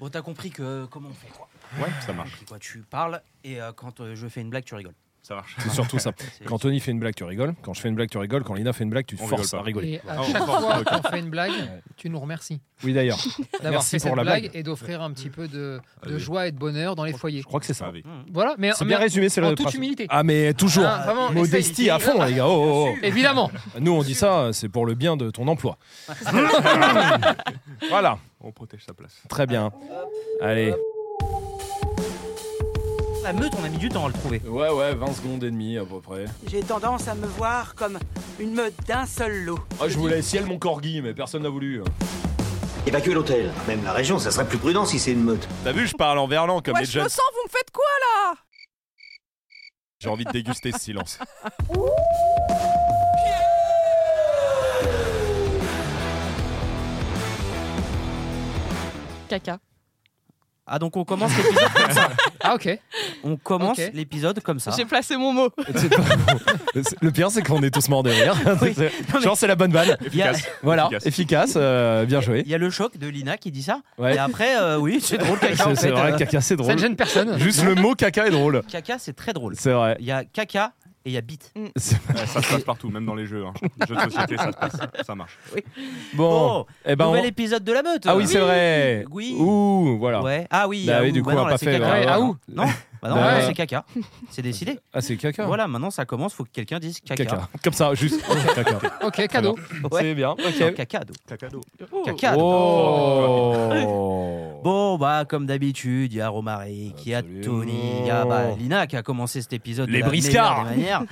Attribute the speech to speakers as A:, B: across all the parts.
A: Bon, t'as compris que euh, comment on fait quoi.
B: Ouais, ça
A: T'as
B: marche.
A: compris, quoi. Tu parles et euh, quand euh, je fais une blague, tu rigoles.
B: Ça marche.
C: C'est surtout ça.
A: C'est-
C: Quand Tony fait une blague, tu rigoles. Quand je fais une blague, tu rigoles. Quand Lina fait une blague, tu te
B: On rigole
C: forces
B: pas.
C: à rigoler.
D: Et à
B: Ah,
D: chaque
B: bon,
D: fois
B: ok.
D: qu'on fait une blague, tu nous remercies
C: Oui, d'ailleurs.
D: d'avoir
C: Merci
D: fait
C: pour
D: cette
C: la
D: blague,
C: blague. Ah
D: et d'offrir un petit peu de, de
B: oui.
D: joie et de bonheur dans les foyers.
C: Je crois que c'est ça.
B: Ah oui.
D: Voilà, mais,
C: C'est
D: mais
C: bien résumé, c'est
D: en
C: le
D: toute
C: trace.
D: humilité.
C: Ah, mais toujours.
D: Ah, vraiment,
C: Modestie
D: essaye.
C: à
A: ah,
C: fond, les gars. Oh, oh, oh.
D: Évidemment.
C: Nous, on dit ça, c'est pour le bien de ton emploi. voilà.
B: On protège sa place.
C: Très bien. Allez.
A: La meute, on a mis du temps à le trouver.
C: Ouais, ouais, 20 secondes et demie à peu près.
E: J'ai tendance à me voir comme une meute d'un seul lot.
C: Ah, je voulais ciel mon corgi, mais personne n'a voulu. hein.
F: Évacuer l'hôtel, même la région, ça serait plus prudent si c'est une meute.
B: T'as vu, je parle en verlan comme
G: Moi,
B: les
G: je
B: jeunes.
G: me sens, vous me faites quoi
B: J'ai envie de déguster ce silence.
G: Caca.
A: Ah, donc on commence l'épisode comme ça.
D: Ah, ok.
A: On commence
D: Ok.
A: l'épisode comme ça.
G: J'ai placé mon mot.
C: Hmm. Le pire, c'est qu'on est tous morts de rire.
A: Oui.
C: Genre, c'est la bonne vanne.
A: Il y, a,
B: Efficace.
C: Voilà,
B: Efficace.
C: efficace, euh, bien joué.
A: il y a le choc de Lina qui dit ça.
C: Ouais.
A: Et après, euh, oui, c'est drôle, caca. en
C: C'est c'est
A: fait,
C: vrai,
A: euh,
C: caca, c'est
D: Ça
C: drôle.
D: ne gêne personne.
C: Juste le mot caca est drôle.
A: caca, c'est très drôle.
C: C'est vrai.
A: Il y a caca et il y a bite.
C: C'est-
B: Ouais, ça se passe partout, même dans les jeux. Hein. Jeux de société, ça se passe. Ça marche.
C: Bon,
A: Oh,
C: eh ben. on-
A: nouvel épisode de la meute.
C: Ah oui, c'est vrai.
A: Oui.
C: Ouh, voilà.
A: Ouais. Ah oui.
C: Bah
A: ah
C: oui,
A: ouh,
C: du
A: bah
C: coup,
A: non,
C: on a
A: là,
C: pas
A: c'est
C: fait.
A: caca.
D: Ouais,
C: voilà.
D: ah ouh.
A: Non, bah non,
C: Bah
A: là,
C: ouais.
A: c'est caca. C'est décidé.
C: Ah, c'est caca.
A: Voilà, maintenant ça commence, faut que quelqu'un dise caca.
C: Caca. Comme ça, juste. caca.
D: Ok, cadeau.
A: Ouais.
C: C'est bien.
A: Non,
C: Ok.
A: cacado.
B: Cacado.
A: Cacado.
C: Oh.
A: Bon, bah, comme d'habitude, il y a Romaric, il y a
C: Absolument.
A: Tony, il y a bah, Lina qui a commencé cet épisode. de
C: Les
A: la
C: briscards.
A: meilleure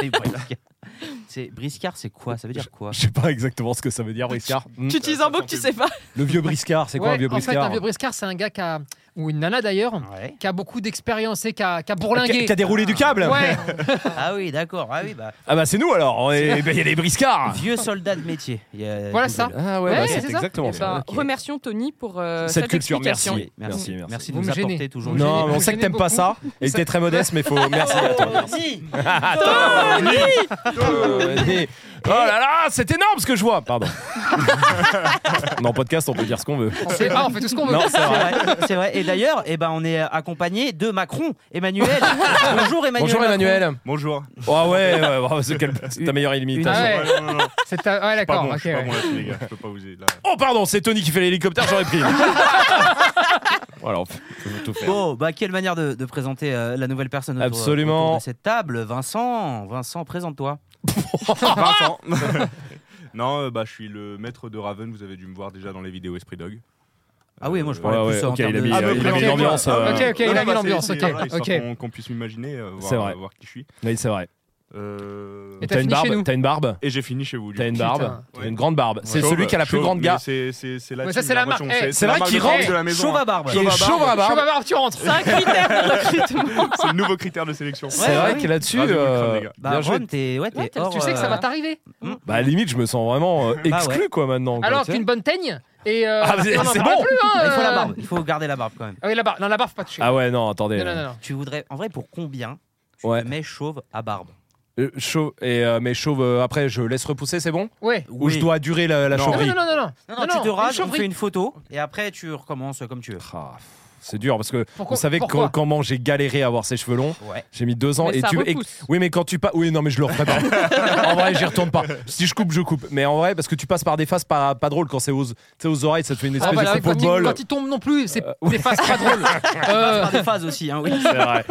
A: des manières. Les briscards. C'est briscard, c'est quoi Ça veut dire quoi
C: Je sais pas exactement ce que ça veut dire, briscard. Hmm.
G: Tu utilises un mot que tu sais pas.
C: Le vieux briscard, c'est quoi un
D: Ouais,
C: vieux
D: en fait,
C: briscard hein
D: un vieux briscard, c'est un gars qui a, ou une nana d'ailleurs,
A: Ouais.
D: qui a beaucoup d'expérience et qui a, qui a
C: Ah, Qui
D: bourlingué.
C: a- qui a déroulé du câble
D: Ouais,
A: Ah oui, d'accord. Ah oui, bah,
C: Ah bah c'est nous alors, on est- bah, il y a des briscards
A: vieux soldat de métier. Il y a-
D: voilà ça.
C: Ah
G: Ouais,
C: bah,
G: c'est
C: c'est
D: ça.
C: exactement
G: Eh ben,
C: ça. Ok.
G: Remercions Tony pour euh,
C: Cette
G: cette,
C: culture,
G: explication.
A: Oui, merci,
C: Merci, merci.
A: merci de
D: Vous
A: nous
D: me gênez.
A: apporter toujours.
D: Vous me
C: Non,
D: gênez-
C: mais on
D: vous
C: sait que
D: gênez
C: t'aimes pas
D: beaucoup.
C: ça et que t'es très modeste, mais faut. Merci à toi. merci.
A: Si.
C: Attends, Tony. Oh là là, c'est énorme ce que je vois Pardon. Non, podcast, on peut dire ce qu'on veut.
D: On fait, ah, on fait tout ce qu'on veut.
C: Non, c'est
A: C'est
C: vrai.
A: vrai, c'est vrai. Et d'ailleurs, eh ben, on est accompagné de Macron, Emmanuel. Bonjour Emmanuel.
C: Bonjour
A: Macron.
C: Emmanuel.
B: Bonjour.
C: Oh ouais, ouais, ouais, c'est quel- c'est ta meilleure
D: Ah
C: illimitation.
D: ouais,
B: Ouais, non, non, non.
D: c'est ta- ouais,
B: Pas
D: d'accord.
B: bon,
D: ok,
B: je suis pas
D: ouais.
B: bon là-dessus, les gars. Je peux pas vous aider. Là.
C: Oh pardon, c'est Tony qui fait l'hélicoptère, j'aurais pris. voilà, on peut on peut tout faire.
A: Bon, bah quelle manière de, de présenter euh, la nouvelle personne autour,
C: Absolument.
A: autour de cette table, Vincent. Vincent, présente-toi.
B: Vincent. non, euh, bah, je suis le maître de Raven. Vous avez dû me voir déjà dans les vidéos Esprit Dog.
A: Ah oui, moi, je
B: Euh,
A: parlais
C: Ouais,
A: plus
C: ouais,
A: en
C: ok,
A: termes
C: il a
A: de-
C: mis,
A: Ah,
C: euh,
A: mais
C: il a mis
D: ok,
C: l'ambiance. euh,
D: ok, ok, il a mis
B: bah,
D: l'ambiance,
B: c'est-
D: ok,
B: c'est- voilà, histoire
D: ok.
B: Qu'on, qu'on puisse m'imaginer, euh, voir,
C: C'est vrai.
B: voir qui je suis.
C: Oui, c'est vrai.
B: Euh,
D: Et t'as
C: T'as une
D: fini chez nous. hein.
C: barbe, t'as une barbe,
B: Et j'ai fini chez vous. du
C: t'as
B: coup.
C: une
D: Putain.
C: barbe, t'as
B: Ouais.
C: une grande barbe. C'est
B: Chauve,
C: celui qui a la plus
B: chauve,
C: grande
B: mais
C: gars.
B: C'est, c'est, c'est la
D: Ouais, ça,
B: team,
D: c'est la
B: marque,
D: marque.
B: on
D: Eh,
B: sait,
D: c'est
C: la
B: marque
C: marque qui
B: de fabrique
C: rentre.
B: de la maison.
A: Chauve
B: hein.
A: à barbe.
C: Il est chauve à
D: Chaud, on va
C: barbe.
D: voir, tu rentres.
G: C'est un critère de recrutement.
B: C'est le nouveau critère de sélection.
C: C'est
A: Ouais,
C: vrai
A: ouais.
C: que là-dessus,
B: Ah, je vous le crame,
C: euh,
B: les gars.
A: Bah,
C: bien joué.
A: Ron, t'es ouais, t'es
G: Ouais, t'es-
A: hors,
D: Tu sais que ça
A: euh,
D: va t'arriver.
C: Bah à la limite, je me sens vraiment euh,
A: Bah
C: exclu
A: ouais.
C: quoi maintenant. quoi,
D: Alors
C: tu sais.
D: qu'une bonne teigne. Et euh,
C: Ah, c'est-
D: on en
C: c'est
D: parle
C: bon.
D: plus, hein,
A: Il faut la
D: euh.
A: barbe. Il faut garder la barbe quand même.
D: Ah oui, la barbe. Non, la barbe, faut pas toucher.
C: Ah ouais, non, attendez.
D: Non, non, non, non.
A: Tu voudrais, en vrai, pour combien tu
C: Ouais.
A: te mets chauve à barbe
C: Euh, chauve et euh, mais chauve euh, après je laisse repousser, c'est bon
D: Ouais.
C: Ou
A: Oui.
C: je dois durer la, la
B: Non.
D: Non, non,
C: chauverie
D: non, non, non.
A: Non, non, tu te
D: une
A: rases, on
D: chauverie.
A: fait une photo et après tu recommences comme tu veux.
C: Ah, C'est dur parce que
D: Pourquoi-
C: vous savez
D: pourquoi
C: co- comment j'ai galéré à avoir ces cheveux longs.
A: Ouais.
C: J'ai mis deux ans
G: Mais
C: et
G: ça
C: tu et-
G: repousse.
C: Oui, mais quand tu passes. Oui, non, mais je le referai pas. en vrai, j'y retourne pas. Si je coupe, je coupe. Mais en vrai, parce que tu passes par des faces pas, pas drôles quand c'est aux... tu sais, aux oreilles, ça te fait une
D: Ah
C: espèce
D: bah,
C: de
D: là,
C: coupe au
D: quand, il,
C: bol.
D: quand il tombe non plus, c'est euh, des faces pas drôles. Euh,
A: Par des phases aussi, hein, oui.
C: C'est vrai.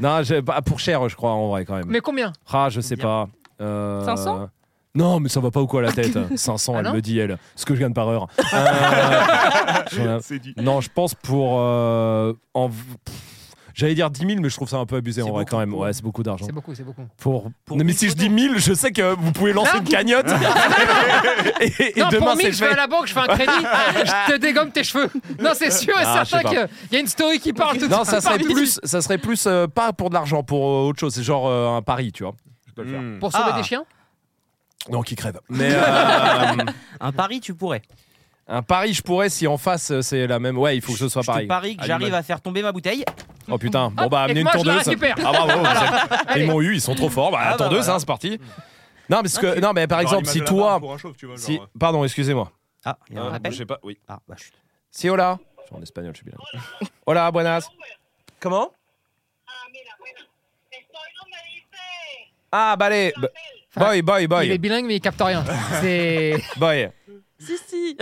C: Non, j'ai- bah, pour cher, je crois, en vrai, quand même.
D: mais combien
C: Ah, je sais
A: Bien.
C: pas. Euh,
G: 500?
C: non, mais ça va pas ou quoi la tête 500,
D: Ah
C: elle
D: non
C: me dit, elle. Ce que je gagne par heure. Euh, j'en ai-
B: C'est dit.
C: Non, je pense pour. euh, en... pff, J'allais dire 10 000, mais je trouve ça un peu abusé en
A: C'est
C: vrai
A: beaucoup.
C: quand même. Ouais, c'est beaucoup d'argent.
D: C'est beaucoup, c'est beaucoup.
C: Pour...
A: Pour
C: non, mais
A: une
C: si je
A: photo.
C: dis 1000, je sais que vous pouvez lancer
D: Non.
C: une cagnotte. et et
D: non,
C: demain,
D: pour 1000,
C: c'est
D: je vais à
C: fait.
D: la banque, je fais un crédit, je te dégomme tes cheveux. Non, c'est sûr et
C: Ah, je
D: certain
C: sais
D: qu'il y a une story qui parle tout de
C: Non,
D: suite
C: ça serait
D: parmi-
C: plus, ça serait plus euh, pas pour de l'argent, pour euh, autre chose. C'est genre euh, un pari, tu vois. Mmh.
B: Hmm.
D: Pour sauver
A: Ah.
D: des chiens
C: Non, qui crève. Mais euh,
A: Un pari, tu pourrais.
C: un pari, je pourrais si en face euh, c'est la même. Ouais, il faut que ce soit
A: Je te
C: pareil.
A: parie que
B: À
A: j'arrive
B: l'image.
A: à faire tomber ma bouteille.
C: Oh putain. Bon
D: Hop,
C: bah
D: et que
C: amenez une
D: moi, je la
C: tondeuse.
D: récupère.
C: Ah bravo. vous êtes-
D: Allez.
C: Ils m'ont eu, ils sont trop forts. Bah,
A: Ah, bah,
C: tondeuse,
A: voilà.
C: hein, c'est parti. Non, parce que
A: tu-
C: non, mais par
B: Genre
C: exemple, si
B: l'image de la barbe
C: toi,
B: pour un chauve, tu vois, genre,
C: Si- Pardon, excusez-moi.
A: Ah, il y a un
B: Ah,
A: rappel.
C: pas, oui.
A: Ah, bah chut.
C: Si, oh là Je suis en espagnol, je suis bilingue. Hola, buenas. Comment Ah, vale. B- Boy, boy,
D: Il est
C: boy.
D: bilingue, mais il capte rien. C'est.
C: Boy.
G: Si, si.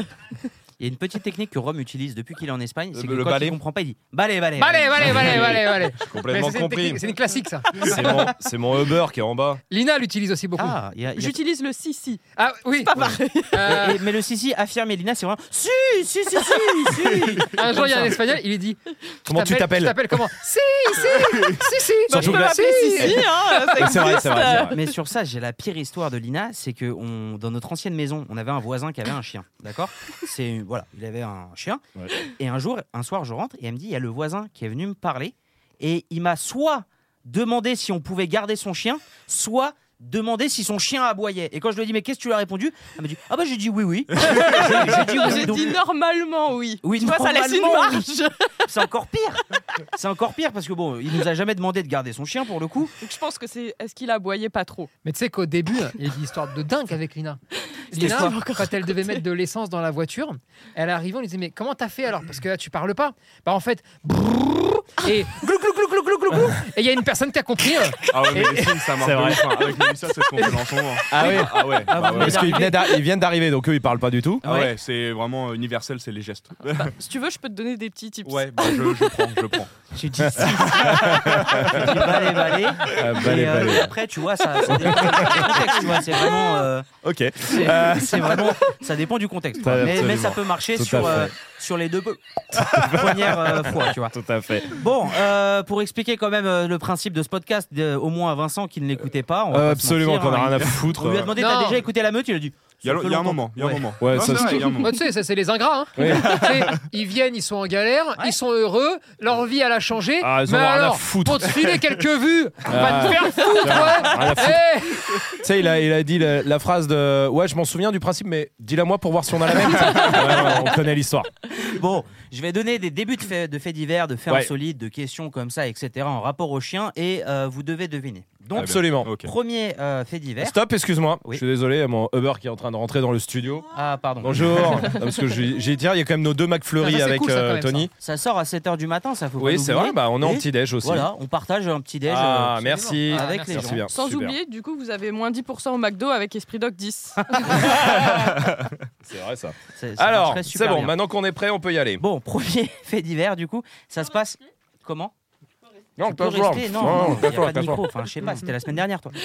A: Il y a une petite technique que Rome utilise depuis qu'il est en Espagne, c'est
B: Le-
A: que
B: le
A: quand
B: balai.
A: il comprend pas, il dit balai, balai.
D: Allez, allez, allez, allez, allez.
B: Complètement compris.
D: C'est une classique, ça.
C: C'est mon, c'est mon Uber qui est en bas.
D: Lina l'utilise aussi beaucoup. Ah,
A: Ah, il y a- il y a-
G: J'utilise le si, si.
D: oui.
G: Pas pareil.
D: Euh,
A: Et- mais le si si affirme Elina, c'est vraiment si si si Bah, si si.
D: un jour, il y a un espagnol, il lui dit
C: Comment tu t'appelles
D: Tu t'appelles comment Si, si, si, si.
C: Surtout
D: Bah,
C: que la-
D: je peux m'appeler
G: Si, si, hein, ça
C: C'est vrai, c'est vrai, c'est
G: existe.
C: vrai.
A: Mais sur ça, j'ai la pire histoire de Lina, c'est que on, dans notre ancienne maison, on avait un voisin qui avait un chien, d'accord C'est voilà, il avait un chien.
B: Ouais.
A: Et un jour, un soir, je rentre et elle me dit, il y a le voisin qui est venu me parler et il m'a soit demandé si on pouvait garder son chien, soit demandé si son chien aboyait. Et quand je lui ai dit mais qu'est-ce que tu lui as répondu Elle m'a dit ah bah j'ai dit oui oui. j'ai dit oui,
G: J'ai
A: donc-
G: dit normalement oui.
A: Oui,
G: tu vois, ça laisse une
A: normalement,
G: marge.
A: C'est encore pire. C'est encore pire parce que bon, il nous a jamais demandé de garder son chien pour le coup.
G: Donc je pense que c'est. Est-ce qu'il aboyait pas trop
D: Mais tu sais qu'au début, il y a une histoire de dingue avec Lina. Lina,
G: quoi encore
D: quand elle devait
G: raconter
D: mettre de l'essence dans la voiture, elle arrivait, on lui disait Mais comment t'as fait alors Parce que là, tu parles pas. Bah, en fait, brrr, et glou, glou, glou, glou, glou, glou, glou. Et il y a une personne qui a compris. hein.
B: Ah ouais, mais les Sims, ça marche
C: C'est
B: de
C: vrai.
B: ouf, hein. Avec Mélissa, c'est ce qu'on fait dans son moment.
C: Ah oui.
B: Ah ouais,
A: Ah,
B: bah
A: vous
B: ouais.
C: Parce qu'ils venaient d'ar- ils viennent d'arriver, donc eux, ils parlent pas du tout.
B: Ah ouais, c'est vraiment universel, c'est les gestes.
G: Si tu veux, je peux te donner des petits tips.
B: Ouais, bah, je, je prends, je prends.
A: J'ai dit si. J'ai dit, balai, balai.
C: Ah, bah,
A: Et,
C: allez,
A: euh,
C: bah, allez.
A: après, tu vois, ça, ça dépend du contexte. tu vois, c'est vraiment, euh,
C: Ok.
A: c'est-
B: Ah.
C: Euh.
A: c'est vraiment, ça dépend du contexte. quoi.
C: Ouais,
A: Mais, mais ça
C: absolument.
A: peut marcher
C: Tout à
A: sur,
C: fait.
A: euh, sur les deux peu- premières euh, fois, tu vois.
C: Tout à fait.
A: Bon, euh, pour expliquer quand même euh, le principe de ce podcast, euh, au moins à Vincent qui ne l'écoutait pas. on va pas se
C: Euh, absolument,
A: mentir,
C: qu'on a
A: hein.
C: rien à foutre.
A: On lui a demandé, t'as
D: Non.
A: déjà écouté la meute Il a dit.
B: Il y a,
A: ça fait
B: il y a un
A: longtemps.
B: moment, il y a
A: Ouais.
B: un moment.
C: Ouais,
B: Non,
C: ça,
B: c'est
C: c'est-
B: vrai, il y a un moment.
D: Bah, tu sais, ça, c'est les ingrats. hein.
C: Oui.
D: Tu sais, ils viennent, ils sont en galère, ils sont heureux, leur vie, elle a changé.
C: Ah, ils en
D: mais
C: ont rien à
D: alors,
C: foutre.
D: pour te filer quelques vues, on va
C: Ah.
D: te faire foutre,
C: Rien à
D: ouais.
C: foutre.
D: Eh,
C: Tu sais, il a, il a dit la, la phrase de Ouais, je m'en souviens du principe, mais dis-la moi pour voir si on a la même. Ouais, ouais, on connaît l'histoire.
A: Bon, je vais donner des débuts de faits de faits divers, de faits
C: Ouais.
A: insolites, de questions comme ça, etc. en rapport au chien et euh, vous devez deviner. Donc,
B: Ah,
C: Absolument.
B: Ok.
A: premier euh, fait divers.
C: Stop, excuse-moi.
A: Oui.
C: Je suis désolé, mon Uber qui est en train de rentrer dans le studio.
A: Ah, pardon.
C: Bonjour. Non, parce que j'ai j'ai dit, tiens, il y a quand même nos deux McFlurry
D: Ah, ça, c'est
C: avec
D: cool, ça,
C: euh,
D: quand même,
C: Tony.
A: Ça sort à 7h du matin, ça faut pas
C: Oui, c'est vrai,
A: l'oublier.
C: bah, on est en
A: Et
C: petit-déj aussi.
A: Voilà, on partage un petit déj. euh,
C: Ah, merci.
D: absolument.
A: Avec
D: Ah,
A: les
C: Merci
A: gens.
C: bien.
G: Sans
C: Super.
G: oublier, du coup, vous avez moins 10% au McDo avec Esprit Doc 10.
C: C'est vrai, ça.
A: C'est- ça
C: Alors,
A: marcherait
C: c'est
A: super
C: bon,
A: bien.
C: maintenant qu'on est prêt, on peut y aller.
A: Bon, premier fait divers, du coup, ça se passe. Comment
C: Non,
A: Tu peux rester Non, non, il y a pas de micro. Enfin, je sais pas, c'était la semaine dernière, toi.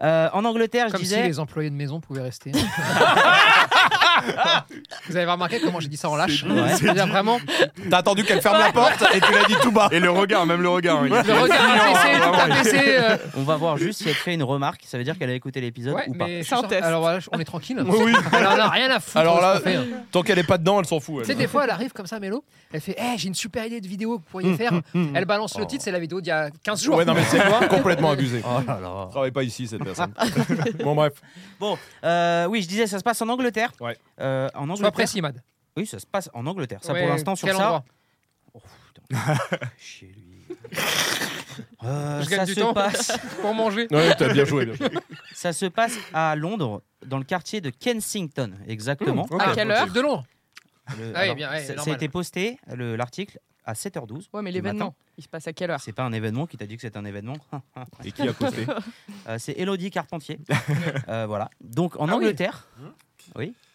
A: Euh, en Angleterre, je
D: Comme si
A: disais.
D: les employés de maison pouvaient rester. Vous avez remarqué comment j'ai dit ça en lâche
A: dit, c'est
D: C'est-à-dire vraiment
C: T'as attendu qu'elle ferme la porte et tu l'as dit tout bas.
B: Et le regard, même le regard. hein, il-
D: le regard abaissé, tout abaissé. euh,
A: On va voir juste si elle te fait une remarque. Ça veut dire qu'elle a écouté l'épisode
D: Ouais,
A: ou pas.
D: mais je
G: C'est un
D: sors-
G: test.
D: Alors voilà, je- on est tranquille.
C: Oui, oui.
D: Elle en a rien à foutre.
C: Alors
D: de ce
C: là-
D: qu'on fait, hein.
C: Tant qu'elle est pas dedans, elle s'en fout.
D: tu sais, des fois, elle arrive comme ça, Mélo. Elle fait Eh, j'ai une super idée de vidéo que vous
C: Hum,
D: pourriez faire. Elle balance le titre, c'est la vidéo d'il y a 15 jours.
C: Oh. Ouais, non, mais c'est quoi Complètement abusé.
A: Oh là là.
C: Travaille pas ici, cette personne. bon, bref.
A: Bon, euh, oui, je disais, ça se passe en Angleterre.
C: Ouais.
A: Euh, en Angleterre.
D: Sois précis, Mad.
A: Oui, ça se passe en Angleterre. Ça,
D: Ouais,
A: pour l'instant, sur
D: quel
A: ça.
D: endroit
A: Oh, putain. Chez lui. Euh,
D: Je gagne
A: ça
D: du
A: se
D: temps.
A: passe.
D: Pour manger.
C: Ouais, t'as bien joué. Bien joué.
A: Ça se passe à Londres, dans le quartier de Kensington, exactement.
C: Ok. Ah,
D: à quelle heure De Londres.
A: Le-
D: Ah oui, bien, Hmm. ouais,
A: ça, ça a
D: normal.
A: été posté le- l'article à 7h12.
G: Ouais, mais
A: du
G: l'événement,
A: matin.
G: il se passe à quelle
D: Ah.
G: heure
A: C'est pas un événement qui t'a dit que c'est un événement. Hein.
B: Et qui a posté
A: Euh, c'est Elodie Carpentier. Euh, voilà. Donc en
D: Ah oui.
A: Angleterre.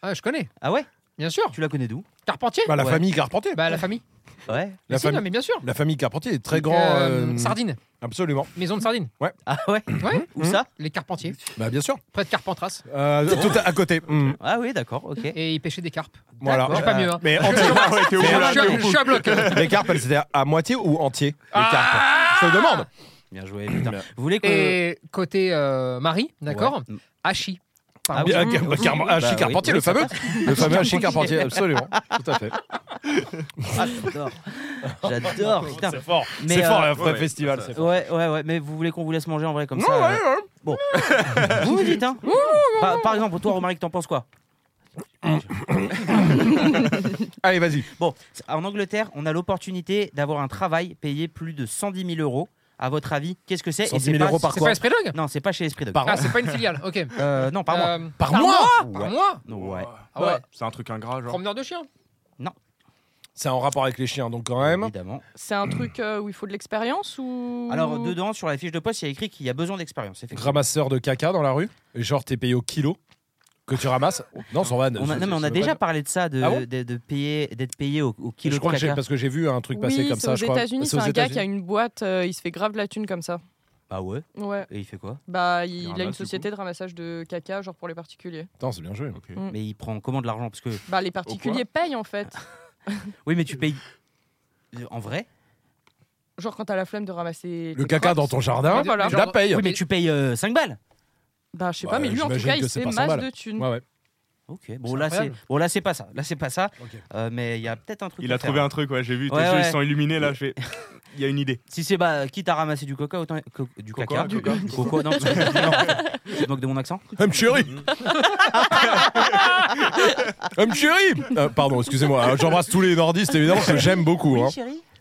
D: Ah, je connais,
A: Ah ouais
D: bien sûr.
A: Tu la connais d'où
D: Carpentier
C: Bah, la
A: Ouais.
C: famille Carpentier.
D: Bah, la famille.
A: Ouais.
C: la,
D: Mais si, non,
C: famille
D: mais bien sûr.
C: la famille Carpentier est très
D: Donc,
C: grand.
D: euh,
C: euh,
D: Sardine.
C: Absolument.
D: Maison de sardines.
A: Ah ouais
D: Ouais.
A: Où ça
D: Les Carpentiers.
C: Bah, bien sûr.
D: Près de Carpentras.
C: Euh, tout à, à côté. Hmm.
A: Ah oui, d'accord, ok.
D: Et ils pêchaient des carpes.
C: Voilà.
D: J'ai pas mieux. Hein.
C: Ah, Mais entier.
D: Je, suis-
C: là,
D: je suis- je suis à bloc.
C: les carpes, elles étaient à moitié ou entier Les
A: Ah
C: carpes. Je te demande.
A: Bien joué, putain. Vous voulez que.
D: Hmm. Et côté euh, Marie, d'accord
A: Ouais.
D: Hachi.
A: Ah oui.
C: Bien, Car- Car- Achille
A: oui,
C: Carpentier,
A: oui,
C: le
A: ça
C: fameux. Le fameux Achille Carpentier, absolument. Tout à fait.
A: Ah, j'adore. J'adore, putain.
C: fort.
A: Mais,
C: C'est fort
A: euh,
C: après
B: ouais,
C: festival.
B: ça,
C: c'est fort.
A: Ouais, ouais, ouais, mais vous voulez qu'on vous laisse manger en vrai comme
C: Non,
A: ça
C: ouais,
A: euh,
C: ouais.
A: Vous dites, hein par, par exemple, toi, Romaric, t'en penses quoi
C: Allez, vas-y.
A: Bon, en Angleterre, on a l'opportunité d'avoir un travail payé plus de 110 000 euros. À votre avis, qu'est-ce que c'est Et
C: 110
A: c'est
C: 000
A: pas-
C: euros par
D: C'est
C: quoi
D: pas Esprit Dog
A: Non, c'est pas chez Esprit Dog.
C: Par
D: Ah, c'est pas une filiale. Ok.
A: Euh, non, par mois.
D: Euh,
C: Par mois
D: Par
A: Ouais.
D: mois
A: Ouais.
D: Ah ouais.
B: C'est un truc ingrat, genre.
D: Promeneur de chien.
A: Non.
C: C'est en rapport avec les chiens, donc quand même.
A: Évidemment.
G: C'est un truc euh, où il faut de l'expérience ou.
A: Alors, dedans, sur la fiche de poste, il y a écrit qu'il y a besoin d'expérience. effectivement.
C: Ramasseur de caca dans la rue. Et Genre, t'es payé au kilo que tu ramasses. Non, sans vanne.
A: On a-
C: je-
A: non, mais on a
C: je-
A: déjà parlé de ça, de,
C: Ah bon
A: de- de payer, d'être payé au, au kilo
C: Je
A: de
C: crois que j'ai-
A: caca.
C: parce que j'ai vu un truc passer
G: oui,
C: comme
G: c'est
C: ça.
G: aux
C: je crois.
G: États-Unis, c'est
C: aux
G: un gars qui a
C: États-Unis.
G: une boîte, euh, il se fait grave la thune comme ça.
A: Ah ouais
G: Ouais.
A: Et il fait quoi
G: Bah,
B: Il
G: il, a
B: ramasse,
G: une
B: du
G: société de ramassage de caca, genre pour les particuliers.
C: Putain, c'est bien joué.
B: Ok.
G: Mm.
A: Mais il prend comment de l'argent Parce que.
G: Bah, les particuliers payent en fait.
A: Oui, mais tu payes. Euh, En vrai
G: Genre quand t'as la flemme de ramasser.
C: Le
G: tes
C: caca
G: crottes.
C: dans ton jardin,
G: Voilà.
C: tu la payes.
D: Oui,
A: Oui, mais tu payes 5 balles
G: Bah, je sais
C: Bah,
G: pas, mais lui en tout
C: j'imagine
G: cas,
C: que
G: il
C: c'est
G: se fait
C: pas cent
G: masse
C: balles.
G: de thunes.
C: Ouais, ouais.
A: Ok,
D: C'est
A: bon là c'est
D: incroyable.
A: bon là c'est pas ça, là c'est pas ça,
C: Ok.
A: Euh, mais il y a peut-être un truc.
B: Il
A: à
B: a trouvé
A: faire.
B: un truc, ouais, j'ai vu. Tes
A: Ouais,
B: yeux, ils
A: ouais.
B: sont illuminés là. Je fais. Il y a une idée.
A: Si c'est bah, quitte à ramasser du coca autant co- du
B: Coca,
A: caca,
B: coca.
A: du coco, non, parce que je tu te moques de mon accent.
C: I'm chéri I'm chéri Euh, Pardon, excusez-moi. euh, J'embrasse tous les nordistes, évidemment, parce que j'aime beaucoup. hein.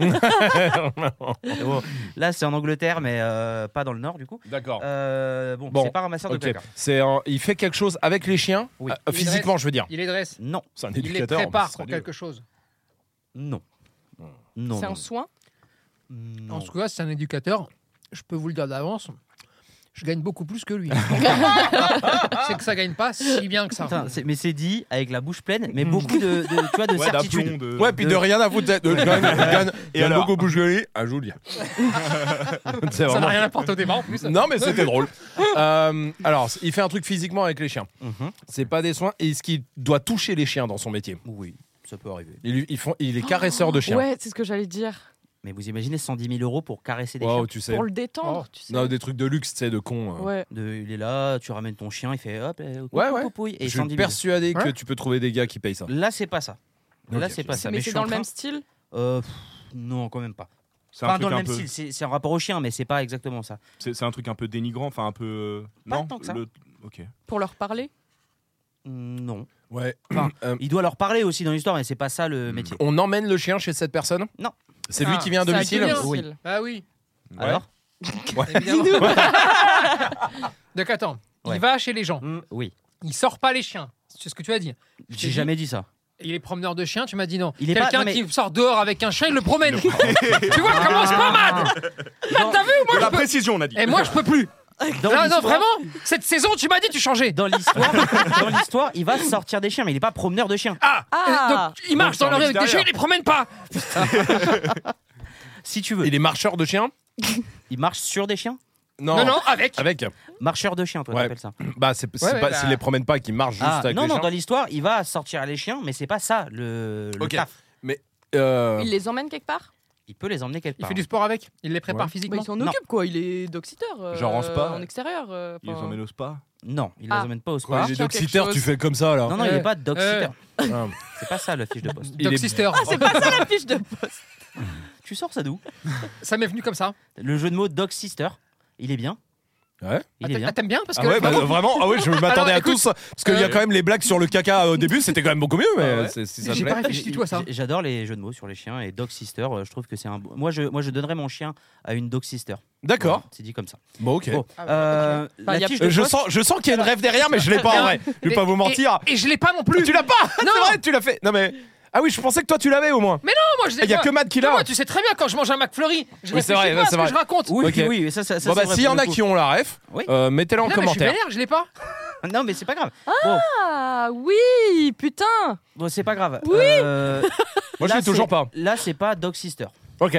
A: Mais bon, là c'est en Angleterre, mais euh, pas dans le nord du coup.
C: D'accord.
A: Euh, bon,
C: Bon,
A: c'est pas ramasseur de
C: Ok.
A: caca.
C: C'est un- Il fait quelque chose avec les chiens
A: Oui.
C: euh, Physiquement, je veux dire.
D: Il les dresse.
A: Non,
C: C'est un
D: Il les
C: éducateur.
D: prépare
C: mais ce
D: pour
C: serait nul.
D: quelque chose.
A: non, non. non,
G: C'est
A: non.
G: un soin.
A: Non.
D: En tout cas, c'est un éducateur. Je peux vous le dire d'avance. Je gagne beaucoup plus que lui. c'est que ça gagne pas si bien que ça.
A: Putain, c'est- mais c'est dit avec la bouche pleine, mais beaucoup de, de- tu vois, de
B: Ouais, d'aplomb.
A: certitude.
B: De...
C: Ouais, puis de
A: de-
C: rien à foutre. De...
B: Et
C: et alors
B: alors
C: beaucoup bouche à Julia. C'est
D: Ça n'a
C: vraiment-
D: rien apporté au débat en plus.
C: Non, mais c'était drôle. Euh, alors, il fait un truc physiquement avec les chiens.
A: Mhm.
C: C'est pas des soins. Est-ce qu'il doit toucher les chiens dans son métier
A: Oui, ça peut arriver.
C: il, lui- ils font, il est caresseur de chiens.
G: Oh, Ouais, c'est ce que j'allais dire.
A: Mais vous imaginez 110 000 euros pour caresser des
C: Waouh,
A: chiens
C: tu sais.
G: Pour le détendre, tu sais.
C: Non, des trucs de luxe, tu sais, de con. euh.
G: Ouais.
A: De- Il est là, tu ramènes ton chien, il fait hop, eh, coucou,
C: Ouais, ouais.
A: poupouille, et
C: Je
A: 110 000.
C: suis persuadé que
D: Ouais.
C: tu peux trouver des gars qui payent ça.
A: Là, c'est pas ça. Là,
C: Ok.
A: c'est pas Ah, ça.
G: Mais
A: je
G: c'est
A: suis
G: dans
A: en
G: le
A: train-
G: même style.
A: Euh, pff, Non, quand même pas.
B: C'est un
A: Enfin, dans
B: truc
A: le
B: un
A: même
B: peu.
A: style, c'est c'est en rapport au chien, mais c'est pas exactement ça.
B: C'est c'est un truc un peu dénigrant, enfin un peu. euh,
A: Pas
B: non.
A: tant que ça.
B: le- Ok.
G: Pour leur parler.
A: Mm, Non.
C: Ouais.
B: Ah.
A: Enfin,
C: Euh,
A: Il doit leur parler aussi dans l'histoire, mais c'est pas ça le
B: Hmm.
A: métier.
C: on emmène le chien chez cette personne
A: Non.
C: C'est
D: Ah,
C: lui qui vient à
G: C'est à
C: domicile
G: domicile.
D: Bah oui,
B: Ouais.
A: Alors
D: évidemment. Donc attends,
A: Ouais.
D: il va chez les gens.
A: Mm, Oui.
D: Il sort pas les chiens. C'est ce que tu as dit.
A: J'ai
D: dit-
A: jamais dit ça.
D: Il est promeneur de chiens, tu m'as dit non.
A: Il est pas-
D: Quelqu'un
A: non, mais-
D: qui sort dehors avec un chien, il le promène. tu vois, il commence pas mal. Là, t'as vu,
B: De
D: moi
B: la
D: je peux...
B: précision, on a dit.
D: Et moi, je peux plus.
A: Dans
D: Non, non,
A: l'histoire-
D: vraiment, cette saison, tu m'as dit, tu changeais.
A: Dans l'histoire, dans l'histoire, il va sortir des chiens, mais il est pas promeneur de chiens.
D: Ah,
G: Ah.
D: Donc, il marche
B: Donc,
D: dans la rue
B: c'est en
D: avec des chiens,
B: extérieur.
D: il les promène pas.
A: Si tu veux,
C: Il est marcheur de chiens
A: il marche sur des chiens.
D: Non, non, avec.
C: Avec.
A: Marcheur de chiens, toi,
C: Ouais.
A: t'appelles ça.
C: Bah, c'est c'est
D: ouais,
C: pas,
D: bah.
C: s'il les promène pas, qu'il marche juste
A: Ah,
C: avec
A: non,
C: les
A: non,
C: chiens.
A: dans l'histoire, il va sortir les chiens, mais c'est pas ça le, le
C: Ok.
A: taf.
C: Euh,
G: Il les emmène quelque part.
A: Il peut les emmener quelque
D: Il
A: part.
D: fait du sport avec. Il les prépare
C: Ouais.
G: Bah,
D: physiquement.
G: il s'en
A: Non.
G: occupe quoi. Il est doxiteur. euh,
C: Genre en spa.
G: En extérieur. euh,
B: Ils les
G: pas-
B: emmènent au spa.
A: Non, il
G: Ah.
A: les emmène pas au
C: Quand
A: spa.
C: j'ai
G: Sur quelque
C: Doxiter, tu
G: chose.
C: fais comme ça, là.
A: Non, non, il
D: Euh,
A: est pas dog sitter.
C: Ah.
A: C'est pas ça la fiche de poste.
C: Il est-
D: Dog Sister.
G: Ah, C'est pas ça la fiche de poste.
A: Tu sors ça d'où
D: Ça m'est venu comme ça.
A: Le jeu de mots dog sister, il est bien.
C: Ouais.
A: Il est
D: Ah,
A: bien.
D: t'aimes bien parce
C: Ah
D: que
C: ouais, bah,
D: Bravo.
C: vraiment, ah ouais, je m'attendais à
D: écoute,
C: tous. Parce qu'il y a
D: euh,
C: quand même les blagues sur le caca au début, c'était quand même beaucoup mieux, mais
D: Ah ouais.
C: c'est- si ça te
D: J'ai
C: plaît.
D: pas réfléchi du tout à ça.
A: J- J'adore les jeux de mots sur les chiens et dog sister. euh, Je trouve que c'est un. beau- Moi, je, moi, je donnerais mon chien à une dog sister.
C: D'accord.
A: Voilà, c'est dit comme ça.
C: Bon, ok.
A: Bon,
D: Ah,
A: euh,
G: Enfin,
A: la
G: y a-
A: fiche de
C: Euh, Je
A: poste-
C: sens, je sens qu'il y a une rêve derrière, mais je l'ai pas en vrai. Je vais pas vous mentir. Ah,
D: Et, et je l'ai pas non plus.
C: Tu l'as pas
D: Non.
C: C'est vrai, tu l'as fait. Non mais. Ah oui, je pensais que toi tu l'avais au moins.
D: Non, moi je l'ai
C: Il y a
D: pas.
C: que Matt qui
D: Tu vois,
C: l'a.
D: tu sais très bien quand je mange un McFlurry, je
C: Oui, c'est
D: réfléchis
C: vrai,
D: pas à
C: c'est
D: ce que
C: vrai.
D: je raconte.
A: Oui,
C: Ok.
A: oui, ça, ça, ça
C: Bon bah
A: c'est vrai
C: s'il y
A: pour
C: en
A: le
C: a
A: coup.
C: qui ont la ref,
A: Oui.
C: euh, mettez-la en
D: Non, mais je suis
C: commentaire.
D: vénère, je l'ai pas.
A: Non, mais c'est pas grave.
G: Ah oui, putain.
A: Bon, c'est pas grave.
G: Oui.
A: Euh,
C: Moi je
A: là,
C: l'ai toujours
A: c'est-
C: pas.
A: Là, c'est pas dog sister.
C: Ok.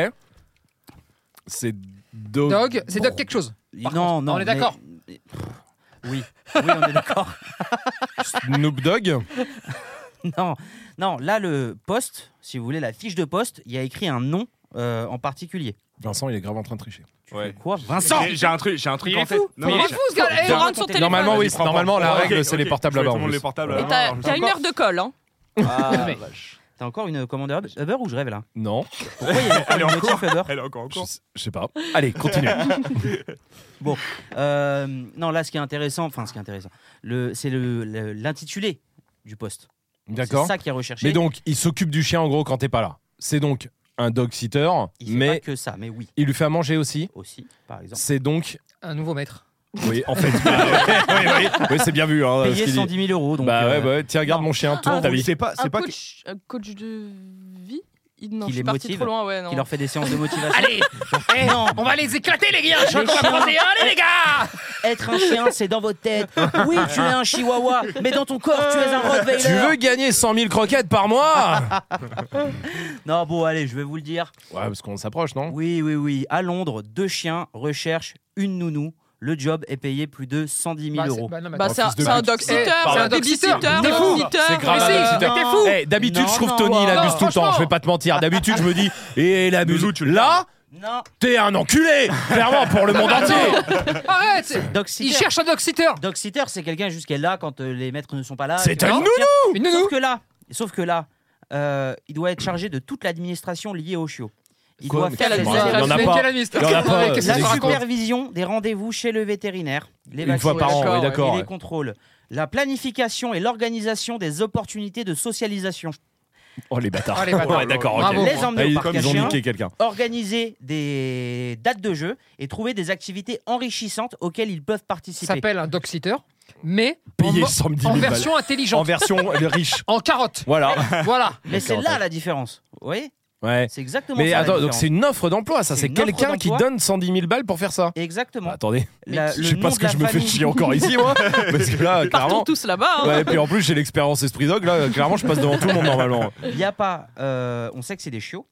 C: C'est dog.
D: Dog, c'est dog quelque chose.
A: Non,
D: Par
A: non.
D: contre, on est
A: mais-
D: d'accord.
A: Oui. Oui, on est d'accord.
C: Snoop Dogg.
A: Non, non, là, le poste, si vous voulez, la fiche de poste, il y a écrit un nom euh, en particulier.
C: Vincent, il est grave en train de tricher.
B: Ouais.
A: Quoi Vincent
B: J'ai j'ai un truc, j'ai un truc
D: Il
B: en
D: est
B: tête.
D: fou.
B: Non,
D: Il
B: mais
D: est
B: j'ai-
D: fou ce gars. Eh,
G: Il
A: Dog.
G: rentre son téléphone.
C: Normalement oui,
B: Je comprends
C: normalement la
B: pas.
C: règle
B: Ok,
C: c'est les
B: ok.
C: portables
B: Je vais
C: là-bas.
B: tout le monde
C: en
B: les
C: plus.
B: portables,
G: Et
B: alors.
G: t'as
B: Alors,
G: t'as une heure de colle. Hein.
A: Ah,
D: Mais-
A: vache. T'as encore une commande Uber, Uber ou je rêve là
C: Non,
A: Pourquoi il y a encore
B: Elle est
A: une
B: en
A: notif Uber
B: Elle est encore en
C: je
B: cours.
C: je sais pas. Allez, continue.
A: Euh, Non, là, ce qui est intéressant, enfin, ce qui est intéressant, le, c'est le- le- l'intitulé du poste.
C: D'accord.
A: C'est ça qui est recherché.
C: Mais donc, il s'occupe du chien en gros quand t'es pas là. C'est donc un dog sitter,
A: il fait pas
C: mais
A: que ça, mais oui,
C: il lui fait à manger aussi.
A: aussi, par exemple.
C: C'est donc.
D: Un nouveau maître.
C: Oui, en fait. bah, oui, oui, oui. Oui, c'est bien vu. hein, ce
A: Payer
C: qu'il dit.
A: 110 000 euros. Donc,
C: Bah ouais,
A: euh,
C: bah ouais, tiens, regarde mon chien, tourne ta vie.
B: C'est pas,
G: Un
B: c'est pas.
G: coach, un coach de vie il- non,
A: Qui
G: je
A: les
G: suis partie
A: motive
G: trop loin, ouais, non.
A: qui leur fait des séances de motivation.
D: Allez eh,
A: Non.
D: On va les éclater, les gars Je crois qu'on va prendre des- Allez, les gars
A: Être un chien, c'est dans votre tête. Oui, tu es un chihuahua, mais dans ton corps, tu es un Rottweiler.
C: Tu veux gagner 100 000 croquettes par mois
A: Non, bon, allez, je vais vous le dire.
C: Ouais, parce qu'on s'approche, non
A: Oui, oui, oui. À Londres, deux chiens recherchent une nounou. Le job est payé plus de 110 000
D: Bah, c'est-
A: euros.
D: bah, non, mais
G: Bah,
D: attends.
G: c'est un,
C: fils de
G: c'est un
C: pute.
G: dog sitter,
D: Eh,
G: c'est
D: pardon.
G: un dog sitter,
D: T'es fou.
C: C'est grave
D: Mais si,
C: un dog
D: t'es fou.
C: Eh, D'habitude,
A: Non,
C: je trouve
A: non,
C: Tony, il
A: non,
C: abuse tout le temps.
D: franchement.
C: Je vais pas te mentir. D'habitude, je me dis, et il abuse.
B: Loulou, tu le
C: Là,
A: Non,
C: t'es un enculé Clairement, pour le monde entier
D: Arrête
A: dog
D: Il
A: sitter.
D: cherche un dog sitter
A: Dog sitter, c'est quelqu'un jusqu'à là quand euh, les maîtres ne sont pas là.
C: C'est
A: et que-
C: un
A: Oh,
C: nounou
A: tiens,
D: Une nounou
A: Sauf que là, sauf que là, euh, il doit être chargé de toute l'administration liée au chiot. Il
C: Quoi,
A: doit
C: mais
A: faire
G: quelle
A: les
C: administration
A: erreurs.
C: Il y en a
D: Mais
C: pas.
D: quelle amie, c'est-
C: Il y en a pas, ça
D: Qu'est-ce que tu
A: la
C: existe.
D: racontes
A: supervision des rendez-vous chez le vétérinaire, les
C: Une fois
A: vaccins
C: par an,
G: d'accord,
C: oui,
G: ouais.
A: et
C: d'accord.
A: les contrôles, la planification et l'organisation des opportunités de socialisation,
C: Oh, les bâtards.
D: Oh, les bâtards.
C: Ouais, d'accord, ok.
D: Bravo.
A: les emmener
C: Ah,
A: au
C: ils,
A: parc à
C: ils ont
A: chiens,
C: niqué quelqu'un.
A: organiser des dates de jeu et trouver des activités enrichissantes auxquelles ils peuvent
D: Ça
A: participer.
D: s'appelle un dog sitter, mais en,
C: Payé
D: mo-
C: 110
D: en
C: 000 balles.
D: version
C: En
D: intelligente,
C: version le riche.
D: en carotte.
C: Voilà.
D: Voilà.
A: Mais c'est
C: D'accord,
A: là
C: attends.
A: la différence. Vous voyez
C: Ouais.
A: C'est exactement
C: Mais
A: ça. la
C: attends, donc
A: différence.
C: c'est une offre d'emploi, ça.
A: C'est
C: C'est
A: une offre
C: quelqu'un qui
A: d'emploi.
C: donne 110 000 balles pour faire ça.
A: Exactement.
C: Bah, attendez,
A: La-
C: je
A: Euh, le
C: sais
A: nom
C: pas ce
A: de
C: que
A: la
C: je me fais
A: famille-
C: chier encore ici, moi. Parce que là,
G: Partons
C: clairement.
G: tous là-bas. hein.
C: Ouais, et puis en plus, j'ai l'expérience esprit dog. Là, clairement, je passe devant tout le monde normalement.
A: Il n'y a pas. euh, on sait que c'est des chiots.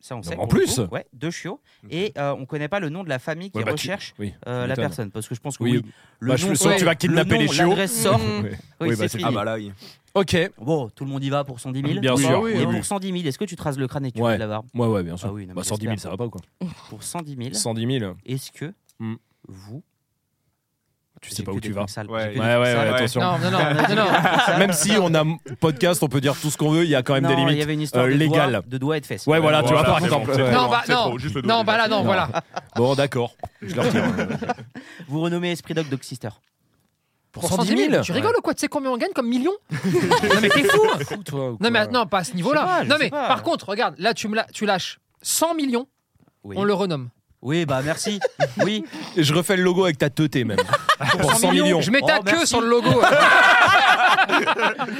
A: Ça, on sait.
C: en
A: pour le
C: plus.
A: coup. Ouais, deux chiots. Et euh, on ne connaît pas le nom de la famille qui
C: Ouais, bah, tu-
A: recherche
C: Oui,
A: euh,
C: tu
A: la
C: m'étonnes.
A: personne. Parce que je pense que
C: Oui,
A: oui. Le
C: bah, je
A: nom,
C: le sens, tu vas kidnapper
A: le nom,
C: les chiots.
A: l'adresse sort.
G: Mm.
C: Ouais.
A: Oui,
C: Oui, bah,
A: c'est
C: c'est-
A: fini.
B: Ah bah là, il-
C: Ok.
A: Bon, tout le monde y va pour 110 000.
C: Bien sûr.
A: Et
C: Oui, oui.
A: pour 110 000, est-ce que tu te rases le crâne et que tu
C: Ouais.
A: fais de la barbe
C: Ouais, ouais, bien sûr.
A: Ah oui, non,
C: bah,
A: mais
C: 110 000,
A: j'espère.
C: ça va pas ou quoi
A: Pour 110 000,
C: 110 000.
A: est-ce que
C: Hmm.
A: vous.
C: Tu
A: J'ai
C: sais pas
A: que
C: où
A: des
C: tu vas.
A: trucs sales,
B: Ouais.
A: j'ai que des
C: Ouais,
A: trucs
C: ouais, ouais,
A: sales.
C: attention.
D: Non, non, non, non, non.
C: Même si on a m- podcast, on peut dire tout ce qu'on veut, il y a quand même
A: Non,
C: des
A: Il y
C: limites.
A: avait une histoire
C: euh,
A: de,
C: légales.
A: doigts, de doigts et de fesses.
C: Ouais, voilà, tu vois,
B: Voilà,
C: par
B: c'est
C: exemple.
B: bon,
C: ouais.
B: c'est
D: Non, bah
B: c'est
D: non.
B: trop, juste le dos,
D: Non,
B: les
D: bah
B: gars.
D: là, non,
C: Non.
D: voilà.
C: Bon, d'accord. Je hein. le retire.
A: Vous renommez Esprit Dog Dog Sister.
D: Pour 110 000 Tu rigoles ou quoi Tu sais combien on gagne comme million Non, mais t'es fou Non, mais non, pas à ce
A: pas,
D: niveau-là.
A: je
D: Non,
A: sais
D: mais
A: pas.
D: par contre, regarde, là, tu, me la- tu lâches 100 millions,
A: Oui.
D: on le renomme.
A: Oui, bah merci. oui.
C: Et je refais le logo avec ta teuté même. Pour 100 millions.
D: Je mets ta
A: Oh,
D: queue
A: merci.
D: sur le logo.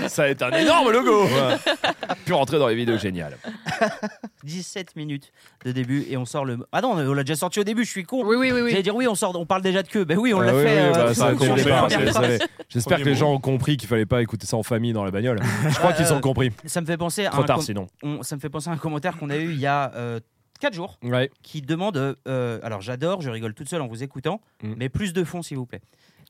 C: Ça va être un énorme logo. Puis rentrer dans les vidéos géniales.
A: 17 minutes de début et on sort le. Ah non, on l'a déjà sorti au début, je suis con.
D: Oui, oui, oui. oui.
A: J'allais dire oui, on sort, on parle déjà de queue. Ben oui, on
C: Ah
A: l'a
C: oui,
A: fait.
C: oui,
A: euh,
C: bah,
A: tout le
C: ça, a
A: monde sur les
B: compris,
C: commencé par-
A: premières
C: c'est-
A: personnes.
C: c'est- J'espère que les gens ont compris qu'il fallait pas écouter ça en famille dans la bagnole. Je crois qu'ils ont compris.
A: Ça me fait penser à
C: Trop
A: Euh, un
C: tard
A: com-
C: sinon.
A: on- ça me fait penser à un commentaire qu'on a eu il y a 4 jours
C: Ouais.
A: qui demande. euh, euh, alors j'adore, je rigole toute seule en vous écoutant,
C: Mm.
A: mais plus de fond s'il vous plaît.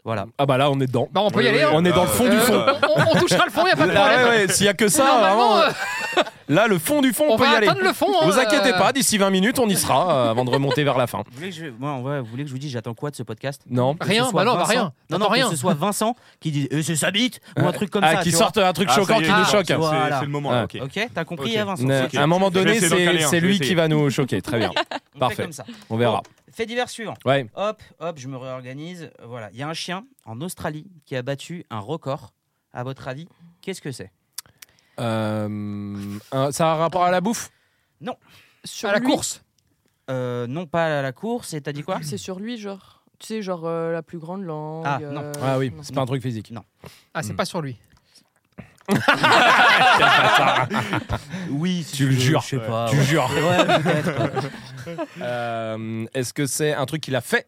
A: Voilà.
C: Ah bah là on est dedans.
D: Bah, on peut y
B: Oui,
D: aller.
B: oui,
D: hein.
C: On est dans le fond du
D: Euh,
C: fond.
D: on- on- On touchera le fond, il a pas
A: Euh,
D: de
C: Là,
D: problème.
C: ouais, ouais, s'il y a que ça,
D: Normalement,
C: vraiment,
D: euh,
C: là le fond du fond on,
D: on
C: peut y
D: va
C: aller.
D: atteindre le fond. hein,
C: Vous inquiétez
D: euh,
C: pas, d'ici 20 minutes on y sera euh, avant de remonter vers la fin.
A: Vous voulez que je, moi, en vrai, vous voulez que je vous dise j'attends quoi de ce podcast
C: Non.
A: Que
D: Rien,
A: ce soit
D: bah non, bah
A: Vincent-
D: rien.
A: Non, non,
D: T'entends rien.
A: que ce soit Vincent qui dit eh, c'est sa bite ou un truc comme
C: ah,
A: ça.
C: qui
A: tu vois.
C: sortent un truc
B: Ah, ça
C: choquant
B: y est,
C: qui nous
B: d'accord,
C: choque.
B: c'est-
A: Voilà.
B: C'est le moment là, ok.
A: Ok, t'as compris,
B: Ok.
A: hein, Vincent.
C: Euh,
A: Ok.
C: À un moment donné,
B: Je vais essayer d'en
C: c'est
B: caler un,
C: c'est
B: je vais
C: lui
B: essayer.
C: qui va nous choquer. Très bien.
A: On
C: Parfait.
A: Fait comme ça.
C: On verra.
A: Fait divers suivant.
C: Ouais.
A: Hop, hop, je me réorganise. Euh, Voilà, il y a un chien en Australie qui a battu un record. À votre avis, qu'est-ce que c'est
C: Euh, un- ça a un rapport à la bouffe
G: Sur
D: à la
G: lui.
D: course.
A: Euh, Non pas à la course, et t'as dit quoi
G: C'est sur lui, genre. Tu sais, genre euh, la plus grande langue.
A: Ah, non.
G: euh,
C: Ah oui,
G: non.
C: c'est pas un truc physique.
D: Ah, c'est
C: Hmm.
D: pas sur lui.
A: Oui, si
C: Tu le
A: veux,
C: jures.
A: Je sais pas.
C: tu
A: ouais.
C: jures.
A: Ouais, peut-être.
C: Euh, Est-ce que c'est un truc qu'il a fait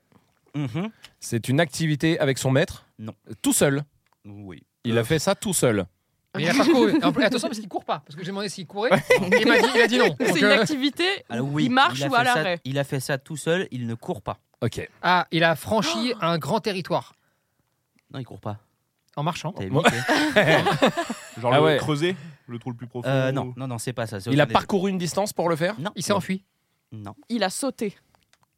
A: Mhm.
C: C'est une activité avec son maître
A: Non. Euh,
C: Tout seul.
A: Oui.
C: Il a fait ça tout seul.
D: Mais il a pas couru. En plus, Attention, parce qu'il court pas. Parce que j'ai demandé s'il courait. Il m'a dit, il a dit non. Donc,
G: C'est une
D: euh,
G: activité.
A: Alors,
G: où
A: oui,
G: il marche
A: a
G: ou
A: fait
G: à
A: ça-
G: l'arrêt.
A: Il a fait ça tout seul, il ne court pas.
C: Ok.
D: Ah, il a franchi un grand territoire
A: Non, il court pas.
D: en marchant.
A: T'avais
C: Bon.
A: niqué.
B: Genre
C: Ah
B: le
C: ouais.
B: creuser, le trou le plus profond.
A: Euh,
B: ou-
A: non, non, non, c'est pas ça. c'est
C: Il a
A: aucun des deux.
C: parcouru une distance pour le faire
A: Non,
D: Il s'est enfui.
A: non.
G: Il a sauté.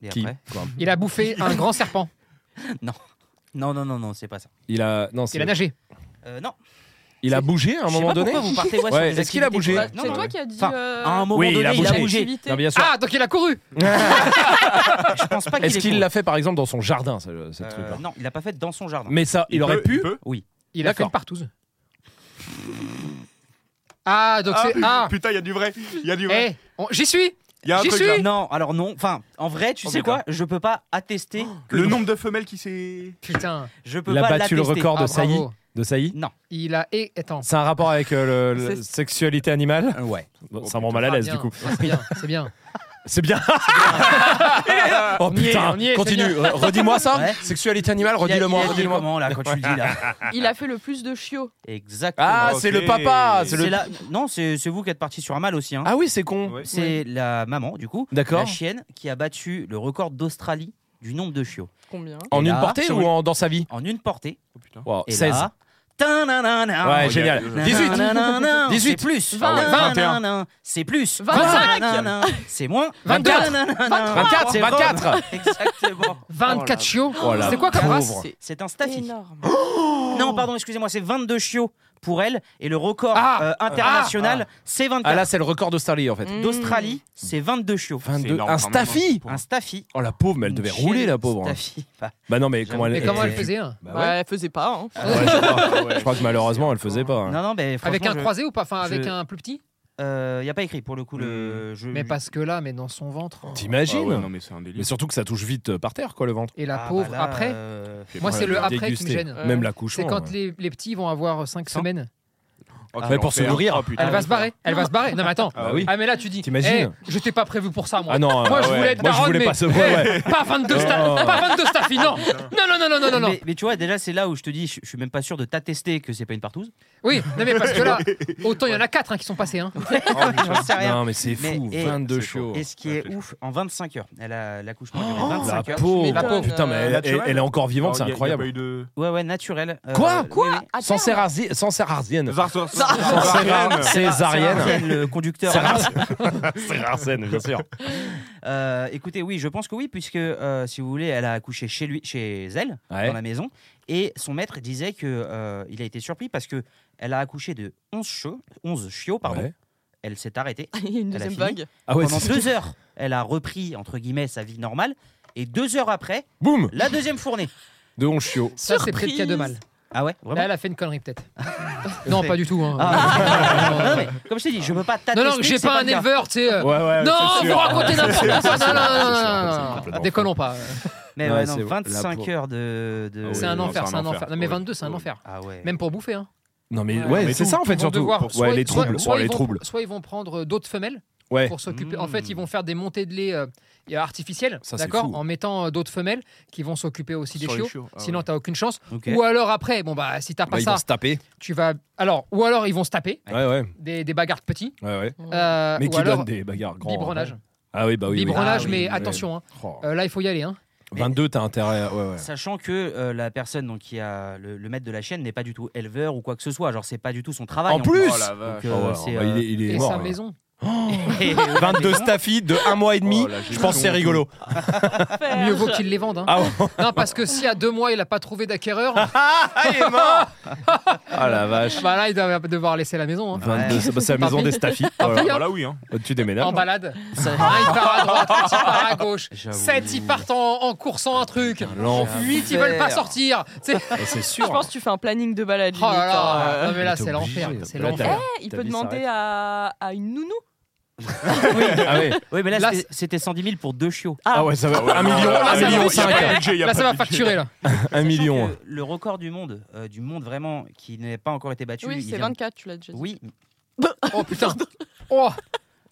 A: Et
C: Qui
A: après
C: Quoi
D: Il a bouffé un grand serpent.
A: Non, non, non, non, c'est pas ça.
C: Il a non, c'est-
D: Il a nagé.
A: Euh, non.
C: il a bougé à
A: Je
C: un
A: sais
C: moment
A: pas
C: donné.
A: Pourquoi vous partez ouais, sur
C: Ouais,
A: des
C: est-ce qu'il a
A: activités
C: bougé
A: pour-
G: Bah, C'est
A: Non,
G: toi
A: non.
G: qui as dit.
A: Enfin,
G: euh,
A: Ah, À un moment
C: Oui, il
A: donné,
C: a
A: il a
C: bougé.
A: bougé.
G: activité.
C: Non, bien sûr.
D: Ah, donc il a couru.
A: Je pense pas qu'il
C: Est-ce
A: ait
C: qu'il
A: couru.
C: l'a fait par exemple dans son jardin, ce, ce
A: Euh,
C: truc-là
A: Non, il l'a pas fait dans son jardin.
C: Mais ça, il, aurait
B: peut-
C: pu.
B: peut
D: Il a fait
C: D'accord.
D: une partouze. Ah, donc c'est. Ah
B: Putain, il y a du vrai. Il y a du vrai.
D: Eh, on- J'y suis
B: Il y a un
D: j'y
B: truc
D: suis.
B: là.
A: Non, alors non. Enfin, en vrai, tu
B: Oh,
A: sais quoi Je peux pas attester. que
B: Le
A: non.
B: nombre de femelles qui s'est.
D: Putain.
A: Je peux
C: Oh, Il a
A: pas
C: battu le
A: l'attester.
C: record de
D: Ah,
C: Saï.
D: bravo.
C: de saillie
A: Non.
D: Il a. Et attends.
C: C'est un rapport avec euh, le- la
G: C'est-
C: sexualité animale
A: Euh, Ouais.
C: Bon, Ça me rend mal à l'aise
D: Ah,
C: du
D: bien.
C: coup.
D: C'est bien. C'est bien.
C: C'est bien Oh
D: On y est,
C: putain,
D: on y est, c'est
C: continue,
D: bien.
C: Euh, redis-moi ça
A: Ouais.
C: Sexualité animale, redis-le-moi,
A: Il a- il a dit
C: redis-le-moi.
A: Comment là quand tu le dis là
G: Il a fait le plus de chiots.
A: Exactement.
C: Ah,
B: Ok.
C: c'est le papa c'est
A: c'est
C: le...
A: la- Non, c'est c'est vous qui êtes parti sur un mal aussi. hein.
C: Ah oui, c'est con
B: Ouais.
A: c'est la maman du coup, la
C: D'accord.
A: chienne qui a battu le record d'Australie du nombre de chiots
G: Combien
C: En
A: Et
C: une
A: là,
C: portée
A: sur
C: ou
A: une-
C: en, dans sa vie
A: en une portée.
B: Oh, putain.
C: Wow,
A: Et
C: 16.
A: là, Ah, ta-na-na-na.
C: Ouais,
B: Oh,
C: génial.
B: il y a-
C: 18.
A: Nanana,
C: 18.
A: C'est plus.
G: Vingt.
A: Nanana,
B: 21.
A: C'est plus.
G: 25.
A: Nanana, C'est moins.
D: 24.
A: Nanana,
C: 24,
A: c'est
C: 24.
A: Rome. Exactement.
D: 24 chiots.
C: Oh la
D: c'est quoi comme race
C: pauvre.
A: C'est un staffy.
G: Énorme.
A: Non, pardon, excusez-moi, c'est 22 chiots pour elle. Et le record
D: Ah.
A: euh, international, c'est
C: Ah
A: 24.
C: là, c'est le record d'Australie en fait.
G: Mm.
A: D'Australie, c'est 22 chiots.
C: 22.
B: énorme,
C: Un
B: quand même,
C: staffy
A: Un staffy.
C: Oh la pauvre, mais elle
A: Une
C: devait
A: chienne
C: rouler la pauvre. hein.
A: Staffy. Bah,
C: Bah non, mais comment elle,
D: Mais comment
A: Et-
D: elle faisait hein
G: Bah, elle faisait pas. Hein.
C: Ah, Ouais, je, crois, je crois que malheureusement, elle faisait pas. hein.
A: Non, non, mais
D: Avec un
A: franchement,
D: croisé ou pas Enfin, avec
A: je-
D: un plus petit
A: je- euh, y a pas écrit pour le coup le. je-
D: Mais parce que là, mais dans son ventre.
C: T'imagines
B: Ah ouais, non, mais c'est un
C: Mais
B: délire.
C: surtout que ça touche vite euh, par terre, quoi, le ventre.
D: Et la
A: Ah,
D: pauvre,
A: bah là,
D: après.
A: euh,
B: Puis
D: Moi,
B: après,
D: c'est le
B: elle-
D: après qui me
C: Déguster.
D: gêne.
G: Ouais.
C: Même l'accouchement.
D: C'est quand
C: ouais.
D: les, les petits vont avoir 5
A: Sans-
D: semaines.
B: Oh,
C: Ah,
B: quel
C: mais pour se
B: enfer.
C: nourrir.
B: Oh, putain.
D: Elle va se barrer. Elle va se barrer. Non, mais attends.
C: Ah oui.
D: Ah, mais là, tu dis.
C: T'imagines
D: eh, Je t'ai pas prévu pour ça, moi.
C: Ah non,
D: Moi,
C: ah
D: je
C: ouais.
D: voulais être
C: Moi, je
D: daronne,
C: voulais
D: mais-
C: pas ce. Ouais, ouais.
D: Pas 22 sta-
C: Non. Oh.
D: pas 22 staffy, non. Non, non, non, non, non, non, non.
A: Mais, mais tu vois, déjà, c'est là où je te dis, je, je suis même pas sûr de t'attester que c'est pas une partouze.
D: Oui, non, mais parce que là, autant il y en a 4 qui sont passés. Hein.
A: J'en sais rien.
C: Non, mais c'est
A: Mais-
C: fou.
A: et-
C: 22
B: c'est chaud.
C: chiots.
A: Et ce qui est
B: Ouais,
A: ouf, en 25 heures, elle a l'accouchement a duré 25
C: Oh, La
A: heures.
C: pauvre.
G: La pauvre.
C: Putain, mais elle, elle- elle est encore vivante,
B: Alors, y a-
C: c'est
B: y a pas
C: incroyable.
B: eu de-
A: Ouais, ouais, naturel. Euh,
C: Quoi
A: oui,
G: Quoi
A: oui.
G: À
C: Sans
G: terme
C: Césarzi- sans Césarienne.
B: Zarzor-
C: Césarienne. Césarienne.
A: Césarienne, le conducteur.
C: Césarienne, bien sûr.
A: Euh, écoutez, oui, je pense que oui, puisque euh, si vous voulez, elle a accouché chez lui, chez elle,
C: Ouais.
A: dans la maison, et son maître disait que euh, il a été surpris parce que elle a accouché de 11 chiots, 11 chiots pardon.
C: Ouais.
A: Elle s'est arrêtée
G: Il y a une
A: Elle a
G: deuxième
A: fini.
G: vague.
C: Ah ouais,
A: pendant
C: c'est-
A: deux heures. Elle a repris entre guillemets sa vie normale, et deux heures après,
C: Boum
A: la deuxième fournée.
C: De 11 chiots.
D: Ça, c'est peut-être qu'il y a de mal.
A: Ah ouais,
D: Là,
A: vraiment.
D: elle a fait une connerie, peut-être. non, pas du tout. Hein.
A: Ah. Bah, non, mais comme je t'ai dit, je peux pas t'attester.
D: non, non, j'ai
A: c'est
D: pas un
A: le cas.
D: éleveur, tu sais. euh,
C: Ouais, ouais,
D: non,
C: c'est
D: vous
C: sûr.
D: racontez n'importe quoi. Non, non,
C: c'est sûr,
D: non, non,
C: c'est
D: non, non,
C: complètement
D: non. Déconnons pas. euh,
A: Mais
C: Ouais,
A: ouais, non,
C: c'est- la
A: 25
C: pauvre.
A: heures de. de-
B: Ah
D: C'est
B: ouais,
D: un
B: non,
D: enfer, c'est un enfer. Non, mais
B: Ouais.
D: 22, c'est un
B: Ouais.
D: enfer.
A: Ah ouais.
D: Même pour bouffer. Hein.
C: Non, mais
G: Ouais.
C: ouais, c'est
B: Mais
C: ça en fait,
D: Ils vont
C: surtout.
D: devoir soit-
C: Ouais, les
D: soit-
C: troubles.
D: soit
C: Soit
D: ils
C: les
D: vont-
C: troubles.
D: Soit ils vont prendre euh, d'autres femelles.
C: Ouais.
D: pour s'occuper. En
A: Mmh.
D: fait, ils vont faire des montées de lait euh, artificielles,
C: Ça, c'est
D: d'accord,
C: fou.
D: en mettant euh, d'autres femelles qui vont s'occuper aussi des
B: Sur les
D: chiots.
B: chiots, ah
D: Sinon,
B: ouais.
D: t'as aucune chance.
A: Ok.
D: Ou alors après, bon bah si t'as pas
C: Bah, Ils
D: ça,
C: vont se taper.
D: tu vas alors ou alors ils vont se taper
C: Ouais, ouais.
D: des, des bagarres de petits.
C: ouais, ouais.
D: euh,
C: Mais
D: ou
C: qui
D: alors,
C: donne des bagarres grandes.
D: biberonnage.
C: Ah oui, bah oui. oui.
D: Biberonnage,
A: Ah oui,
D: mais
A: oui,
D: attention, hein,
C: Oh.
D: euh, là il faut y aller. Hein.
A: Mais-
C: 22, t'as intérêt. à- Ouais, ouais.
A: Sachant que euh, la personne donc, qui a le, le maître de la chaîne n'est pas du tout éleveur ou quoi que ce soit, genre c'est pas du tout son travail.
C: En plus
B: Oh la vache.
A: Donc, euh,
C: Oh, ouais,
A: c'est,
C: bah, il, est, il est
D: Et
C: mort.
D: sa
C: là.
D: maison.
A: Et-
C: 22 staffy de un mois et demi.
B: Oh, la
C: je pense que
B: gestion.
C: c'est rigolo.
D: Mieux vaut qu'il les vende. hein.
C: Ah ouais.
D: Non, parce que si à deux mois il a pas trouvé d'acquéreur,
C: Ah, il est mort Ah la vache.
D: bah là il va devoir laisser la maison. hein.
C: 22, c'est bah, c'est la
D: Tant
C: maison
D: pis.
C: des staffy.
D: Tant
C: Voilà.
D: pis, hein.
B: Ah là, oui, hein.
C: Tu déménages.
D: En balade.
A: Ça-
C: Ah.
D: Un, il part à droite, un, il part à gauche.
A: J'avoue.
D: Sept, ils partent en, en coursant un truc.
C: L'enfer.
D: 8 ils veulent pas sortir. C'est-
A: Ah,
C: Et C'est
G: Je
C: sûr.
G: pense que tu fais un planning de balade.
D: Oh là
G: limite,
D: là,
G: hein.
D: non mais là c'est
C: T'es obligé.
D: l'enfer, c'est
C: Là, t'as-
D: l'enfer.
G: Eh, il
C: t'as
G: peut
C: vu,
G: demander
C: ça
G: à, à une nounou.
C: Ah ouais.
A: Oui, mais là,
D: Là,
A: c'était- c'était 110 000 pour deux chiots.
C: Ah ouais, ça va. Un million,
D: là,
C: un
D: ça
C: million
D: va.
C: cinq.
D: Là ça va facturer là.
C: Un
A: Sachant
C: million.
A: que Le record du monde, euh, du monde vraiment qui n'a pas encore été battu.
G: Oui,
A: il
G: c'est
A: vient-
G: 24, tu l'as déjà dit.
A: Oui,
D: Oh putain. Oh,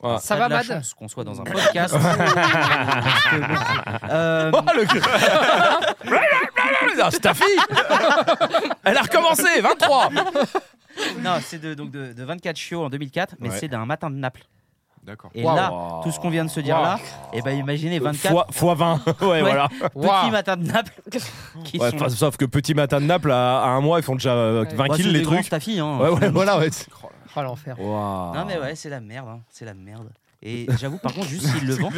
C: Ouais.
D: ça
A: t'as
D: va
A: de la
D: Mad
A: chance qu'on soit dans un podcast. Parce que bon, euh,
C: Oh le gars. Staffy Elle a recommencé, 23
A: non, c'est de, donc de, de 24 chiots en 2004, mais
C: Ouais.
A: c'est d'un matin de Naples.
B: D'accord.
A: Et
D: Waouh.
A: là, tout ce qu'on vient de se dire
D: Waouh.
A: là, et ben imaginez 24
C: Fois, fois 20. Ouais, voilà.
A: petits
D: Waouh.
A: matins de Naples qui
C: Ouais,
A: sont
C: enfin, sauf que petit matin de Naples, à, à un mois, ils font déjà euh,
A: Bah,
C: 20
A: c'est
C: kills
A: des
C: les
A: grands
C: trucs.
A: staffis, hein.
C: Ouais, ouais, voilà, ouais.
D: Oh l'enfer.
A: Non mais ouais, c'est la merde, hein. c'est la merde. Et j'avoue par contre juste s'il le vend.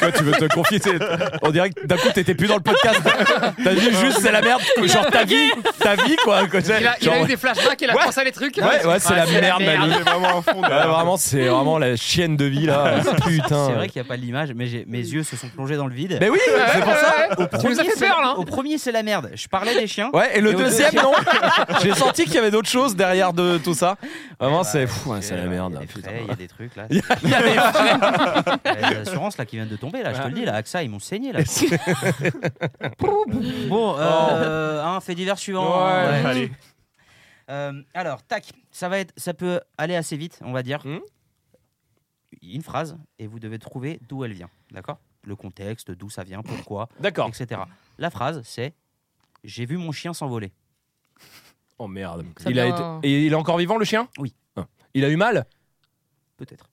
C: Quoi, tu veux te confier t'sais, On dirait que d'un coup, t'étais plus dans le podcast. T'as vu juste, c'est la merde. Genre ta vie, ta vie, quoi. quoi, t'sais,
D: Il a, il a
C: genre-
D: eu des flashbacks, il a
C: Ouais.
D: pensé à des trucs.
C: Ouais, ouais, c'est la merde,
B: Elle
C: Manu.
B: est vraiment à fond.
C: Ouais,
B: derrière.
C: vraiment, c'est vraiment la chienne de vie, là. Putain.
A: C'est vrai qu'il n'y a pas l'image, mais j'ai- mes yeux se sont plongés dans le vide.
C: Mais oui, c'est pour ça.
D: Ouais, ouais, ouais. Tu nous as fait
A: c'est-
D: peur là.
A: Au premier c'est la merde. Je parlais des chiens.
C: Ouais, et le
A: Et au
C: deuxième,
A: deuxième.
C: non. J'ai senti qu'il y avait d'autres choses derrière de tout ça. Vraiment,
A: Bah,
C: c'est fou, hein, c'est
A: euh,
C: la merde.
A: Il y a
C: là,
A: des
C: putain.
A: frais, il y a des trucs là.
C: Il y a des frais.
A: Il y a des assurances là qui viennent de tomber là. Je te le dis là, AXA ils m'ont saigné là. bon, euh, un fait divers suivant.
C: Oh. Ouais.
A: Ouais.
B: Allez.
A: Euh, alors, tac, ça va être, ça peut aller assez vite, on va dire.
C: Hmm.
A: Une phrase et vous devez trouver d'où elle vient, d'accord Le contexte, d'où ça vient, pourquoi,
C: D'accord.
A: etc. La phrase, c'est j'ai vu mon chien s'envoler.
C: Oh merde.
G: Ça
C: Il a été...
G: vient-
C: Et il est encore vivant le chien
A: Oui.
C: Ah. Il a eu mal
A: Peut-être.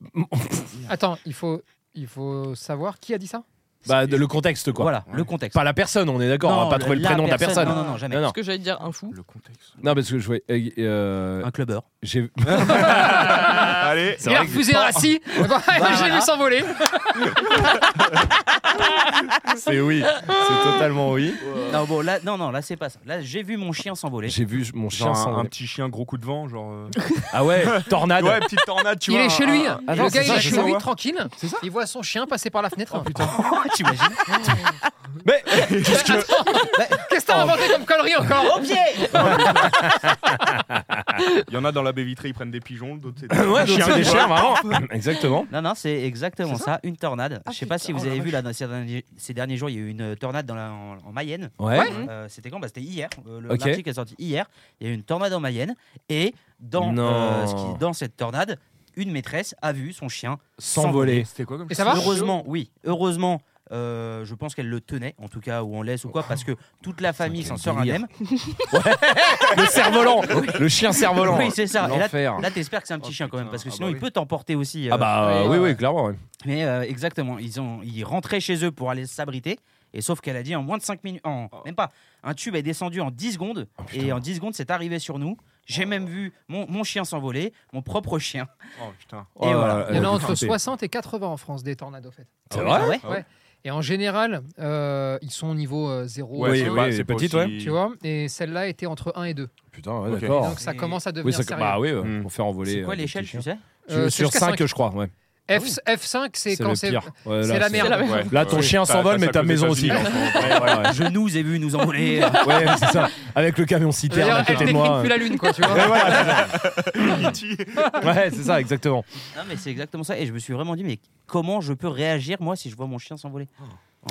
D: Attends, il faut, il faut savoir qui a dit ça
C: Bah de- le contexte quoi.
A: Voilà,
B: Ouais.
A: le contexte.
C: Pas la personne, on est d'accord, on
A: Non,
C: va pas trouver le prénom de la personne.
A: Non, non, non, jamais.
C: Non, non.
G: Parce que j'allais dire un fou.
B: Le contexte.
C: Non, parce que je voyais- euh, euh,
A: Un clubber.
C: j'ai
B: Allez,
D: Il a refusé assis. J'ai vu s'envoler.
C: c'est oui, c'est totalement oui.
A: Non, bon, là, non, non, là, c'est pas ça. Là, j'ai vu mon chien s'envoler.
C: J'ai vu mon chien
B: genre un, un
C: s'envoler.
B: petit chien gros coup de vent, genre. euh,
C: Ah ouais, tornade.
B: Ouais, petite tornade, tu
D: Il
B: vois.
D: est
B: un-
D: chez lui.
B: un-
C: Ah non,
D: le
C: c'est
D: gars, il
C: ça,
D: est
C: je
D: chez
C: sais,
D: lui
C: ouais.
D: tranquille. Il voit son chien passer par la fenêtre.
C: Oh,
A: T'imagines
D: Bah, Qu'est-ce que t'as
C: Oh.
D: inventé comme connerie encore
A: Au pied
B: Il y en a dans la baie vitrée, ils prennent des pigeons, d'autres c'est
C: Ouais,
B: des
C: donc
B: chiens,
C: c'est des
B: quoi.
C: chiens, vraiment. Exactement.
A: Non, non, c'est exactement ça. une tornade.
G: Ah,
A: Je sais pas
G: putain,
A: si
G: oh
A: vous
G: la
A: avez vu là, dans ces, derniers, ces derniers jours, il y a eu une euh, tornade dans la- en, en Mayenne.
C: Ouais.
A: Euh, C'était quand bah, C'était hier. Euh, le-
C: Ok.
A: L'article est sorti hier. Il y a eu une tornade en Mayenne. Et dans,
C: Non.
A: euh, ce qui- dans cette tornade, une maîtresse a vu son chien.
C: S'envoler.
B: C'était quoi comme
D: Et ça va
A: Heureusement, oui. Heureusement. euh, je pense qu'elle le tenait, en tout cas, ou en laisse ou quoi, parce que toute la famille
C: Putain,
A: s'en
C: Oh.
A: sort
C: quel délire.
A: indemne.
C: Le cerf-volant. Le chien cerf-volant.
A: Oui, c'est ça. Et là,
C: L'enfer.
A: Là, t'espères que c'est un petit
B: Oh,
A: chien quand même,
B: putain.
A: parce que
B: Ah,
A: sinon,
B: bah
A: il
B: oui.
A: peut t'emporter aussi.
C: Ah
A: euh,
C: bah
D: Ouais,
C: oui,
D: ouais.
C: oui, clairement. ouais.
A: Mais euh, exactement, ils, ont, ils rentraient chez eux pour aller s'abriter. Et sauf qu'elle a dit en moins de 5 minutes, en, même pas, un tube est descendu en 10 secondes.
C: Oh, putain.
A: et en 10 secondes, c'est arrivé sur nous. J'ai même vu mon, mon chien s'envoler, mon propre chien.
B: Oh putain.
A: Et voilà.
D: Il y en a entre
C: euh, putain, c'est-
D: 60 et 80 en France des tornades au fait.
C: C'est vrai
A: ouais
B: Ah ouais.
D: Et en général, euh, ils sont au niveau 0,
C: Oui,
B: c'est
C: oui,
B: pas-
C: les
B: c'est pas
C: petites,
B: aussi-
D: tu vois. Et celle-là était entre 1 et 2.
C: Putain, ouais,
B: Ok.
C: d'accord.
D: Donc ça
A: Et-
D: commence à
C: Oui,
D: devenir
C: ça-
D: sérieux.
C: bah oui, ouais,
B: Mm.
C: on fait envoler.
A: C'est
C: euh,
A: quoi
C: des
A: l'échelle,
C: petits
A: tu
C: chiens.
A: sais
D: Euh, c'est
C: Sur
D: jusqu'à
C: 5, je crois, ouais.
D: F, F5, c'est
C: C'est
D: quand c'est.
C: le pire. Ouais,
D: c'est
C: là,
D: la merde.
G: Ouais.
B: Ouais.
C: Là, ton
B: Ouais.
C: chien
B: T'as-
C: s'envole,
B: t'as
C: mais
B: ça
C: ta
B: qu'aux
C: maison aussi.
B: États-Unis, en ce moment. Ouais, ouais, ouais.
A: Je nous ai vu nous envoler. euh,
C: Ouais, c'est ça. Avec le camion citerne à
D: D'ailleurs, elle
C: côté de
D: décrit
C: moi.
D: plus la lune, quoi, tu vois.
C: Ouais, voilà, c'est ça. euh, Ouais, c'est ça, exactement.
A: Non, mais c'est exactement ça. Et je me suis vraiment dit, mais comment je peux réagir, moi, si je vois mon chien s'envoler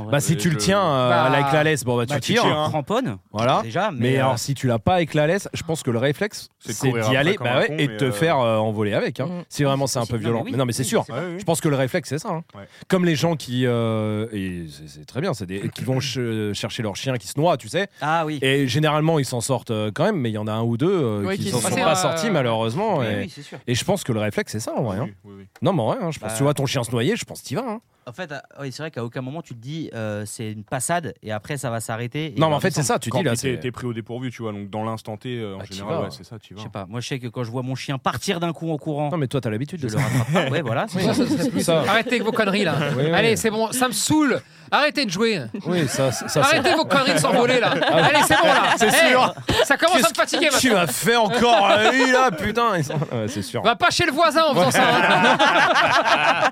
A: En vrai.
C: Bah, si tu le
B: je-
C: tiens euh,
D: Bah,
C: avec la laisse, bon, bah,
A: Bah,
C: tu tires.
B: tires, hein.
A: cramponne,
C: Voilà.
A: déjà. Mais,
C: Mais,
A: euh,
C: alors, si tu l'as pas avec la laisse, je pense que le réflexe,
B: C'est de
C: c'est
B: courir après
C: d'y aller
B: comme
C: bah
B: un
C: ouais,
B: con,
C: et de
B: mais,
C: te
B: euh,
C: faire euh, envoler avec. hein.
G: Mm.
C: Si vraiment c'est un peu
A: possible. Non, mais
C: violent.
A: oui,
C: Mais non, mais c'est
A: oui,
C: sûr.
A: c'est
B: Ouais, ouais.
C: Je pense que le réflexe, c'est ça. hein.
B: Ouais.
C: Comme les gens qui. euh, et c'est- c'est très bien, c'est des, qui vont ch- chercher leur chien qui se noie, tu sais.
A: Ah oui.
C: Et généralement, ils s'en sortent euh, quand même, mais il y en a un ou deux euh,
G: Ouais,
C: qui
G: qui
C: s'en
D: se
C: sont
D: passent,
C: pas
D: euh,
C: sortis, malheureusement.
A: Oui,
C: et...
A: oui, c'est sûr.
C: et je pense que le réflexe, c'est ça en vrai. hein.
B: Oui, oui, oui.
C: Non, mais en vrai, hein, je pense.
A: Bah-
C: Tu vois ton chien se noyer, je pense t'y vas. hein.
A: En fait, ah, oui, c'est vrai qu'à aucun moment tu te dis euh, c'est une passade et après ça va s'arrêter. et ben,
C: Non, mais
A: va
C: en fait, c'est
A: redescendre.
C: ça. Tu
B: Quand
C: dis là,
B: t'es
C: c'est.
B: t'es pris au dépourvu, tu vois. Donc dans l'instant T, euh, en
C: Ah, t'y
B: général,
C: vas.
B: ouais, c'est ça, tu
A: Je
B: vois.
A: sais pas. Moi, je sais que quand je vois mon chien partir d'un coup en courant,
C: Non, mais toi, t'as l'habitude
A: je
C: de
A: le
C: ça.
A: rattrape pas. Ouais, voilà. c'est
D: Oui,
A: ça.
D: ça, ça, c'est plus-
C: Ça.
D: Arrêtez avec vos conneries là.
C: Oui, oui.
D: Allez, c'est bon, ça me saoule. Arrêtez de jouer.
C: Oui, ça, ça, ça,
D: Arrêtez vos conneries de s'envoler là. Allez, c'est bon là.
C: C'est
D: Eh,
C: sûr.
D: Ça commence à me fatiguer
C: Tu
D: maintenant.
C: m'as fait encore euh, lui là, putain. Ils sont- Ouais, c'est sûr.
D: Va pas chez le voisin en faisant ça. hein.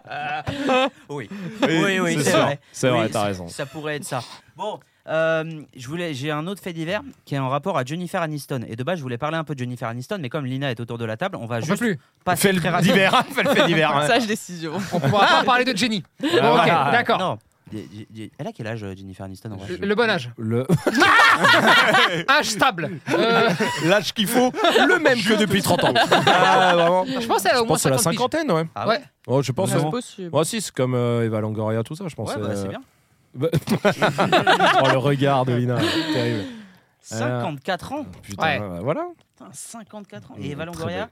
A: Oui. oui, oui,
C: c'est
A: c'est
C: sûr.
A: vrai.
C: C'est vrai,
A: Oui,
C: t'as
A: ça-
C: raison.
A: Ça pourrait être ça. Bon, euh, je voulais, j'ai un autre fait divers qui est en rapport à Jennifer Aniston. Et de base, je voulais parler un peu de Jennifer Aniston, mais comme Lina est autour de la table, on va
D: On peut
A: juste
D: plus.
A: passer
C: Fais
A: très
C: le
A: rapidement.
C: divers, fais le fait divers. hein.
G: Sage décision.
D: On pourra pas parler de Jenny. Bon, ok,
C: Ah, voilà.
D: d'accord.
A: Ah, Non. Elle a quel âge euh, Jennifer Aniston en vrai
D: Le bon âge.
C: Le
D: Âge stable. Euh,
C: l'âge qu'il faut, le même que depuis 30 ans. Ah, vraiment. Je
D: je pense qu'elle a au moins
C: pense à la
D: 50 piges.
C: cinquantaine, ouais.
A: Ah
D: ouais.
C: Oh, je pense.
G: C'est
C: euh,
G: possible.
C: Ouais, si, c'est comme euh, Eva Longoria, tout ça, je pense.
A: Ouais, bah,
C: euh,
A: c'est bien.
C: bah- oh, le regard de Lina, terrible.
A: 54 ans
C: Putain,
D: Ouais.
C: bah, voilà.
A: Putain, 54 ans.
C: Mmh,
A: Et Eva
C: très
A: Longoria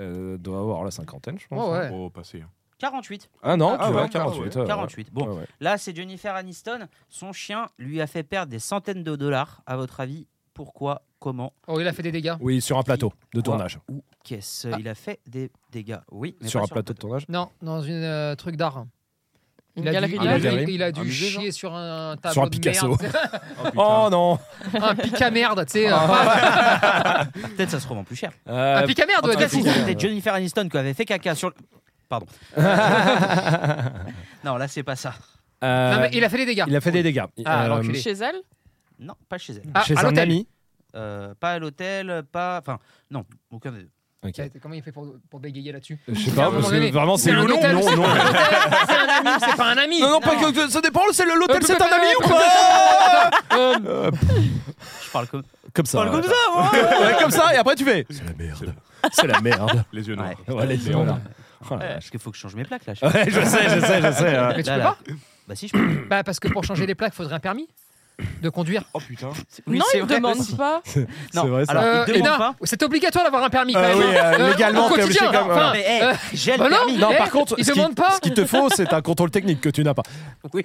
C: Euh, doit avoir la cinquantaine, je pense.
D: Ouais, ouais.
B: Oh, passé. hein.
A: 48.
C: Ah non,
B: Ah
C: tu
B: ouais,
C: vois, 48. ouais,
A: 48. Bon,
C: ouais. Ouais, ouais.
A: Là, c'est Jennifer Aniston. Son chien lui a fait perdre des centaines de dollars. À votre avis, pourquoi, comment,
D: Oh, il a fait des dégâts.
C: Oui, sur un plateau de tournage.
A: ou qu'est-ce
D: Ah.
A: Il a fait des dégâts. Oui, mais
C: Sur
A: pas
C: un plateau de tournage.
D: Non, dans une euh, truc d'art.
G: Une
D: Il a, dû,
G: galerie
D: il
C: d'art.
D: a dû-
G: d'art.
C: Une galerie.
D: il a dû
C: Un musée,
D: chier sur un tableau
C: Sur un
D: de
C: Picasso.
D: merde.
B: Oh, putain.
C: Oh non
D: un pic à merde, tu sais. euh, pas-
A: Ah, Peut-être ça se revend plus cher.
C: Euh,
D: un pic à merde,
A: En tout cas,
D: ouais,
A: si
D: Cassis.
A: c'était Jennifer Aniston qui avait fait caca sur le... Pardon. non, là, c'est pas ça.
C: euh,
D: Non, mais il a fait des dégâts.
C: il a fait des dégâts.
D: Ah,
C: Euh,
D: alors qu'il est-
G: Chez elle
A: Non, pas chez elle.
D: Ah,
C: chez
D: à
C: un
D: l'hôtel.
C: ami.
A: Euh, pas à l'hôtel, pas... Enfin, non, aucun des deux.
C: Ok.
D: Comment il fait pour, pour bégayer là-dessus
C: Je sais
D: À
C: pas,
D: un
C: parce
D: moment
C: que
D: donné,
C: vraiment, c'est
D: un
C: le long.
D: hôtel,
C: Non,
D: c'est
C: non.
D: pas un hôtel, C'est un ami, c'est pas un ami.
C: Non, non, pas que ça dépend, c'est le- l'hôtel,
D: Euh,
C: c'est un
D: peut-
C: ami ou
D: peut-
C: pas
A: Je parle comme,
C: Comme ça.
A: parle comme ça, moi
C: Ouais, comme ça, et après tu fais. C'est la merde. C'est la merde.
B: Les yeux noirs.
A: Ouais.
C: Ouais, les
B: on-
C: gens. Oh la
A: Parce qu'il faut que je change mes plaques là. je-
C: Ouais, je sais, je sais, je sais. hein.
D: Mais tu
A: Là,
D: peux
A: là.
D: pas
A: Bah si, je peux.
D: Bah parce que pour changer les plaques, faudrait un permis de conduire.
B: Oh putain.
A: Oui,
G: non,
A: c'est
G: il
A: vrai.
G: demande pas.
A: Non,
C: C'est vrai, ça.
A: alors,
D: Euh,
A: Ah, il demande
D: Ena,
A: pas.
D: C'est obligatoire d'avoir un permis quand
C: Euh,
D: même.
C: oui,
D: hein.
C: euh,
D: Euh,
C: légalement,
D: au
C: t'es obligé
D: quotidien,
C: comme-
D: enfin,
A: Mais hey,
D: euh,
A: j'ai
D: bah
A: le
D: non,
A: permis.
C: Non,
D: Eh,
C: par contre,
D: il
C: ce qui-
D: demande pas.
C: ce qu'il te faut, c'est un contrôle technique que tu n'as pas.
A: Oui.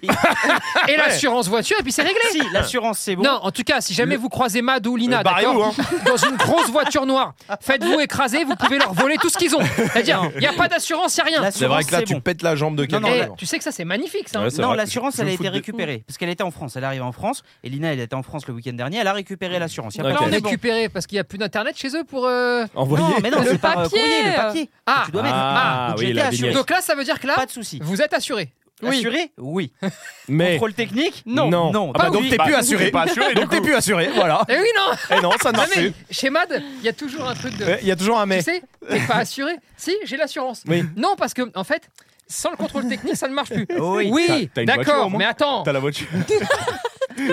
D: et l'assurance voiture, et puis c'est réglé.
A: Euh, si, l'assurance c'est bon.
D: Non, en tout cas, si jamais vous croisez Mad ou Lina
C: Euh, barrez-vous,
D: d'accord, dans une grosse voiture noire, faites-vous écraser, vous pouvez leur voler tout ce qu'ils ont. C'est-à-dire, il n'y a pas d'assurance, il n'y a rien.
A: L'assurance, bon.
C: pètes la jambe de
A: non,
D: Eh,
A: non.
D: tu sais que ça, c'est magnifique, ça. hein.
C: Ouais, c'est
A: Non,
C: vrai.
A: l'assurance,
B: je
A: elle
B: me
A: a
B: fous
A: été
B: de-
A: récupérée. Parce qu'elle était en France. Elle arrive en France. Et Lina, elle était en France le week-end dernier. Elle a récupéré l'assurance. Y a pas
D: Là,
A: de
D: on
C: Ok.
D: est
A: problème.
D: récupéré parce qu'il n'y a plus d'internet chez eux pour. euh,
C: Envoyez.
A: Non, mais non,
G: Le
A: c'est par euh,
G: papier.
A: courrier, le papier.
D: Ah,
A: tu dois mettre.
C: Ah,
A: Donc,
C: oui,
A: j'étais
C: la
A: assuré.
C: vignette.
D: donc là, ça veut dire que là,
A: Pas de souci.
D: vous êtes assuré.
A: Assuré Oui.
C: Mais.
A: Contrôle technique
C: Non. Non.
A: Non.
C: Ah bah donc
A: oui.
C: t'es plus
B: Bah,
C: assuré.
B: t'es pas assuré,
C: Donc
B: du
C: t'es
B: coup.
C: plus assuré, voilà.
D: Eh oui, non
C: Et non, ça ne
D: Non,
C: marche
D: mais
C: plus.
D: chez Mad, il y a toujours un truc de.
C: Ouais, Il y a toujours un mais.
D: Tu sais, t'es pas assuré. Si, j'ai l'assurance.
C: Oui.
D: Non, parce que, en fait, sans le contrôle technique, ça ne marche plus.
C: Oh
A: Oui.
B: T'as- t'as une voiture,
D: d'accord,
B: au moins
D: mais attends.
B: T'as la voiture.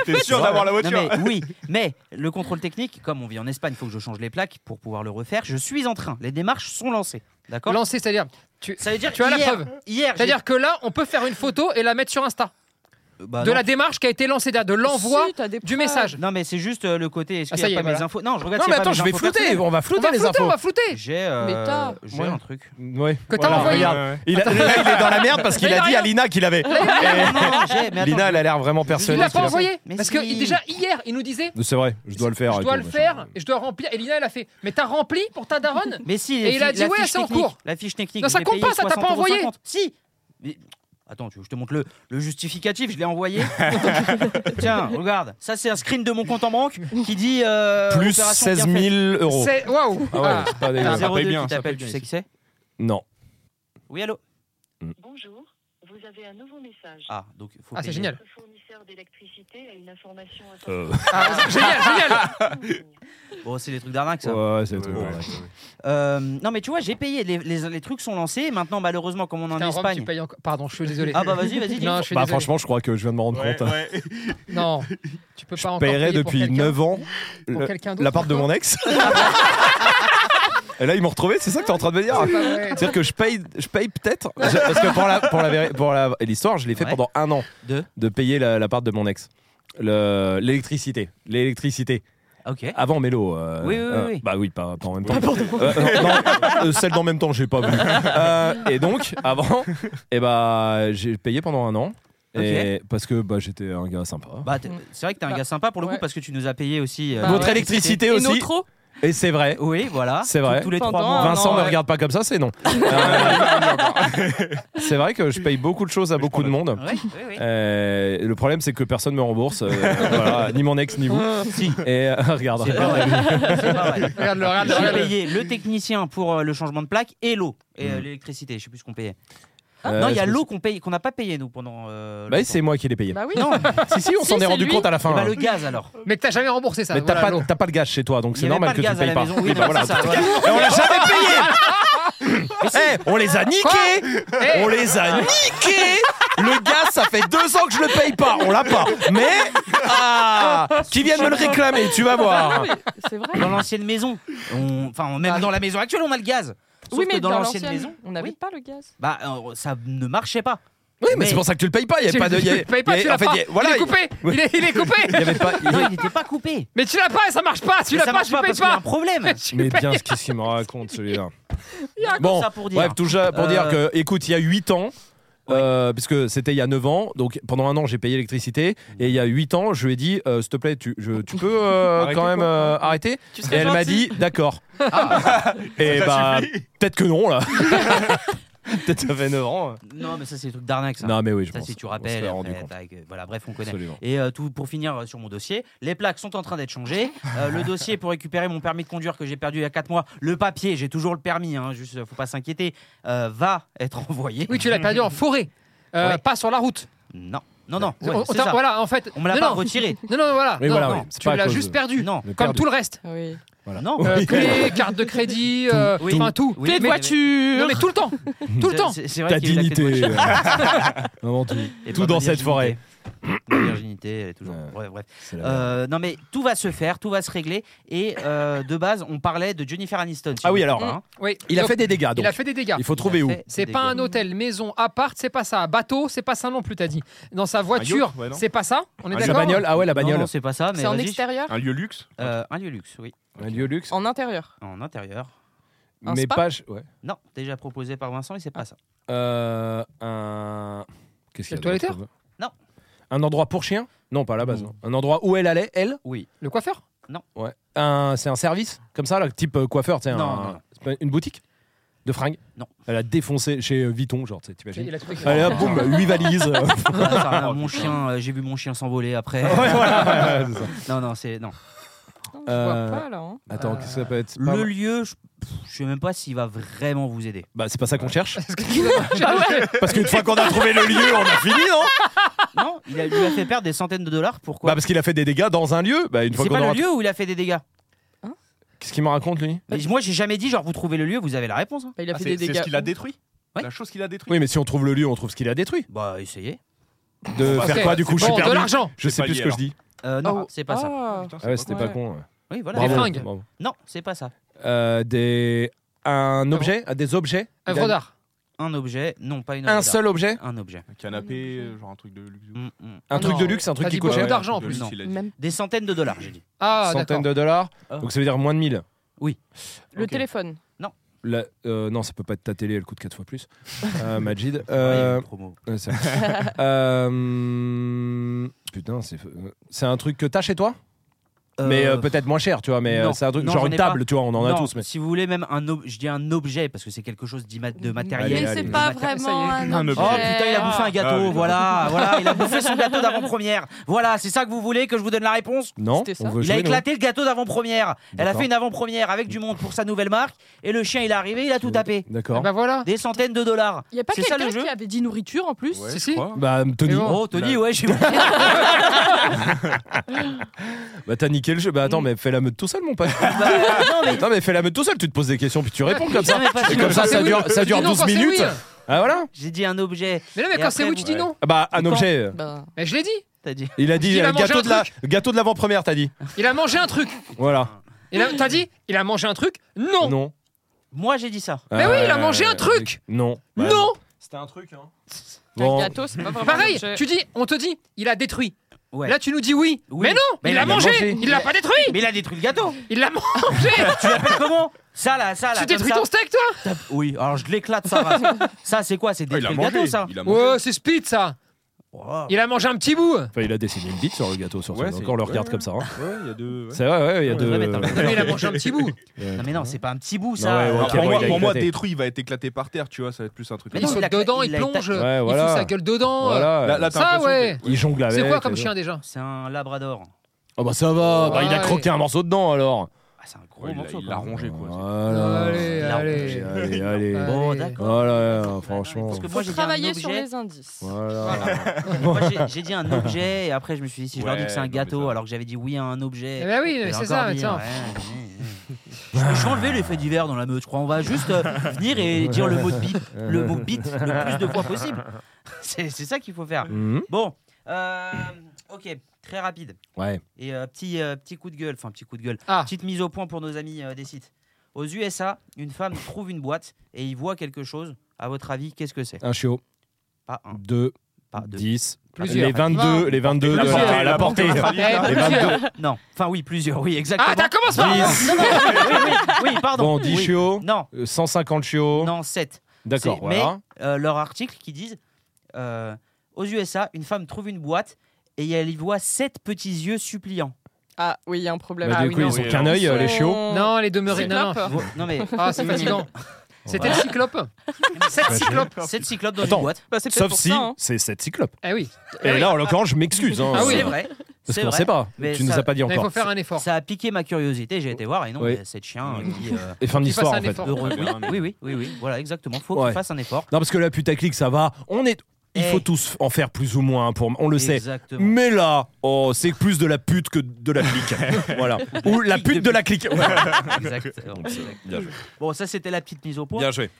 B: T'es sûr
A: Voilà.
B: d'avoir la voiture
A: Non, mais, Oui, mais le contrôle technique, comme on vit en Espagne, il faut que je change les plaques pour pouvoir le refaire. Je suis en train. Les démarches sont lancées. D'accord
D: Lancer, c'est-à-dire. Tu,
A: Ça veut dire
D: tu as la
A: hier-
D: preuve.
A: Hier, j'ai-
D: C'est-à-dire que là, on peut faire une photo et la mettre sur Insta.
C: Ah
A: Bah,
D: de
A: non.
D: la démarche qui a été lancée, c'est-à-dire de l'envoi
G: Si, t'as des
D: du
G: preuves.
D: message.
A: Non, mais c'est juste euh, le côté. Est-ce
D: Ah,
A: qu'il
D: ça
A: n'y
D: y
A: a
D: est,
A: pas mes
D: voilà.
A: infos Non, je regarde.
C: Non,
A: s'il y
C: mais
A: a pas
C: attends,
A: mes
C: je vais
A: infos
C: flouter.
A: personnelles.
C: On va
D: On va
C: flouter les
D: flouter, on
C: infos.
D: va flouter.
A: J'ai euh,
G: Mais t'as-
A: j'ai
C: Ouais.
A: un truc.
C: Mm, Ouais.
D: Que t'as
C: Voilà,
D: envoyé.
C: regarde.
B: Ouais, ouais.
C: Il a- là, il est dans la merde parce qu'il
D: Là, il
C: a
D: a
C: dit
D: rien.
C: à Lina qu'il avait.
A: Non, non, j'ai- mais attends,
C: Lina, elle a l'air vraiment
D: Il
C: personnelle.
D: l'a pas envoyé
A: Mais
D: parce
A: si.
D: que déjà hier, il nous disait
C: C'est vrai, je dois le faire.
D: je
C: et
D: dois
C: tout,
D: le
C: machin.
D: faire et je dois remplir. Et Lina, elle a fait mais t'as rempli pour ta daronne
A: Mais si,
D: Et
A: la
D: il a
A: fi-
D: dit,
A: la
D: ouais,
A: fiche
D: c'est en
A: technique-
D: cours.
A: La fiche technique.
D: Non,
A: je
D: ça
A: l'ai
D: compte
A: payée
D: pas, ça t'a pas
A: 60,50.
D: envoyé.
A: Si Mais- Attends, tu veux que je te montre le, le justificatif, je l'ai envoyé. Tiens, regarde, ça c'est un screen de mon compte en banque qui dit. euh,
C: Plus
A: opération
C: 16 000
A: bien faite.
C: euros.
D: C'est waouh.
C: Ah ouais, c'est pas
A: T'as un
C: dégueu.
B: Ça paye
A: 02
B: bien,
A: qui
B: ça
A: t'appelle,
B: paye
A: tu
B: bien
A: sais qui c'est
C: Non.
A: Oui, allô
H: Bonjour, vous avez un nouveau message.
A: Ah, donc faut
D: Ah, c'est
A: payer.
D: génial.
H: Votre fournisseur d'électricité a une information à
C: Euh,
D: Ah, génial, génial.
A: Bon, c'est des trucs d'arnaque ça.
C: Ouais, c'est
B: Ouais,
C: tout.
B: ouais,
C: ouais.
B: ouais.
A: Euh, non, mais tu vois, j'ai payé, les, les- les trucs sont lancés. Maintenant, malheureusement, comme on est en
D: Putain, Rome, tu
A: Espagne.
D: payes encore- Pardon, je suis désolé.
A: Ah bah vas-y, vas-y, dis.
D: Non, je suis
C: Bah,
D: désolé.
C: franchement, je crois que je viens de me rendre
B: Ouais,
C: compte.
B: ouais.
D: non, tu peux pas
C: Je
D: encore.
C: paierais
D: payer pour
C: depuis
D: quelqu'un.
C: 9 ans
D: pour
C: le-
D: quelqu'un d'autre,
C: l'appart de mon ex. Et là, ils m'ont retrouvé, c'est ça que t'es en train de me dire
D: C'est pas vrai.
C: C'est-à-dire que je paye, je paye peut-être. je- Parce que pour la, pour la, véri- pour la- l'histoire, je l'ai fait
A: Ouais.
C: pendant un an
A: De
C: de payer la, la part de mon ex. Le- L'électricité. L'électricité.
A: Ok.
C: Avant Mélo. euh,
A: Oui, oui, oui,
C: euh,
A: oui. Ah,
C: Bah oui, pas, pas en même temps. Euh, non, euh, celle d'en même temps, j'ai pas vu. Euh, et donc, avant, et bah, j'ai payé pendant un an. Et Parce que bah, j'étais un gars sympa.
A: Bah, t'es- c'est vrai que t'es un
D: Bah,
A: gars sympa pour le
D: ouais.
A: coup parce que tu nous as payé aussi. euh,
D: Bah,
C: Votre
D: ouais.
C: électricité
G: Et
C: aussi.
G: notre eau
C: Et c'est vrai.
A: Oui, voilà.
C: C'est
A: Ah,
C: vrai.
A: Tous, tous les trois
G: Pendant
A: mois.
G: un
C: Vincent,
G: an,
C: ne
G: ouais.
C: regarde pas comme ça, c'est non. Euh, c'est vrai que je paye beaucoup de choses à beaucoup de monde.
A: Ouais, oui, oui.
C: Euh, le problème, c'est que personne me rembourse, euh, voilà, ni mon ex, ni vous.
A: Si.
C: Et euh, regarde,
A: Ah. C'est pas vrai. C'est pas vrai.
D: Regarde-le, regarde-le,
A: J'ai
D: regarde-le.
A: payé le technicien pour euh, le changement de plaque et l'eau et euh,
C: Mm.
A: l'électricité. Je sais plus ce qu'on payait.
C: Euh,
A: non, il y a
C: je-
A: l'eau qu'on paye, qu'on n'a pas payé nous pendant. euh,
C: Bah,
A: longtemps.
C: c'est moi qui l'ai payé.
G: Bah oui.
A: Non.
C: si, si, on
G: si,
C: s'en est
G: c'est
C: rendu
G: lui.
C: compte à la
A: Et
C: fin.
A: bah,
C: hein.
A: le gaz alors.
D: Mais que t'as jamais remboursé ça.
C: Mais t'as
D: voilà,
C: pas,
D: l'eau.
C: t'as pas le gaz chez toi, donc
A: Il y
C: c'est
A: avait
C: normal
A: pas
C: que
A: le
C: tu
A: gaz à
C: payes
A: la
C: pas.
A: maison. Oui,
C: Oui, bah,
A: non,
C: voilà.
A: c'est ça, voilà.
C: Et on l'a jamais payé Eh, On les a niqués
D: Eh,
C: On les a niqués Le gaz, ça fait deux ans que je le paye pas, on l'a pas. Mais ah, qui viennent me le réclamer, tu vas
G: Ah,
C: voir.
G: mais c'est vrai.
A: Dans l'ancienne maison. On- Enfin, on- même
D: Ah.
A: dans la maison actuelle, on a le gaz. Sauf
G: oui,
A: que
G: mais
A: dans l'ancienne maison,
G: on n'avait
A: oui.
G: pas le gaz.
A: bah euh, ça ne marchait pas.
C: Oui, mais,
A: Mais-
C: c'est pour ça que tu le payes pas. Il y
D: tu-
C: avait pas de. il y avait-
D: tu payes pas,
C: il y avait-
D: tu l'as
C: en fait,
D: pas.
C: il y avait- voilà,
D: il est coupé.
C: Oui.
D: Il est, il est coupé.
C: Il y avait pas. il y
A: Non,
C: avait-
A: il n'était pas coupé.
D: Mais tu l'as pas et ça marche pas. Tu
A: Mais
D: l'as
A: ça
D: pas,
A: marche
D: tu
A: pas
D: payes
A: parce qu'il y a
D: pas.
A: un problème.
D: Tu
C: Mais
D: payes
C: bien, qu'est-ce qu'il me raconte celui-là
A: Bon,
C: Bon,
A: ça pour dire.
C: bref, tout ça pour
A: Euh,
C: dire que, écoute, il y a 8 ans. euh, puisque c'était il y a 9 ans, donc pendant un an j'ai payé l'électricité et il y a 8 ans je lui ai dit euh, s'il te plaît tu, je- tu peux euh,
B: Arrêtez,
C: quand même
B: quoi.
C: euh, arrêter
G: Tu
C: et
G: serais
C: elle m'a
G: gentil.
C: dit d'accord et bah peut-être que non là peut-être ça fait 9 ans hein.
A: Non, mais ça c'est des trucs d'arnaque ça.
C: non mais oui je
A: ça
C: pense
A: si tu
C: On s'en est
A: rappelles.
C: rendu
A: après,
C: compte.
A: tac, euh, voilà, bref, on connaît.
C: absolument
A: Et euh, tout pour finir euh, sur mon dossier, les plaques sont en train d'être changées. Euh, le dossier pour récupérer mon permis de conduire que j'ai perdu il y a 4 mois, le papier, j'ai toujours le permis, hein, juste euh, faut pas s'inquiéter, euh, va être envoyé.
D: Oui, tu l'as perdu en forêt, euh,
A: Ouais.
D: pas sur la route.
A: Non, non, non, ouais,
D: On- on
A: c'est
D: t'a-
A: ça.
D: Voilà, en fait.
A: On me l'a
D: non,
A: pas
D: non.
A: retiré.
D: Non, non, voilà.
C: Oui,
D: non,
C: voilà,
D: non,
C: oui, c'est
D: tu
C: pas à
D: l'as
C: cause
D: juste
C: de-
D: perdu.
A: Non,
C: Le
D: Comme
C: perdu.
D: tout le reste.
G: Ah Oui.
C: Voilà.
A: non.
D: Euh,
C: Oui.
D: tous les cartes de crédit, euh,
A: Oui.
D: enfin tout.
A: Oui,
D: Mais-
A: mais-
D: Non, mais tout le temps. Tout le
A: C'est-
D: temps.
A: c'est- c'est vrai
C: ta
A: qu'il y a eu la clé de
C: dignité
A: voiture.
C: Vraiment, tout,
A: Et
C: tout
A: pas
C: dans
A: ma
C: cette
A: virginité.
C: forêt
A: virginité, elle est toujours.
C: Ouais.
A: Bref, bref.
C: C'est la merde.
A: Euh, non, mais tout va se faire, tout va se régler. Et euh, de base, on parlait de Jennifer Aniston. si
C: Ah
A: vous
C: oui,
A: voulez
C: alors.
A: pas, hein.
D: Oui.
C: Il a
D: Donc,
C: fait des dégâts, donc.
D: il a fait des dégâts.
C: Il faut trouver
A: Il
C: où.
A: a fait
D: C'est
A: des
D: pas
A: dégâts.
D: un hôtel, maison, appart, c'est pas ça. Bateau, c'est pas ça non plus, t'as dit. Dans sa voiture,
B: yacht, ouais, non
D: c'est pas ça. On est
B: Un
C: La
D: d'accord
C: bagnole, ah ouais, la
A: Non,
C: bagnole.
A: non, c'est pas ça, mais
G: C'est en
A: vas-y.
G: extérieur
B: Un lieu luxe
A: Euh, un lieu luxe, oui.
C: Un lieu luxe.
G: En intérieur
A: En intérieur.
G: un
C: Mais
G: spa
C: pas. ch- Ouais.
A: Non, déjà proposé par Vincent, et c'est pas ça.
C: Euh, un. Qu'est-ce qu'il y a
D: Le
C: d'autre
D: toiletteur
A: Non.
C: Un endroit pour chien Non, pas à la base.
A: Non.
C: non. Un endroit où elle allait, elle
A: Oui.
D: Le coiffeur
C: Ouais. Un... C'est un service Comme ça, là, type euh, coiffeur, tu sais.
A: Non,
C: un-
A: non, non.
C: c'est pas Une boutique De fringues
A: Non.
C: Elle a défoncé chez euh, Vuitton, genre, tu sais, t'imagines
D: Il a trouvé que-
C: Allez, hop, boum, 8 valises. euh.
A: Ah, mon chien, euh, j'ai vu mon chien s'envoler après.
C: Ouais, voilà, ouais, c'est ça.
A: Non, non, c'est non.
G: Non,
C: Euh,
G: Je vois pas là. hein.
C: Attends, qu'est-ce que ça peut être C'est pas-
A: Le lieu, je, pff, je sais même pas s'il va vraiment vous aider.
C: Bah, c'est pas ça qu'on cherche.
D: Ah ouais.
C: Parce qu'une fois qu'on a trouvé le lieu, on a fini, non
A: Non, il a, lui a fait perdre des centaines de dollars. Pourquoi
C: Bah, parce qu'il a fait des dégâts dans un lieu. Bah, une fois
A: C'est
C: qu'on
A: pas
C: aura.
A: le lieu où il a fait des dégâts.
C: Qu'est-ce qu'il me raconte, lui
A: Mais moi, j'ai jamais dit genre vous trouvez le lieu, vous avez la réponse. hein.
G: Bah, il a
B: Ah,
G: fait
B: C'est
G: des
B: c'est
G: dégâts.
B: ce qu'il a détruit
A: Ouais.
B: La chose qu'il a détruite
C: Oui, mais si on trouve le lieu, on trouve ce qu'il a détruit.
A: Bah essayez.
C: De
B: Bah,
C: faire
D: c'est-
C: quoi, du coup Je suis
D: Bon, de
C: perdu.
D: l'argent.
C: Je
B: C'est
C: sais
B: pas
C: plus
B: lié,
C: ce que je dis.
A: Euh, non,
G: Oh.
A: c'est pas ça.
G: Ah.
B: Putain,
C: Ah ouais, c'était
G: con.
C: pas
G: Ouais.
C: con. ouais.
A: Oui, voilà.
C: Bravo,
D: fringues.
C: bravo.
A: Non, c'est pas ça.
C: Euh, des un objet, ah, des objets, Il
D: Œuvre
C: a-
D: d'art.
A: Un objet, non pas une.
C: un
A: œuvre
C: seul objet,
A: d'art. Un objet.
B: Un canapé, euh, genre un truc de luxe.
A: Mm, mm.
C: un
G: Non.
C: truc de luxe, un truc
D: T'as
C: qui
D: dit
C: coûte
D: beaucoup
C: cher,
D: d'argent en
B: De
D: plus.
B: luxe,
A: non.
B: il a dit.
G: Même
A: Des centaines de dollars, j'ai dit.
D: Ah, d'accord.
C: centaines de dollars,
A: Ah.
C: donc ça veut dire moins de 1000
G: le
D: Ok.
G: téléphone.
C: La- euh, non, ça peut pas être ta télé, elle coûte 4 fois plus. Euh, Majid.
A: Ouais, il y a eu
C: Euh,
A: une promo.
C: ouais, c'est vrai. Euh, Putain, c'est euh, c'est un truc que t'as chez toi, mais euh,
A: Euh,
C: peut-être moins cher, tu vois. Mais
A: non.
C: euh, c'est un truc
A: Non,
C: genre
A: j'en
C: une
A: ai pas.
C: table, tu vois, on en a
A: non,
C: tous. Mais
A: Si vous voulez même un ob- je dis un objet parce que c'est quelque chose d'imma- de matériel.
C: Allez,
G: mais
C: allez.
G: c'est pas
D: Le matin-
G: vraiment
D: ça y
G: un
D: est.
B: Un
G: objet. euh,
B: objet.
A: Oh putain, il a bouffé un
B: Ah
A: gâteau,
B: oui.
A: voilà, voilà, il a bouffé son gâteau d'avant-première. Voilà, c'est ça que vous voulez que je vous donne la réponse
C: non,
G: C'était ça.
C: on veut
A: Il
C: jouer,
A: a
C: nous.
A: éclaté le gâteau d'avant-première. Elle a
C: D'accord.
A: fait une avant-première avec du monde pour sa nouvelle marque et le chien il est arrivé, il
C: Mmh.
A: a tout tapé.
D: Ah
C: D'accord.
D: Bah voilà.
A: Des centaines de dollars.
G: Il y a pas
A: C'est ça,
G: quelqu'un
A: le jeu
G: qui avait dit nourriture en plus
B: Ouais,
D: Si,
B: je
D: si.
B: crois.
C: Bah, Tony,
D: Mais bon.
A: Oh Tony, ouais, j'ai
C: bah t'as niqué le jeu. Bah attends,
D: Mm.
C: mais fais la meute tout seul, mon pote.
A: non mais
C: Non mais fais la meute tout seul, tu te poses des questions puis tu réponds comme ça.
A: Non, mais pas
C: Et
A: sûr.
C: comme ça, ça dure, ça
D: Tu
C: dure
D: dis non
C: 12
D: quand c'est
C: minutes.
D: oui.
C: Ah voilà
A: j'ai dit un objet.
D: Mais non, mais
A: Et
D: quand c'est
A: après,
D: oui, tu dis
B: vous-
D: non.
C: Ah Bah
A: Et
C: un
A: quand
C: objet. euh,
G: Bah,
D: Mais je l'ai dit.
A: T'as dit.
C: Il a dit
D: Il a
C: euh,
D: mangé
C: gâteau
D: un
C: de, la,
D: truc.
C: gâteau de l'avant-première, t'as dit.
D: Il a mangé un truc.
C: Voilà.
D: Il a- T'as dit Il a mangé un truc Non.
C: Non.
A: Moi j'ai dit ça.
D: Mais oui, il a
C: Euh,
D: mangé un truc.
C: Non. Bah,
D: Non.
B: C'était un truc, hein.
C: Bon.
G: un gâteau, c'est pas vraiment un
D: Pareil.
G: objet.
D: Tu dis, on te dit, il a détruit.
A: Ouais.
D: Là, tu nous dis oui.
A: Oui.
D: Mais non,
A: Mais
D: il
A: il
D: l'a
A: a
D: mangé.
C: mangé.
D: Il l'a pas détruit.
A: Mais il a détruit le gâteau.
D: Il l'a mangé.
A: tu l'appelles comment Ça là, ça là.
D: Tu
A: comme
D: détruis
A: ça.
D: ton steak, toi
A: Tape- Oui, alors je l'éclate ça. race. ça c'est quoi C'est
B: Ah, il
A: détruire
B: a
A: le
B: mangé.
A: gâteau ça.
B: Il a mangé.
D: Ouais, c'est speed ça.
A: Oh.
D: Il a mangé un petit bout.
C: Enfin, il a dessiné une bite sur le gâteau, sur
B: Ouais,
C: son-
B: c'est-
C: Encore le regarde
B: ouais,
C: comme ça. hein.
B: Ouais, il y a deux. ouais.
C: C'est vrai, ouais, il y a
A: On devrait mettre un
C: deux.
A: peu-
D: Mais il a mangé un petit bout.
A: Non mais non, c'est pas un petit bout ça.
C: Ouais, ouais,
B: Alors,
C: ok,
B: pour
C: bon,
B: moi,
C: il a
B: pour moi,
C: éclaté.
B: détruit, il va être éclaté par terre, tu vois, ça va être plus un truc.
A: Mais
D: Il
A: non,
D: saute
A: il a-
D: dedans,
A: il
D: il
A: a-
D: plonge.
A: Ouais,
D: Il
C: voilà.
D: fout sa gueule dedans.
C: Oh. Voilà.
B: Là, là, t'as
D: Ça,
B: l'impression
D: ouais.
B: que-
C: Il jongle avec.
D: C'est quoi comme
C: et tout.
D: chien déjà
A: C'est un labrador.
C: Ah bah ça va. Bah, il a
D: Ouais.
C: croqué un morceau dedans alors.
A: Ah, c'est un gros
B: Ouais, il l'a-
A: morceau.
B: il
A: quand
B: l'a
A: même.
B: rongé, quoi.
C: Voilà.
D: Allez,
A: Il a
D: allez.
C: Allez, allez.
D: Bon,
A: Bon,
D: Allez.
A: d'accord.
C: Voilà, franchement.
A: Parce que
G: Faut
A: moi j'ai dit un
G: travailler sur
A: objet.
G: les indices.
C: Voilà.
A: Moi, j'ai- j'ai dit un objet et après je me suis dit si je leur dis que c'est un
B: Ouais, non,
A: gâteau
B: mais ça-
A: alors que j'avais dit oui à un objet.
D: Eh ben oui,
A: j'allais
D: c'est
A: encore
D: ça,
A: dire,
D: tiens.
A: ouais, ouais, ouais. Je- Je vais enlever l'effet divers dans la meute, je crois. On va juste euh, venir et dire le mot de bip, le mot bit le plus de fois possible. C'est c'est ça qu'il faut faire.
C: Mhm.
A: Bon, euh, ok, très rapide.
C: Ouais.
A: Et euh, petit, euh, petit coup de gueule, enfin petit coup de gueule,
D: Ah.
A: petite mise au point pour nos amis euh, des sites. Aux USA, une femme trouve une boîte et y voit quelque chose. À votre avis, qu'est-ce que c'est
C: Un chiot.
A: Pas un,
C: Deux.
A: pas Ah, deux.
C: 10,
D: Plusieurs.
C: les 22, les 22 de
B: La portée,
C: la, la
B: la
C: portée.
D: Eh, bah,
C: Les 22.
A: Non, enfin oui, plusieurs, oui, exactement.
D: Ah, t'as commencé par
A: Non, non, oui, oui, oui, pardon.
C: Bon, 10
A: Oui.
C: chiots,
A: Non,
C: euh, 150 chiots.
A: non, 7.
C: D'accord,
A: Mais
C: voilà.
A: euh, leur article qui disent euh, Aux USA, une femme trouve une boîte et elle y voit sept petits yeux suppliants.
G: Ah oui, il y a un problème.
C: Bah,
D: Ah
C: du
D: oui,
C: coup,
D: non,
C: ils ont
B: oui,
C: qu'un
B: non.
C: œil, euh, les chiots.
G: Bah,
D: Non, les demeurés.
G: c'est
D: Non, non.
A: Vous- Non mais.
D: Ah, c'est fatigant. C'était le cyclope.
A: Sept
C: Ouais.
A: cyclopes, sept cyclopes dans
C: Attends.
A: une boîte.
G: Bah, c'est peut-être
C: Sauf
G: pour
C: si
G: ça, hein.
C: c'est 7 cyclopes.
D: Eh oui.
C: Et là, en l'occurrence, je m'excuse. hein,
D: Ah oui,
C: euh,
A: c'est vrai.
C: Parce
A: c'est
C: qu'on
A: vrai.
C: sait pas.
A: Mais
C: tu nous
A: ça-
C: as pas dit
D: Mais il faut
C: encore.
D: faire un effort.
A: Ça a piqué ma curiosité, j'ai été voir et non,
C: Oui.
A: mais sept chiens euh, qui. euh,
C: Et fin de
D: Qu'il fasse
C: l'histoire,
D: un
C: en fait.
D: effort.
A: heureux.
B: Très
A: Oui,
B: bien, mais-
A: oui, oui, oui, oui, voilà, exactement. Faut
C: Ouais.
A: qu'il fasse un effort.
C: Non, parce que la putaclic, ça va. On est... Il
A: Eh.
C: faut tous en faire plus ou moins, pour... on le sait.
A: Exactement.
C: Mais là, oh, c'est plus de la pute que de la clique. voilà. Ou la pute de la clique. Ouais.
A: Exactement.
C: Bien joué.
A: Bon, ça c'était la petite mise au point.
C: Bien joué.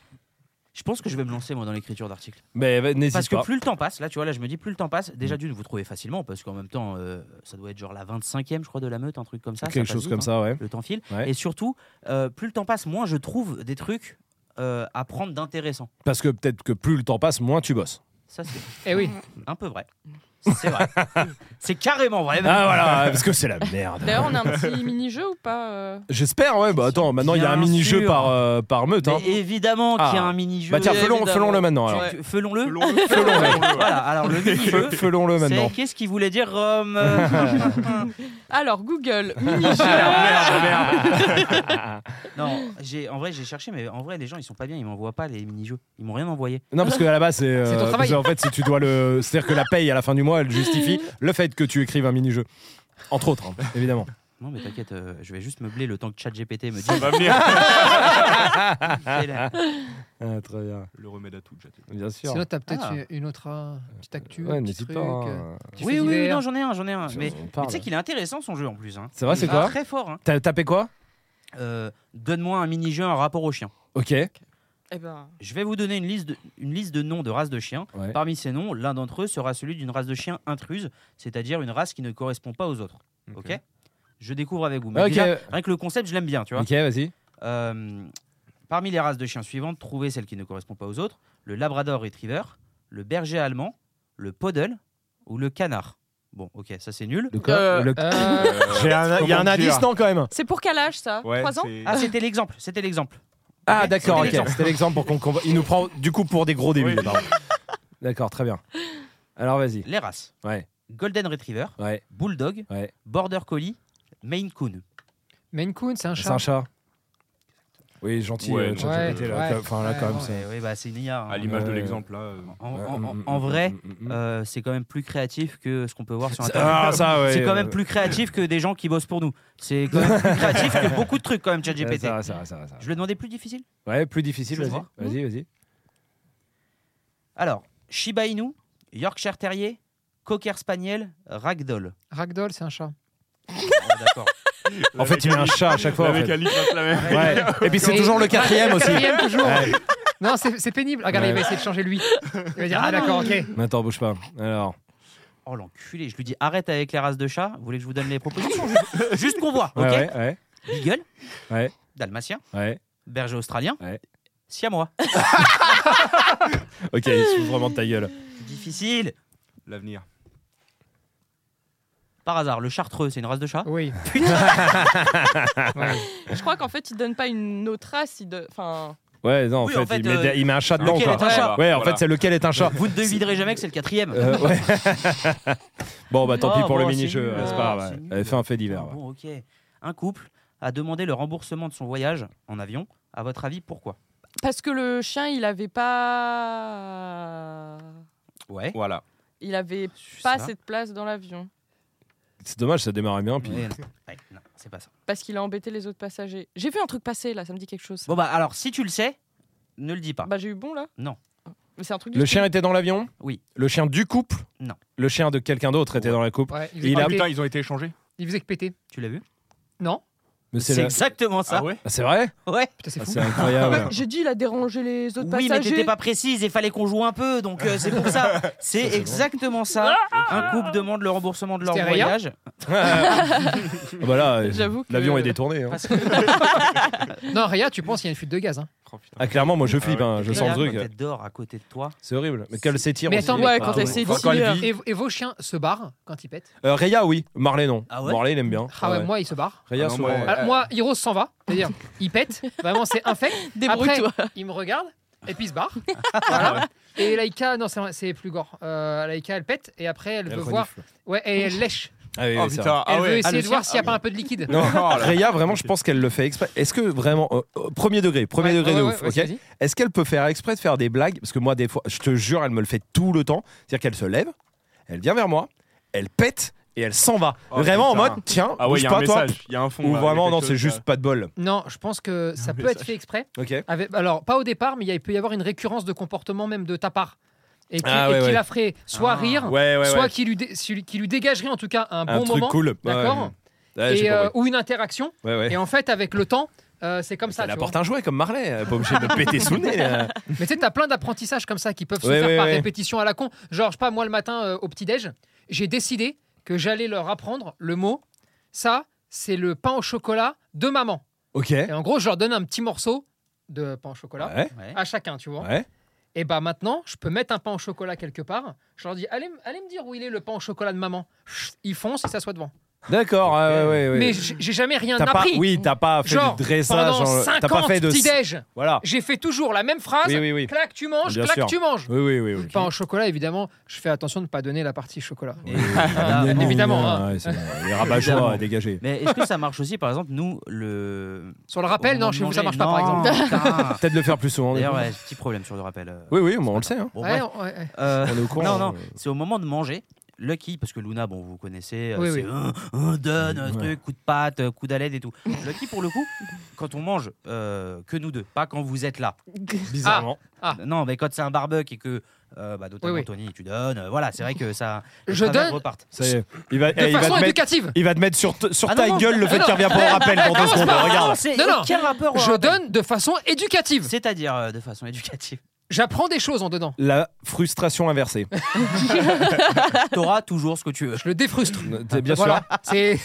A: Je pense que je vais me lancer moi dans l'écriture d'articles.
C: Mais bah,
A: Parce
C: n'hésite
A: que
C: pas. Mmh.
A: plus le temps passe, là tu vois, là je me dis plus le temps passe, déjà d'une vous trouvez facilement parce qu'en même temps euh, ça doit être genre la 25e je crois de la meute, un truc comme ça. ça
C: Quelque
A: passe
C: chose
A: vite,
C: comme
A: hein.
C: ça, ouais.
A: Le temps file.
C: Ouais.
A: Et surtout, euh, plus le temps passe, moins je trouve des trucs euh, à prendre d'intéressant.
C: Parce que peut-être que plus le temps passe, moins tu bosses.
A: Ça c'est
D: Eh oui.
A: un peu vrai. C'est vrai. c'est carrément vrai. même.
C: Ah voilà, parce que c'est la merde.
G: D'ailleurs, on a un petit mini-jeu ou pas euh
C: J'espère, ouais. Bah attends, maintenant il y a un
A: Bien
C: mini-jeu
A: sûr.
C: par, euh, par meute. hein.
A: Mais évidemment qu'il y a
C: Ah.
A: un mini-jeu.
C: Bah tiens,
G: Oui,
C: faisons-
G: évidemment.
C: faisons-le maintenant alors.
G: Ouais.
A: Tu- Faisons-le.
B: Felons-le.
A: Voilà, alors le
C: Fais-
A: mini-jeu,
C: Faisons-le maintenant.
A: c'est qu'est-ce qu'il voulait dire Rome euh,
G: Alors, Google, mini-jeu.
A: Non, j'ai en vrai j'ai cherché, mais en vrai les gens ils sont pas bien, ils m'envoient pas les mini-jeux, ils m'ont rien envoyé.
C: Non, parce que à la base, c'est. euh,
D: C'est ton travail.
C: parce que, En fait, si tu dois le. C'est-à-dire que la paye à la fin du mois, elle justifie le fait que tu écrives un mini-jeu. Entre autres, hein, évidemment.
A: Non mais t'inquiète, euh, je vais juste meubler le temps que ChatGPT me
B: Ça
A: dit.
B: va venir.
A: C'est la-
C: Ah, très bien.
B: Le remède à tout, j'ai dit.
C: Bien sûr.
D: Sinon, t'as peut-être
A: Ah.
D: une- une autre euh, petite actu.
C: Ouais,
D: un petit
C: n'hésite
D: truc,
C: pas.
D: euh,
C: hein.
D: petit
A: Oui
D: fait
A: oui, oui,
D: divers.
A: non j'en ai un, j'en ai un.
C: Si
A: Mais,
C: on
A: mais
C: parle.
A: tu sais qu'il est intéressant son jeu en plus. hein.
C: C'est vrai, c'est
A: Il est
C: quoi
A: Très fort. hein.
C: T'as tapé quoi
A: Euh, Donne-moi un mini-jeu en rapport au chien.
C: Ok.
G: Eh ben,
A: Je vais vous donner une liste de, une liste de noms de races de chiens.
C: Ouais.
A: Parmi ces noms, l'un d'entre eux sera celui d'une race de chien intruse, c'est-à-dire une race qui ne correspond pas aux autres. Ok, Je découvre avec vous. Mais
C: Ok,
A: déjà, rien que le concept, je l'aime bien, tu vois.
C: ok, vas-y.
A: Euh, parmi les races de chiens suivantes, trouvez celle qui ne correspond pas aux autres le Labrador Retriever, le berger allemand, le Poodle ou le canard. Bon, ok, ça c'est nul.
C: De quoi
G: Euh,
C: Le-
D: Euh,
C: J'ai un- Il y a un
B: Comment dire
C: indice, non, quand même
G: c'est pour quel âge ça
B: Ouais,
G: 3 ans
B: c'est-
A: Ah, c'était l'exemple, c'était l'exemple.
C: Ah,
A: Ok,
C: d'accord,
A: c'était
C: ok.
A: l'exemple.
C: C'était l'exemple pour qu'on. qu'on- Il nous prend du coup pour des gros débiles.
B: Oui.
C: pardon. D'accord, très bien. Alors, vas-y.
A: Les races
C: Ouais,
A: Golden Retriever,
C: ouais.
A: Bulldog,
C: Ouais.
A: Border Collie, Maine Coon.
D: Maine Coon, c'est un
C: C'est
D: chat.
C: un chat. Oui, gentil.
B: Ouais,
C: euh,
B: non,
C: ChatGPT,
D: ouais,
C: là,
D: ouais.
C: Enfin, là, quand
D: Ouais,
C: même,
D: ouais.
C: c'est.
A: Ouais, ouais, bah, c'est une IA, hein.
B: À l'image de
C: Euh,
B: l'exemple, là. euh,
A: En, en-
C: Mm,
A: en- en vrai, euh, c'est quand même plus créatif que ce qu'on peut voir sur Internet.
C: Ah, ça, ouais.
A: c'est quand même plus créatif que des gens qui bossent pour nous. C'est quand même plus créatif que beaucoup de trucs quand même,
C: Ouais,
A: ChatGPT.
C: Ça, va, ça, va, ça, va, ça va.
A: Je le demandais plus difficile
C: Ouais, plus difficile,
A: Je
C: vas-y.
A: vois.
C: Vas-y, vas-y.
A: Alors, Shiba Inu, Yorkshire Terrier, Cocker Spaniel, Ragdoll.
D: Ragdoll, c'est un chat.
A: D'accord.
C: En fait, il met un chat à chaque fois. en
B: Avec
C: fait.
B: Alice, la même.
C: Ouais. Et puis, c'est
D: Et-
C: toujours le quatrième aussi.
D: Quatrième toujours.
C: Ouais.
D: Non, c'est c'est pénible. Regardez,
C: Ouais.
D: il va essayer de changer lui. Il va dire Ah, d'accord, ok.
C: Mais attends, bouge pas. Alors.
A: Oh l'enculé, je lui dis arrête avec les races de chats. Vous voulez que je vous donne les propositions Juste, juste qu'on voit, ok
C: Ouais, ouais, ouais.
A: Beagle,
C: Ouais.
A: Dalmatien,
C: ouais.
A: Berger Australien,
C: Ouais.
A: Siamois.
C: Ok, il se fout vraiment de ta gueule.
A: Difficile
B: L'avenir.
A: Par hasard, le chartreux, c'est une race de chat
D: Oui.
G: Je crois qu'en fait, il donne pas une autre race. Il donne- Enfin,
C: Ouais, non, en
A: Oui,
C: fait,
A: en fait,
C: il, met, des-
A: euh,
C: il met un chat dedans,
A: lequel est
C: quoi.
A: un chat
C: Ouais, en
B: Voilà.
C: fait, c'est lequel est un chat.
A: Vous ne devinerez jamais que c'est le quatrième.
C: Euh, ouais. bon, bah, tant
A: Oh,
C: pis pour
A: bon, c'est
C: le mini-jeu.
A: nul,
C: ouais, C'est
A: euh,
C: pas grave.
A: c'est
C: ouais.
A: nul.
C: Allez, Fais un fait
A: Ah
C: divers. ouais.
A: bon, ok. Un couple a demandé le remboursement de son voyage en avion. À votre avis, pourquoi
G: parce que le chien, il avait pas.
A: Ouais.
B: Voilà.
G: Il avait
A: Je sais
G: pas
A: pas.
G: assez de place dans l'avion.
C: C'est dommage, ça démarrait bien. Puis...
A: Ouais, non. Ouais, non, c'est pas ça.
G: Parce qu'il a embêté les autres passagers. J'ai vu un truc passer là, ça me dit quelque chose.
A: Bon bah alors, si tu le sais, ne le dis pas.
G: Bah, j'ai eu bon là
A: Non.
G: Mais c'est un truc du
C: Le chien était dans l'avion
A: Oui.
C: Le chien du couple
A: Non.
C: Le chien de quelqu'un d'autre était
A: Ouais.
C: dans la coupe
D: Ouais,
C: Et
D: il,
C: il a-
D: a...
B: Ah putain, ils ont été échangés
D: il faisait que péter.
A: Tu l'as vu
D: Non
C: Mais
A: C'est
C: la-
A: exactement ça.
B: Ah ouais
C: Ah, c'est vrai
A: ouais.
D: Putain, c'est
C: Ah,
D: fou.
C: C'est incroyable.
G: Ouais, J'ai dit, il a dérangé les autres
A: Oui, mais
G: passagers.
A: t'étais pas précise et fallait qu'on joue un peu, donc euh, c'est pour ça. C'est exactement ça.
D: Ah
A: Un couple demande le remboursement de leur
D: C'était rien
A: voyage.
C: Ah bah là, euh,
G: J'avoue que-
C: l'avion est détourné. hein.
A: Parce que
D: Non, Ria, tu penses qu'il y a une fuite de gaz. Hein.
B: Oh, putain.
C: Ah, clairement, moi je flippe, hein, je sens le truc.
A: Elle dort à côté de toi.
C: C'est horrible. Mais qu'elle s'étire.
D: Mais
C: aussi.
D: attends,
G: Ouais, quand
A: Ah
G: elle
A: ouais.
G: s'est dit.
C: Enfin, quand elle
G: euh,
C: vit.
D: Et, et vos chiens se barrent quand ils pètent
C: Euh, Raya, oui. Marley, non.
A: Ah ouais
C: Marley, il aime bien.
D: Ah ouais,
C: Ouais.
D: moi, ils se barrent.
C: Raya,
B: Ah non,
C: souvent.
B: moi,
C: ouais.
D: Alors, moi, Heroes s'en va. C'est-à-dire, il pète. Vraiment, c'est infect.
G: Débrouille-toi.
D: Après, il me regarde et puis il se barre. Voilà. Et Laïka, non, c'est- c'est plus gore. Euh, Laïka, elle pète et après, elle,
C: Elle
D: veut
C: renifle.
D: voir. Ouais, et elle lèche.
C: Ah oui,
B: Oh
C: oui, c'est vrai.
B: putain,
D: elle
B: ah
D: veut
B: ouais.
D: essayer
A: Ah, le
D: de voir
A: chien,
D: s'il n'y a
A: ah
D: pas un peu de liquide.
C: Non,
B: Oh là.
C: Raya, vraiment, je pense qu'elle le fait exprès. Est-ce que vraiment, euh, euh, premier degré, premier
D: Ouais,
C: degré
D: ouais,
C: de
D: ouais,
C: ouf,
D: ouais,
C: ok
D: vas-y, vas-y.
C: Est-ce qu'elle peut faire exprès de faire des blagues Parce que moi, des fois, je te jure, elle me le fait tout le temps. C'est-à-dire qu'elle se lève, elle vient vers moi, elle pète et elle s'en va.
B: Oh,
C: vraiment en
B: putain.
C: mode, tiens,
B: Ah ouais, il
C: bouge
B: y a un
C: pas toi.
B: message, il y a un fond.
C: Ou
B: là,
C: vraiment,
B: il y a
C: non,
B: quelque
C: c'est
B: chose,
C: juste
B: là.
C: pas de bol.
D: Non, je pense que ça peut
B: mais
D: être
B: ça-
D: fait exprès.
C: Ok.
D: Avec- alors, pas au départ, mais il y a- il peut y avoir une récurrence de comportement même de ta part. Et qui,
C: Ah,
D: et
C: ouais,
D: qui
C: ouais.
D: la ferait soit
A: Ah.
D: rire,
C: Ouais, ouais,
D: soit
C: ouais.
D: Qui, lui dé- celui- qui lui dégagerait en tout cas un
C: Un
D: bon
C: truc
D: moment.
C: cool. Ouais,
D: D'accord
C: ouais. Ouais, j'ai
D: Et, euh,
C: compris.
D: ou une interaction.
C: Ouais, ouais.
D: Et en fait, avec le temps, euh, c'est comme ça.
C: Elle
D: tu vois.
C: apporte un jouet comme Marley, elle est pas obligé de me péter sous le nez. euh. là.
D: Mais tu sais, t'as plein d'apprentissages comme ça qui peuvent se
C: Ouais,
D: faire
C: ouais,
D: par
C: ouais.
D: répétition à la con. Genre, je sais pas, moi le matin euh, au petit-déj, j'ai décidé que j'allais leur apprendre le mot ça, c'est le pain au chocolat de maman.
C: Ok.
D: Et en gros, je leur donne un petit morceau de pain au chocolat
C: Ouais.
A: Ouais.
D: à chacun, tu vois.
C: Ouais.
D: Et bah maintenant, je peux mettre un pain au chocolat quelque part. Je leur dis, allez, m- allez me dire où il est le pain au chocolat de maman. Chut, Ils foncent et s'assoient devant.
C: D'accord. ouais, ouais, ouais, ouais.
D: Mais j- j'ai jamais rien
C: T'as pas,
D: appris.
C: oui, t'as pas fait
D: Genre,
C: du dressage.
D: pendant
C: genre,
D: 50
C: T'as pas fait de.
D: petits-déj,
C: Voilà.
D: j'ai fait toujours la même phrase.
C: Oui, oui, oui.
D: Clac, tu manges,
C: Bien
D: clac,
C: sûr.
D: tu manges.
C: Oui, oui, oui. oui.
D: Pas en chocolat, évidemment. Je fais attention de ne pas donner la partie chocolat.
A: Et-
C: Ah,
A: voilà.
D: évidemment, hein.
C: ouais, c'est- les rabat-joie,
A: Évidemment.
C: dégagez.
A: Mais est-ce que ça marche aussi, par exemple, nous, le.
D: Sur le rappel,
A: au
D: non,
A: moment
D: chez
A: de
D: vous, ça marche
A: manger-
D: pas, par exemple.
A: Non, putain.
C: Peut-être le faire plus souvent.
A: D'ailleurs, ouais, petit problème sur le rappel. euh.
C: Oui, oui, bon, on le sait. hein.
A: Bon,
D: Ouais,
A: bref.
D: ouais, ouais.
A: Euh,
C: On est au courant.
A: Non, non, c'est au moment de manger. Lucky, parce que Luna, bon, vous connaissez, euh,
D: Oui,
A: c'est
D: oui.
A: un, un, donne, un
C: Ouais.
A: truc, coup de patte, euh, coup d'alède et tout. Lucky, pour le coup, quand on mange euh, que nous deux, pas quand vous êtes là.
C: euh, Bizarrement.
A: Ah. Non, mais quand c'est un barbecue et que, euh, bah, notamment
D: Oui, oui.
A: Tony, tu donnes, euh, voilà, c'est vrai que ça. les
D: Je
A: travers
D: donne
A: repartent.
C: Ça y est. Il va,
D: De
C: eh, il va
D: façon
C: te mettre,
D: éducative.
C: il va te mettre sur, t- sur
A: Ah non,
C: ta
A: non. Ah,
C: gueule le fait qu'il revient pas au rappel dans deux
D: Commence
C: secondes.
A: bah,
D: pas.
C: Regarde.
A: c'est
D: Non, non.
A: aucun rapport au
D: Je
A: rappel.
D: donne de façon éducative.
A: C'est-à-dire euh, de façon éducative.
D: J'apprends des choses en dedans.
C: La frustration inversée.
A: T'auras toujours ce que tu veux.
D: Je le défrustre.
C: T'es bien sûr.
D: Voilà. C'est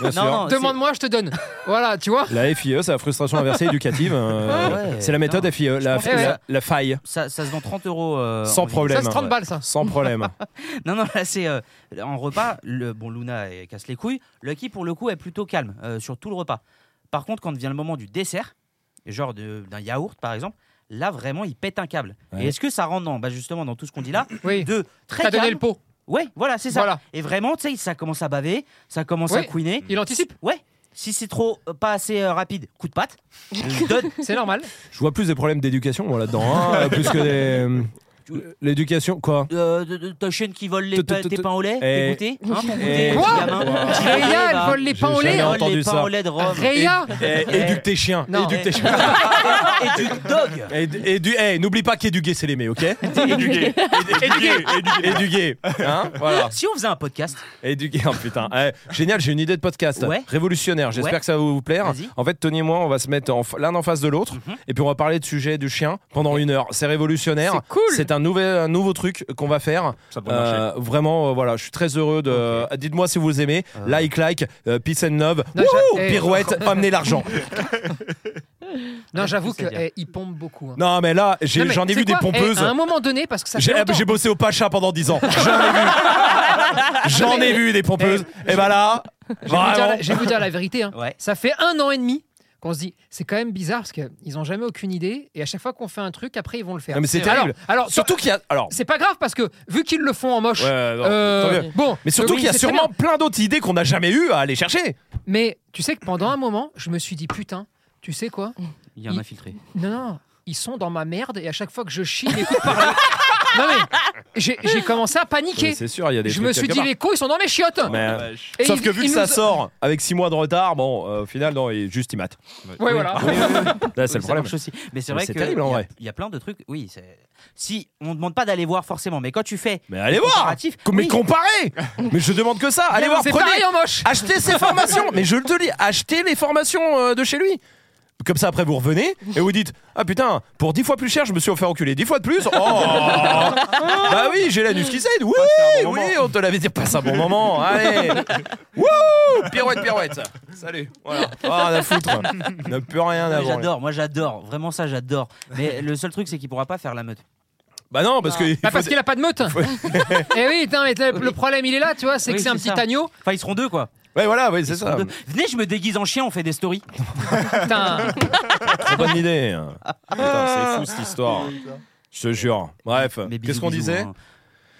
C: Bien sûr.
A: Non, non, c'est-
D: demande-moi, je te donne. Voilà, tu vois.
C: La FIE, c'est la frustration inversée éducative. euh,
A: Ah Ouais.
C: c'est la méthode
A: Non.
C: FIE, la, E,
A: pense
D: que
C: la-
A: ça-
C: la faille,
A: Ça, ça se vend 30 euros. euh, en
C: Sans
A: ligne.
C: problème. hein,
D: Ça se 30 balles, ça.
C: sans problème.
A: Non, non, là, c'est euh, en repas. Le, bon, Luna elle casse les couilles. Lucky, pour le coup, est plutôt calme euh, sur tout le repas. Par contre, quand vient le moment du dessert, genre de- d'un yaourt, par exemple, là, vraiment, il pète un câble.
C: Ouais.
A: Et est-ce que ça rentre dans, bah, justement dans tout ce qu'on dit là
D: Oui.
A: De très
D: T'as donné
A: calme.
D: le pot.
A: Ouais, voilà, c'est ça.
D: Voilà.
A: Et vraiment, tu sais, ça commence à baver, ça commence à
D: Oui.
A: couiner.
D: Il anticipe.
A: Ouais. Si c'est trop euh, pas assez euh, rapide, coup de patte. Je donne.
D: C'est normal.
C: Je vois plus des problèmes d'éducation moi là-dedans, hein, euh, plus que des- l'éducation quoi.
A: Euh, de- de- ta chaîne qui vole les
C: Te- te-
A: pa-
C: te-
A: tes
C: te-
A: pains au lait,
C: Eh.
A: t'es goûté, hein, ton
C: Eh.
A: goûter,
C: Quoi
A: petit gamin.
C: Wow.
A: Tu
D: Réa,
A: sais,
D: elle
A: bah,
D: vole les
C: J'ai
D: pains au
C: jamais
D: lait. hein.
A: Elle vole
C: entendu
A: les pains
C: ça.
A: au lait de Rome.
D: Réa.
C: Eh, éduque tes chiens.
D: Non.
C: Éduque tes chiens.
A: et du dog.
C: Et, et du, eh, n'oublie pas qu'éduquer c'est l'aimer, ok Éduquer, éduquer, éduquer, hein Voilà,
A: Si on faisait un podcast,
C: éduquer. Oh, putain, Eh, génial, j'ai une idée de podcast
A: Ouais.
C: révolutionnaire. J'espère
A: Ouais.
C: que ça va vous plaire.
A: Vas-y.
C: En fait, Tony et moi, on va se mettre en f- l'un en face de l'autre,
A: Mhm.
C: et puis on va parler de sujet du chien pendant une heure. C'est révolutionnaire.
G: C'est cool.
C: C'est un nouvel, un nouveau truc qu'on va faire.
B: Ça devrait marcher.
C: Euh, vraiment, euh, voilà, je suis très heureux de. Dites-moi si vous aimez.
A: Euh.
C: Like, like, euh, peace and love.
D: Non,
C: Wouhou,
D: j'a- eh.
C: pirouette, amenez l'argent.
D: Non, j'avoue que
A: C'est-à-dire
D: eh, il pompe beaucoup. hein.
C: Non, mais là, j'ai-
D: Non, mais
C: j'en ai,
D: c'est
C: vu des
D: quoi Eh,
C: pompeuses.
D: À un moment donné, parce que ça fait
C: J'ai ah, bah,
D: longtemps.
C: j'ai bossé au Pacha pendant 10 ans. J'en ai vu. J'en ai vu des pompeuses. Et bah là,
D: Je vais vous Eh, dire la-
C: vraiment.
D: Je vais vous dire la vérité. hein.
A: ouais.
D: Ça fait un an et demi qu'on se dit, c'est quand même bizarre parce qu'ils n'ont jamais aucune idée et à chaque fois qu'on fait un truc, après ils vont le faire.
C: Non, mais c'est
D: alors,
C: terrible.
D: alors,
C: Surtout qu'il y a. Alors.
D: c'est pas grave parce que vu qu'ils le font en moche.
C: ouais, ouais, non,
D: euh,
C: tant mieux.
D: bon,
C: Mais surtout
D: oui,
C: qu'il y a
D: c'est très
C: sûrement
D: bien.
C: plein d'autres idées qu'on n'a jamais eues à aller chercher.
D: Mais tu sais que pendant un moment, je me suis dit putain, tu sais quoi
A: Il y en a
D: Il-
A: filtré.
D: Non, non, ils sont dans ma merde et à chaque fois que je chie, ils m'écoutent parler. non mais j'ai j'ai commencé à paniquer.
C: sûr, il y a
D: Je me suis dit les cons, ils sont dans mes chiottes. Et
C: euh, Sauf
D: ils-
C: que vu
D: ils
C: que ça
D: nous-
C: sort avec 6 mois de retard, bon, euh, au final, non, il- juste il mate.
D: Ouais, voilà.
C: Là,
A: Oui,
C: c'est
A: ça
C: le problème.
A: marche aussi. Mais c'est
C: Mais
A: vrai
C: c'est
A: que
C: terrible, en
A: il y a-
C: vrai.
A: il y a plein de trucs. Oui, c'est si on ne demande pas d'aller voir forcément, mais quand tu fais
C: Mais allez voir
A: comparatif,
C: Com- Mais
A: oui,
C: comparez Mais je demande que ça Allez voir,
D: C'est
C: prenez
D: pareil en moche.
C: Achetez ces formations Mais je te dis, achetez les formations euh, de chez lui comme ça, après, vous revenez et vous dites Ah putain, pour 10 fois plus cher, je me suis offert enculer 10 fois de plus. Oh Bah oui, j'ai l'anus qui s'aide. Oui,
B: bon
C: oui,
B: moment.
C: on te l'avait dit, passe un bon moment. Allez Wouh Pirouette, pirouette Salut Voilà. Oh, on a foutre On n'a plus rien
A: Ah, mais
C: à voir.
A: j'adore. Moi, j'adore. Vraiment, ça, j'adore. Mais le seul truc, c'est qu'il pourra pas faire la meute.
C: Bah non, parce que. il
D: Bah,
C: faut
D: parce
C: des-
D: qu'il a pas de meute. et oui, tain, mais le, le problème il est là, tu vois, c'est
A: Oui,
D: que c'est un
A: c'est
D: petit
A: ça.
D: agneau.
A: Enfin, ils seront deux, quoi.
C: Ouais, voilà, oui, c'est
A: Ils seront
C: ça.
A: deux. Venez, je me déguise en chien, on fait des stories.
C: Euh,
D: Putain.
C: Trop bonne idée. Putain, c'est fou cette histoire. Je te jure. Bref,
A: Mais bisous,
C: qu'est-ce qu'on
A: bisous,
C: disait
A: hein.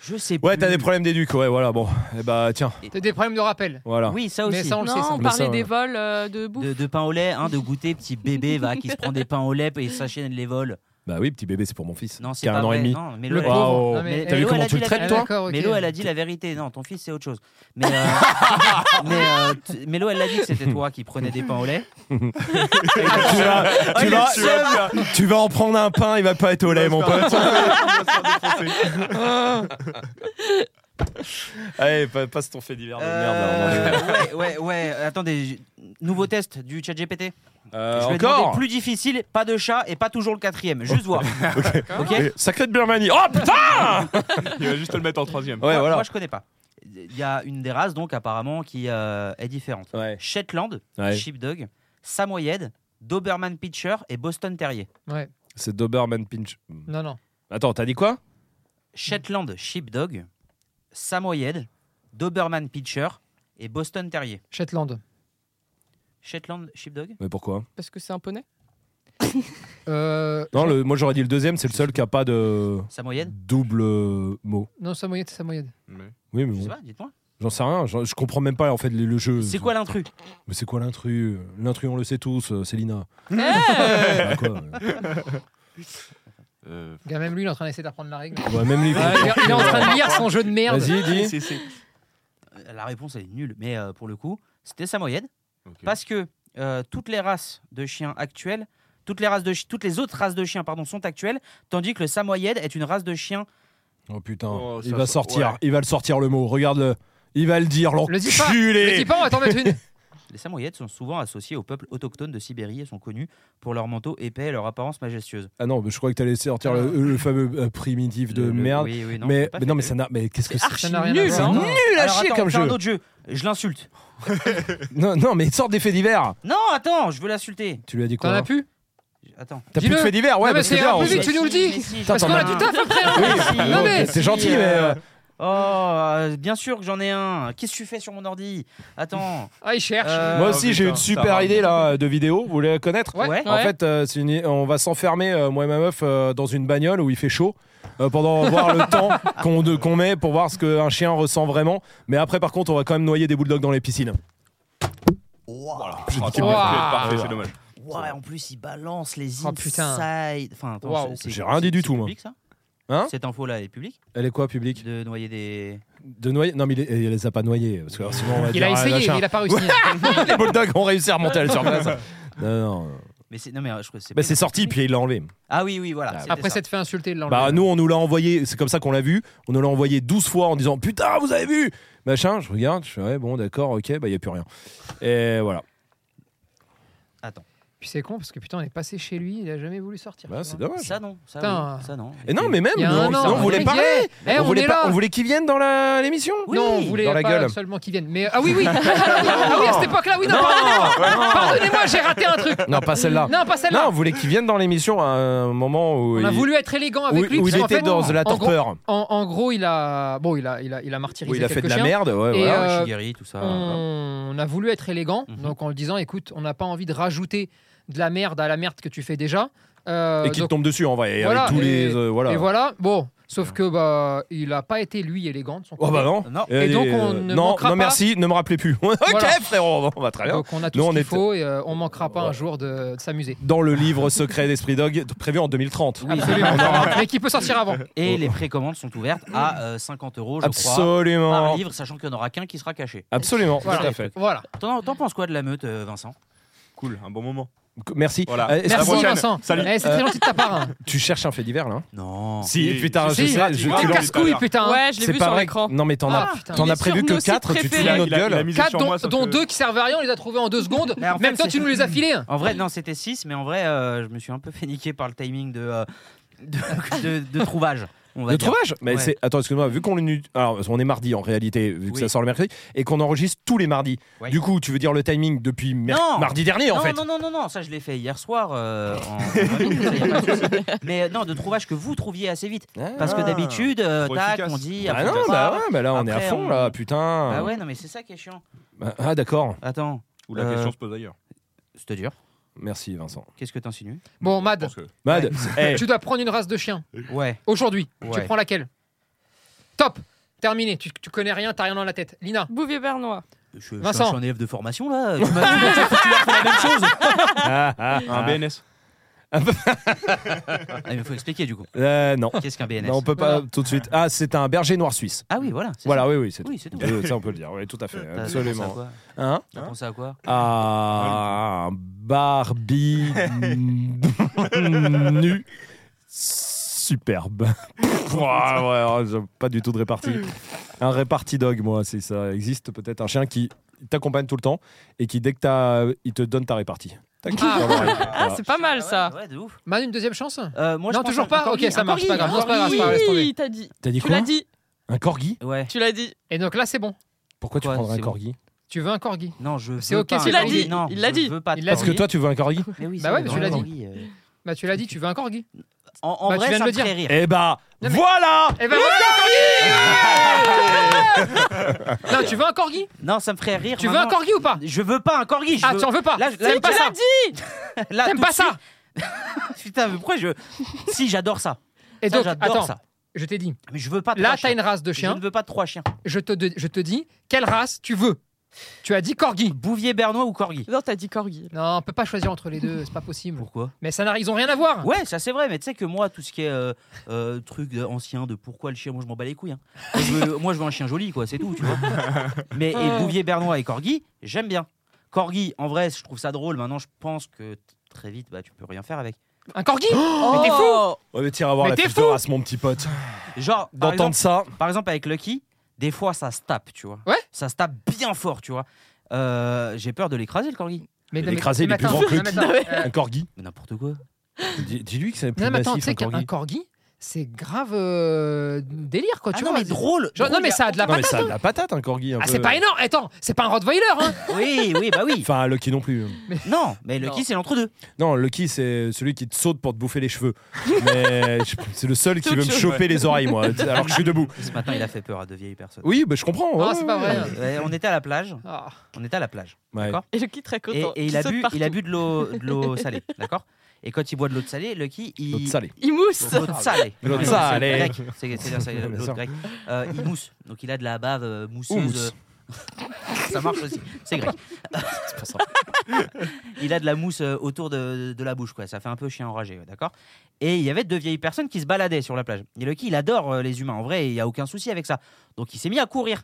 A: Je sais
C: Ouais,
A: plus.
C: t'as des problèmes d'éduc, ouais, voilà, bon. Eh bah, tiens,
D: T'as des problèmes de rappel.
C: voilà.
A: Oui, ça aussi.
D: Mais ça, on le sait.
G: Non,
D: ça.
G: on
C: Mais
G: parlait
C: ça,
G: des
C: ouais.
G: vols euh, de bouffe.
A: De, de pain au lait, hein, de goûter, petit bébé va qui se prend des pains au lait et sa chaîne les vole.
C: Bah oui, petit bébé, c'est pour mon fils.
A: Non,
C: qui
A: c'est
C: a
A: pas
C: un an
A: vrai.
C: et demi. Ah,
A: Non, Ah, mais
D: Le
A: Lola-
C: pauvre.
D: pauvre.
C: Wow.
D: Non, mais-
C: T'as vu
A: Mélo,
C: comment
A: elle a
C: tu
A: dit
C: le
A: la
C: traites,
D: Ah,
A: vérité.
C: toi
D: d'accord, ok.
A: Mélo, elle a dit la vérité. Non, ton fils, c'est autre chose. Mais, euh, mais euh, tu- Mélo, elle l'a dit que c'était toi qui prenais des pains au lait.
C: tu, vas,
A: Oh,
C: tu, vas, tu vas en prendre un pain, il va pas être au lait, mon pote. Allez, pa- passe ton fait divers de merde. là, on en est-
A: Ah, Euh, ouais, ouais, ouais. Attendez, je- nouveau test du chat GPT.
C: Euh,
A: je vais
C: encore
A: demander plus difficile, pas de chat et pas toujours le quatrième. Juste voir. Ok.
C: Et Sacré de Birmanie. Oh putain
B: Il va juste le mettre en troisième.
C: Ouais,
A: moi,
C: voilà.
A: moi, je connais pas. Il y a une des races, donc, apparemment, qui euh, est différente.
C: Ouais.
A: Shetland,
C: Ouais.
A: Sheepdog, Samoyed, Doberman Pitcher et Boston Terrier.
D: Ouais.
C: C'est Doberman Pinch.
D: Non, non.
C: Attends, t'as dit quoi
A: Shetland, Sheepdog, Samoyed, Doberman Pitcher et Boston Terrier.
D: Shetland.
A: Shetland, Sheepdog
C: Mais pourquoi
G: Parce que c'est un poney
D: Euh,
C: Non, le, moi j'aurais dit le deuxième, c'est le seul qui a pas de
A: Samoyed
C: double euh, mot.
D: Non, Samoyed, c'est Samoyed.
B: Ouais.
C: Oui, mais
A: Je sais
C: bon,
A: pas, dites-moi.
C: j'en sais rien. j'en- Je comprends même pas en fait le le jeu.
A: C'est quoi l'intrus
C: Mais c'est quoi l'intrus L'intrus, on le sait tous, euh, c'est Lina. Bah, quoi, euh.
B: Euh,
D: Le gars, Même lui, il est en train d'essayer d'apprendre la règle.
C: Ouais, même lui.
D: Ouais, il est- Ah, il est en train de lire son jeu de merde.
C: Vas-y, dis.
A: Euh, La réponse, elle est nulle. Mais euh, pour le coup, c'était Samoyed.
B: ok.
A: Parce que euh, toutes les races de chiens actuelles, toutes les, races de chi- toutes les autres races de chiens pardon, sont actuelles, tandis que le Samoyed est une race de chiens.
C: Oh putain,
B: Oh,
C: il
B: ça
C: va
B: sent-
C: sortir,
B: ouais.
C: il va le sortir le mot. Regarde-le. Il va le dire,
D: Le dis pas.
C: l'enculé.
D: Mais dis pas, on va t'en mettre une.
A: Les Samoyeds sont souvent associés au peuple autochtone de Sibérie et sont connus pour leur manteau épais et leur apparence majestueuse.
C: Ah non, mais je crois que t'allais laissé sortir le, le fameux euh, primitif de
A: Le- le-
C: merde.
A: oui, oui, non,
C: mais,
A: c'est pas
C: mais non,
A: fait.
C: mais ça n'a. Mais qu'est-ce que
G: C'est
C: c'est
G: archi
D: n'a rien à
G: nul
D: voir.
G: hein.
D: Non.
C: Nul à
A: Alors,
C: chier
A: attends,
C: comme
A: on fait
C: jeu.
A: un autre jeu. Je l'insulte.
C: Non, non, mais sorte des faits divers.
A: Non, attends, je veux l'insulter.
C: Tu lui as dit
D: T'en
C: quoi
D: as
C: hein
D: plus
A: Attends.
C: T'as plus de
D: Dis-le.
C: faits divers, ouais,
D: Non, mais
C: parce que
D: c'est
C: là,
D: un
C: on
D: peu
C: se-
D: vite, tu nous le dis.
C: Putain,
D: Parce qu'on
C: t'en
D: a
C: as
D: du
C: un.
D: taf après. hein. Non, mais.
C: C'est gentil, mais. euh,
A: Oh, euh, bien sûr que j'en ai un. Qu'est-ce que tu fais sur mon ordi Attends.
D: Ah, il cherche.
A: Euh,
C: Moi
B: oh,
C: aussi, j'ai
B: putain,
C: une
B: ça
C: super
B: va.
C: idée là euh, de vidéo. Vous voulez la connaître
D: Ouais.
A: ouais.
C: En
G: Ouais.
C: fait, euh, c'est une- on va s'enfermer, euh, moi et ma meuf, euh, dans une bagnole où il fait chaud. euh, pendant voir le temps qu'on de- qu'on met pour voir ce qu'un chien ressent vraiment. Mais après, par contre, on va quand même noyer des bulldogs dans les piscines.
B: Voilà. Oh,
D: Wow.
B: Parfait, c'est dommage.
A: Ouais, en plus, il balance les
D: Oh, putain.
A: inside. Enfin, attends,
D: Waouh.
A: c'est- c'est-
C: J'ai rien dit
A: c'est-
C: du
A: c'est
C: tout, moi.
A: public, ça
C: Hein
A: Cette info-là, elle est publique
C: Elle est quoi, public
A: De noyer des.
C: De noyer Non, mais il, est- il les a pas noyés. Parce que alors, sinon, on va
D: Il
C: dire,
D: a
C: ah,
D: essayé,
C: machin.
D: mais il a pas réussi.
C: les bulldogs ont réussi à remonter à la surface. Non, non.
A: Mais c'est. Non, mais euh, je crois que c'est.
C: Bah,
A: pas-
C: c'est sorti, puis il l'a enlevé.
A: Ah oui, oui, voilà.
C: Ah,
A: c'était
D: Après
A: ça.
D: s'être fait insulter, il l'a
C: Bah,
D: enlevé.
C: nous, on nous l'a envoyé, c'est comme ça qu'on l'a vu. On nous l'a envoyé 12 fois en disant Putain, vous avez vu Machin, je regarde, je fais Ouais, bon, d'accord, ok, bah, il n'y a plus rien. Et voilà.
D: Puis c'est con parce que putain, on est passé chez lui, il a jamais voulu sortir.
C: Bah,
D: tu
C: c'est
D: vois.
C: dommage.
A: Ça, non. Ça,
D: Putain.
A: oui, ça, non.
C: Et non, mais même,
D: Il y a
C: nous,
D: un
C: on,
D: an,
C: nous, on
D: on
C: voulait
D: était
C: parler.
D: gay. Eh,
C: on,
D: on
C: voulait
D: est
C: pas-
D: là.
C: on voulait qu'ils viennent dans la- l'émission.
A: Oui.
D: non, on voulait
C: dans la
D: pas
C: gueule.
D: seulement qu'ils viennent. Mais ah oui, oui. Ah oui, à cette époque-là, oui. Non, pardonnez-moi, pardonnez-moi, j'ai raté un truc.
C: Non, pas celle-là.
D: Non, pas
C: Non,
D: celle-là.
C: on voulait qu'ils viennent dans l'émission à un moment où
D: On
C: il,
D: a voulu être élégant avec
C: où-
D: lui.
C: où
D: parce
C: il
D: qu'en
C: était
D: fait,
C: dans la
D: en gros-
C: torpeur,
D: En, en gros, il a bon, il a il a il a martyrisé
C: où il a fait de
D: quelques
C: la
D: chiens.
C: merde. ouais,
D: Et,
C: voilà.
A: Voilà,
D: euh,
A: Shigeri, tout ça.
C: Ah,
A: voilà.
D: On a voulu être élégant,
A: Mhm.
D: donc en le disant, écoute, on n'a pas envie de rajouter de la merde à la merde que tu fais déjà. Euh,
C: Et qu'il
D: donc-
C: tombe dessus en vrai. et
D: voilà,
C: avec tous
D: et-
C: les. euh, voilà.
D: Et voilà, bon, sauf que bah, il a pas été lui élégant de son
C: Oh
D: côté.
C: bah non.
A: Non.
D: Et
C: Elle
D: donc,
C: est,
D: on
C: euh,
D: ne
C: non,
D: manquera
C: non
D: pas.
C: merci, ne me rappelez plus. ok
D: Voilà.
C: frérot, on va très bien.
D: Donc on a tout
C: Nous,
D: ce
C: on
D: qu'il
C: est-
D: faut et euh, on manquera pas
C: Ouais.
D: un jour de, de s'amuser.
C: Dans le livre secret d'Esprit Dog, prévu en 2030.
A: Oui,
D: Absolument. Mais qui peut sortir avant.
A: Et les précommandes sont ouvertes à euh, 50 euros, je crois, par
C: Absolument.
A: livre, sachant qu'il n'y en aura qu'un qui sera caché.
C: Absolument,
D: Voilà.
C: tout à fait.
D: Voilà.
A: T'en t'en penses quoi de la meute, euh, Vincent
B: Cool, un bon moment.
C: Merci.
B: Voilà.
C: Euh, est-ce que
D: Merci
B: prochaine.
D: Vincent.
B: Salut.
D: Eh,
C: Euh.
D: c'est très gentil de ta part. hein.
C: Tu cherches un fait divers là
A: Non.
C: Si,
B: Si,
C: putain, je
D: si.
C: sais. je-
D: Ah,
B: l'as
C: tu
B: vu
C: l'as-
B: tout à
D: casse-couille,
B: l'heure.
D: putain.
G: Ouais, je l'ai
C: C'est
G: vu
C: pas
G: sur
C: vrai.
G: l'écran.
C: Non, mais t'en
D: Ah,
C: as,
D: putain.
C: t'en
G: Il
C: as
G: est
C: prévu
G: sur
C: que
G: nos sites
C: 4 Tu te fous de
G: préférés.
C: notre
B: Il a- il a
C: gueule.
B: mis-
D: Quatre,
B: sur
D: dont,
B: moi, sauf
D: dont
B: que-
D: deux qui servaient à rien, on les a trouvés en deux secondes.
A: Mais en
D: Même
A: fait,
D: toi,
A: c'est-
D: tu nous les as filés.
A: En vrai, non, c'était 6, mais en vrai, euh, je me suis un peu fait niquer par le timing de, euh, de, de- de trouvage. On va
C: Le
A: dire.
C: trouvage Mais
A: Ouais.
C: c'est attends, excuse-moi, vu qu'on est alors on est mardi en réalité, vu que
A: Oui.
C: ça sort le mercredi et qu'on enregistre tous les mardis.
A: Ouais.
C: Du coup, tu veux dire le timing depuis mer-
A: Non.
C: mardi dernier en
A: non,
C: fait.
A: non, non, non, non, ça je l'ai fait hier soir. euh, en- en famille, ça, y a pas de souci. Mais euh, non, de trouvage que vous trouviez assez vite. Parce que
C: Ah.
A: d'habitude, euh,
B: Trop
A: tac,
B: efficace.
A: on dit.
C: Bah
A: après,
C: non,
A: on
C: bah
A: part.
C: ouais, bah là on est à
A: Après,
C: fond
A: on-
C: là, putain.
A: Bah ouais, non, mais c'est ça qui est chiant.
C: Bah, Ah d'accord.
A: Attends,
B: Ou la
A: Euh,
B: question se pose ailleurs.
A: c'est dur.
C: Merci Vincent.
A: Qu'est-ce que t'insinues
D: Bon,
B: Je
D: Mad,
B: pense que-
C: Mad, eh,
D: tu dois prendre une race de chien.
A: Ouais.
D: Aujourd'hui, tu
A: Ouais.
D: prends laquelle Top Terminé. Tu, tu connais rien, t'as rien dans la tête. Lina,
G: Bouvier bernois.
A: Je, je suis un-
D: Vincent.
A: je suis un élève de formation là. Tu m'as dit, faut que tu leur fais la même chose.
C: ah, ah,
B: Un
C: ah.
B: BNS.
A: Ah, mais faut expliquer du coup.
C: Euh, non.
A: Qu'est-ce qu'un BNS
C: Non, on peut pas
D: Voilà.
C: tout de suite. Ah, c'est un berger noir suisse.
A: Ah oui, voilà. c'est
C: Voilà,
A: ça.
C: oui, oui, c'est
A: Oui, c'est tout.
C: Euh, ça, on peut le dire, oui, tout à fait,
A: T'as- t'as
C: absolument.
A: pensé à quoi
C: Hein
A: T'as pensé à quoi
C: Ah, un Barbie nu superbe. Ouah, ouais, ouais, j'ai pas du tout de réparti. Un réparti dog, moi, si ça existe, peut-être un chien qui t'accompagne tout le temps et qui, dès que t'as. Il te donne ta répartie. Tac,
G: Ah.
C: dans l'oreille.
G: Ah, c'est pas mal ça.
A: Ouais, de ouf.
D: Manu, une deuxième chance
A: Euh, moi, je
D: Non,
A: pense
D: toujours
A: à- hein.
D: pas
A: encore
D: Ok,
A: Guy,
D: ça
A: encore
D: marche,
A: Guy,
D: pas grave, non, c'est
A: encore
D: pas grave,
A: Guy.
D: c'est pas grave, laisse tomber.
G: Oui, t'as dit.
C: T'as dit
G: Tu
C: quoi
G: l'as dit.
C: Un corgi
A: Ouais.
G: Tu l'as dit.
D: Et donc là, c'est bon.
C: Pourquoi tu
A: Quoi,
C: prendrais un
A: c'est bon.
C: corgi
D: Tu veux un corgi
A: Non, je.
D: C'est
A: veux
D: ok,
A: pas
D: tu
A: un
D: l'as
A: corgi.
G: dit,
A: Non,
G: il l'a
A: je
G: dit.
A: veux pas de
D: Il l'a dit.
C: Parce que
A: corgi.
C: toi, tu veux un corgi
A: Mais oui,
D: Bah
A: c'est
D: ouais, mais tu
A: vrai,
D: l'as dit.
A: corgi, euh.
D: Bah, tu l'as dit, tu veux un corgi.
A: En, en
D: Bah, tu
A: vrai,
D: viens de
A: ça
D: le
A: me
D: dire.
A: ferait rire.
C: Eh bah,
D: Non, mais-
C: voilà
D: Et ben voilà un corgi Non, tu veux un corgi
A: Non, ça me ferait rire.
D: Eh, Tu veux
A: maintenant.
D: un corgi ou pas
A: Je veux pas un corgi. Je
D: Ah,
A: veux...
D: tu en veux pas
A: Là, je- là,
D: T'aimes pas
A: tu
D: ça
A: l'as là,
D: T'aimes
A: tout de
D: pas ça
A: suite- Putain, mais pourquoi je. Si, j'adore ça.
D: Et
A: Ça,
D: donc,
A: Ah, j'adore
D: attends,
A: ça.
D: je t'ai dit,
A: Mais je veux pas.
D: là,
A: trois
D: t'as
A: chiens.
D: une race de
A: Je
D: chiens.
A: ne veux pas de trois chiens.
D: Je te, de- je te dis, quelle race tu veux Tu as dit corgi.
A: Bouvier bernois ou corgi
G: Non, t'as dit corgi.
D: Non, on peut pas choisir entre les deux, c'est pas possible.
A: Pourquoi
D: Mais ça n'a- ils ont rien à voir.
A: Ouais, ça c'est vrai, mais tu sais que moi, tout ce qui est euh, euh, truc de- ancien de pourquoi le chien, moi je m'en bats les couilles. hein. Moi, je veux, moi, je veux un chien joli, quoi, c'est tout, tu vois. Mais et Bouvier Bernois et Corgi, j'aime bien. Corgi, en vrai, je trouve ça drôle. Maintenant, je pense que t- très vite, bah, tu peux rien faire avec.
D: Un corgi
G: Oh.
D: Mais t'es fou
C: Ouais, mais tire à voir
D: Mais
C: la
D: t'es
C: fiche
D: fou
C: de race, mon petit pote.
A: Genre, par
C: D'entendre
A: exemple,
C: ça.
A: par exemple, avec Lucky, des fois ça se tape, tu vois.
D: Ouais.
A: Ça se tape bien fort, tu vois. Euh, J'ai peur de l'écraser, le Corgi.
D: Mais non, mais-
C: L'écraser, il
D: mais
C: est plus
D: attends,
C: grand que
D: non,
C: le
D: mais attends, euh,
C: Un corgi
A: Mais n'importe quoi.
C: Dis- Dis-lui que c'est plus
D: Non, mais attends, tu
C: massif, un
D: sais qu'un
C: corgi.
D: corgi, c'est grave euh, délire, quoi.
A: Ah
D: tu
A: non,
D: vois,
A: mais drôle.
D: Genre, non,
A: drôle,
D: mais
A: y a-
D: ça a de la
C: Non, mais
D: patate.
C: ça a de
D: hein.
C: la patate, un corgi. un
D: Ah,
C: peu.
D: c'est pas énorme. Attends, c'est pas un Rottweiler, hein.
A: Oui, oui, bah oui.
C: Enfin, Lucky non plus.
A: Non, mais Lucky, c'est l'entre-deux.
C: Non, Lucky, c'est celui qui te saute pour te bouffer les cheveux. Mais je- c'est le seul qui
G: C'est
C: veut me
G: autre chose,
C: choper les oreilles, moi, alors que je suis debout.
A: Ce matin, il a fait peur à deux vieilles personnes.
C: Oui, bah, je comprends.
D: Non,
C: ouais,
D: c'est pas
C: ouais.
D: vrai.
A: Ouais, on était à la plage.
D: Ah.
A: On était à la plage.
C: Ouais.
A: D'accord.
G: Et le kit très
A: Et,
G: content.
A: et il,
G: qui
A: a
G: saute
A: bu,
G: partout.
A: il a bu de l'eau, de l'eau salée. D'accord. Et quand il boit de l'eau de salée, Lucky, il.
C: L'autre salé.
G: Il mousse.
A: L'eau de salée.
C: De l'eau de
A: Ouais,
C: salée.
A: grec. C'est c'est bien ça,
C: Bien
A: l'eau de
C: sûr.
A: grec. Euh, il mousse. Donc il a de la bave euh, mousseuse. euh,
C: Houmous.
A: ça marche aussi. C'est grec.
C: C'est pour ça.
A: Il a de la mousse euh, autour de, de la bouche, quoi. Ça fait un peu chien enragé, ouais, d'accord Et il y avait deux vieilles personnes qui se baladaient sur la plage. Et Lucky, il adore euh, les humains. En vrai, il n'y a aucun souci avec ça. Donc il s'est mis à courir.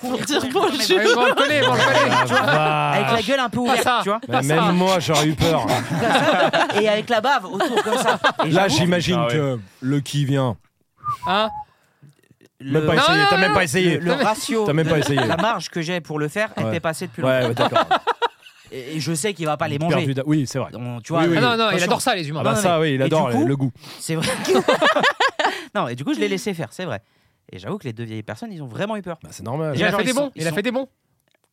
A: Courir,
G: Dire
A: courir, courir,
G: bonjour.
A: mais
D: Ouais, bon, on le connaît, bon, on le connaît.
C: Ah,
A: Avec
C: vache.
A: la gueule un peu
D: Pas
A: ouverte,
D: ça.
A: tu vois.
C: Mais Même moi, j'aurais eu peur.
A: Et avec la bave autour comme ça. Et
C: Là,
A: j'avoue,
C: j'imagine
B: Ah ouais.
C: que Lucky vient.
D: Hein
A: le-
C: Même pas
D: Non,
C: essayé.
D: non,
C: T'as même
D: non.
C: pas essayé.
A: le ratio,
C: T'as même
A: de
C: pas essayé.
A: la marge que j'ai pour le faire, elle
C: Ouais.
A: t'est passée depuis longtemps.
C: Ouais, ouais, d'accord.
A: Et et je sais qu'il va pas les
C: Perdu
A: manger.
C: d'a- Oui, c'est vrai.
A: On- tu vois,
C: Oui, oui.
D: Ah non, non, il
A: attention.
D: adore ça, les humains.
C: Ah bah
A: non,
C: ça,
A: mais-
C: oui,
A: et
C: il
A: du
C: adore
A: coup-
C: le goût.
A: C'est vrai. non, et du coup, je l'ai laissé faire, c'est vrai. Et j'avoue que les deux vieilles personnes, ils ont vraiment eu peur.
C: Bah, c'est normal.
D: Il a
A: Genre,
D: fait des
A: ils sont-
D: bons, il a
A: ils
D: fait des bons.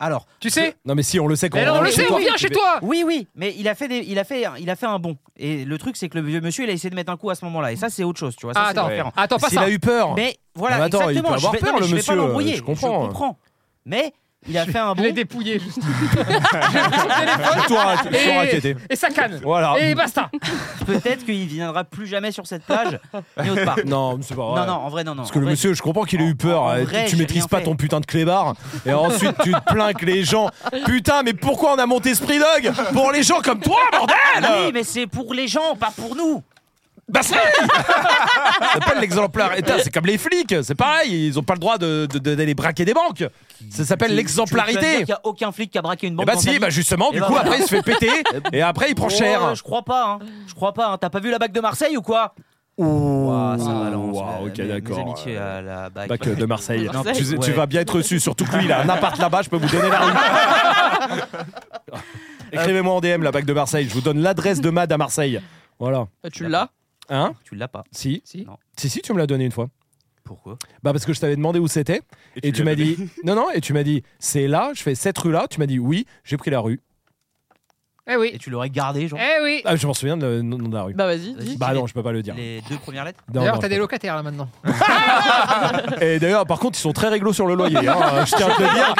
A: Alors,
D: Tu sais
C: Non, mais si, on le sait qu'on
D: Mais non, on le sait, on vient chez toi
A: oui, oui, mais il a fait, des, il a fait, il a fait un bon. Et le truc, c'est que le vieux monsieur, il a essayé de mettre un coup à ce moment-là. Et ça, c'est autre chose, tu vois. Ça,
D: Ah,
A: c'est
D: attends,
A: différent.
D: attends, pas
C: S'il
D: ça.
C: a eu peur.
A: Mais voilà,
C: Mais attends, il peut
A: exactement.
C: avoir
A: je vais,
C: peur,
A: non, mais
C: le
A: je vais
C: monsieur,
A: pas
C: euh,
A: l'embrouiller.
C: je comprends.
A: Mais il a fait un
D: Il est
A: bon.
D: dépouillé, juste.
C: Et toi, tu
D: Et-
C: seras inquiété.
D: Et ça canne.
C: Voilà.
D: Et basta.
A: Peut-être qu'il viendra plus jamais sur cette plage, ni autre part.
C: Non, mais c'est pas vrai.
A: Non, non, en vrai, non, non.
C: Parce que
A: En
C: le
A: vrai,
C: monsieur, je comprends qu'il ait
A: en-
C: eu peur.
A: en
C: euh,
A: vrai,
C: tu
A: j'ai
C: maîtrises
A: rien
C: pas
A: fait.
C: ton putain de clébard. Et ensuite, tu te plains que les gens. Putain, mais pourquoi on a monté Spree Dog Pour les gens comme toi, bordel
A: Oui, mais c'est pour les gens, pas pour nous.
C: Bah, c'est C'est pas l'exemplaire. Et tain, C'est comme les flics, c'est pareil. Ils ont pas le droit d'aller de, de- d'aller braquer des banques. Ça s'appelle
A: Il
C: l'exemplarité.
A: n'y a aucun flic qui a braqué une
C: Et
A: banque.
C: bah,
A: dans
C: si,
A: sa vie.
C: bah, justement,
A: Eh
C: du
A: ben,
C: coup,
A: voilà.
C: après, il se fait péter. Et après, il prend cher.
A: Oh, je crois pas, hein. Je crois pas, hein. T'as pas vu la bague de Marseille ou quoi Ouah, ça balance.
C: Ouah,
A: Euh,
C: ok,
A: mes-
C: d'accord.
A: Mes amitiés à la bague.
C: Bac euh, de Marseille.
G: Non,
C: Tu, tu
A: ouais.
C: vas bien être reçu, surtout que lui, il a un appart là-bas, je peux vous donner la rue. Écrivez-moi en DM la bac de Marseille, je vous donne l'adresse de Mad à Marseille. Voilà.
G: Bah, tu l'as.
C: Hein
A: Tu l'as pas.
C: Si.
D: Si.
A: Non.
C: Si, si, tu me l'as donné une fois.
A: Pourquoi
C: Bah parce que je t'avais demandé où c'était et, tu
B: lui
C: m'as
B: as donné.
C: dit non non et tu m'as dit c'est là je fais cette rue là tu m'as dit oui j'ai pris la rue
D: Eh
A: Et
D: oui.
A: tu l'aurais gardé, genre
D: Eh oui.
C: ah je m'en souviens de le nom de la rue
G: Bah, vas-y,
A: Vas-y.
G: dis.
C: bah non je peux pas le dire
A: Les deux premières lettres
C: Non,
D: D'ailleurs,
C: non,
D: t'as
C: je
D: des
C: peux
D: locataires là maintenant.
C: pas. et d'ailleurs par contre ils sont très réglo sur le loyer hein, je tiens à te le dire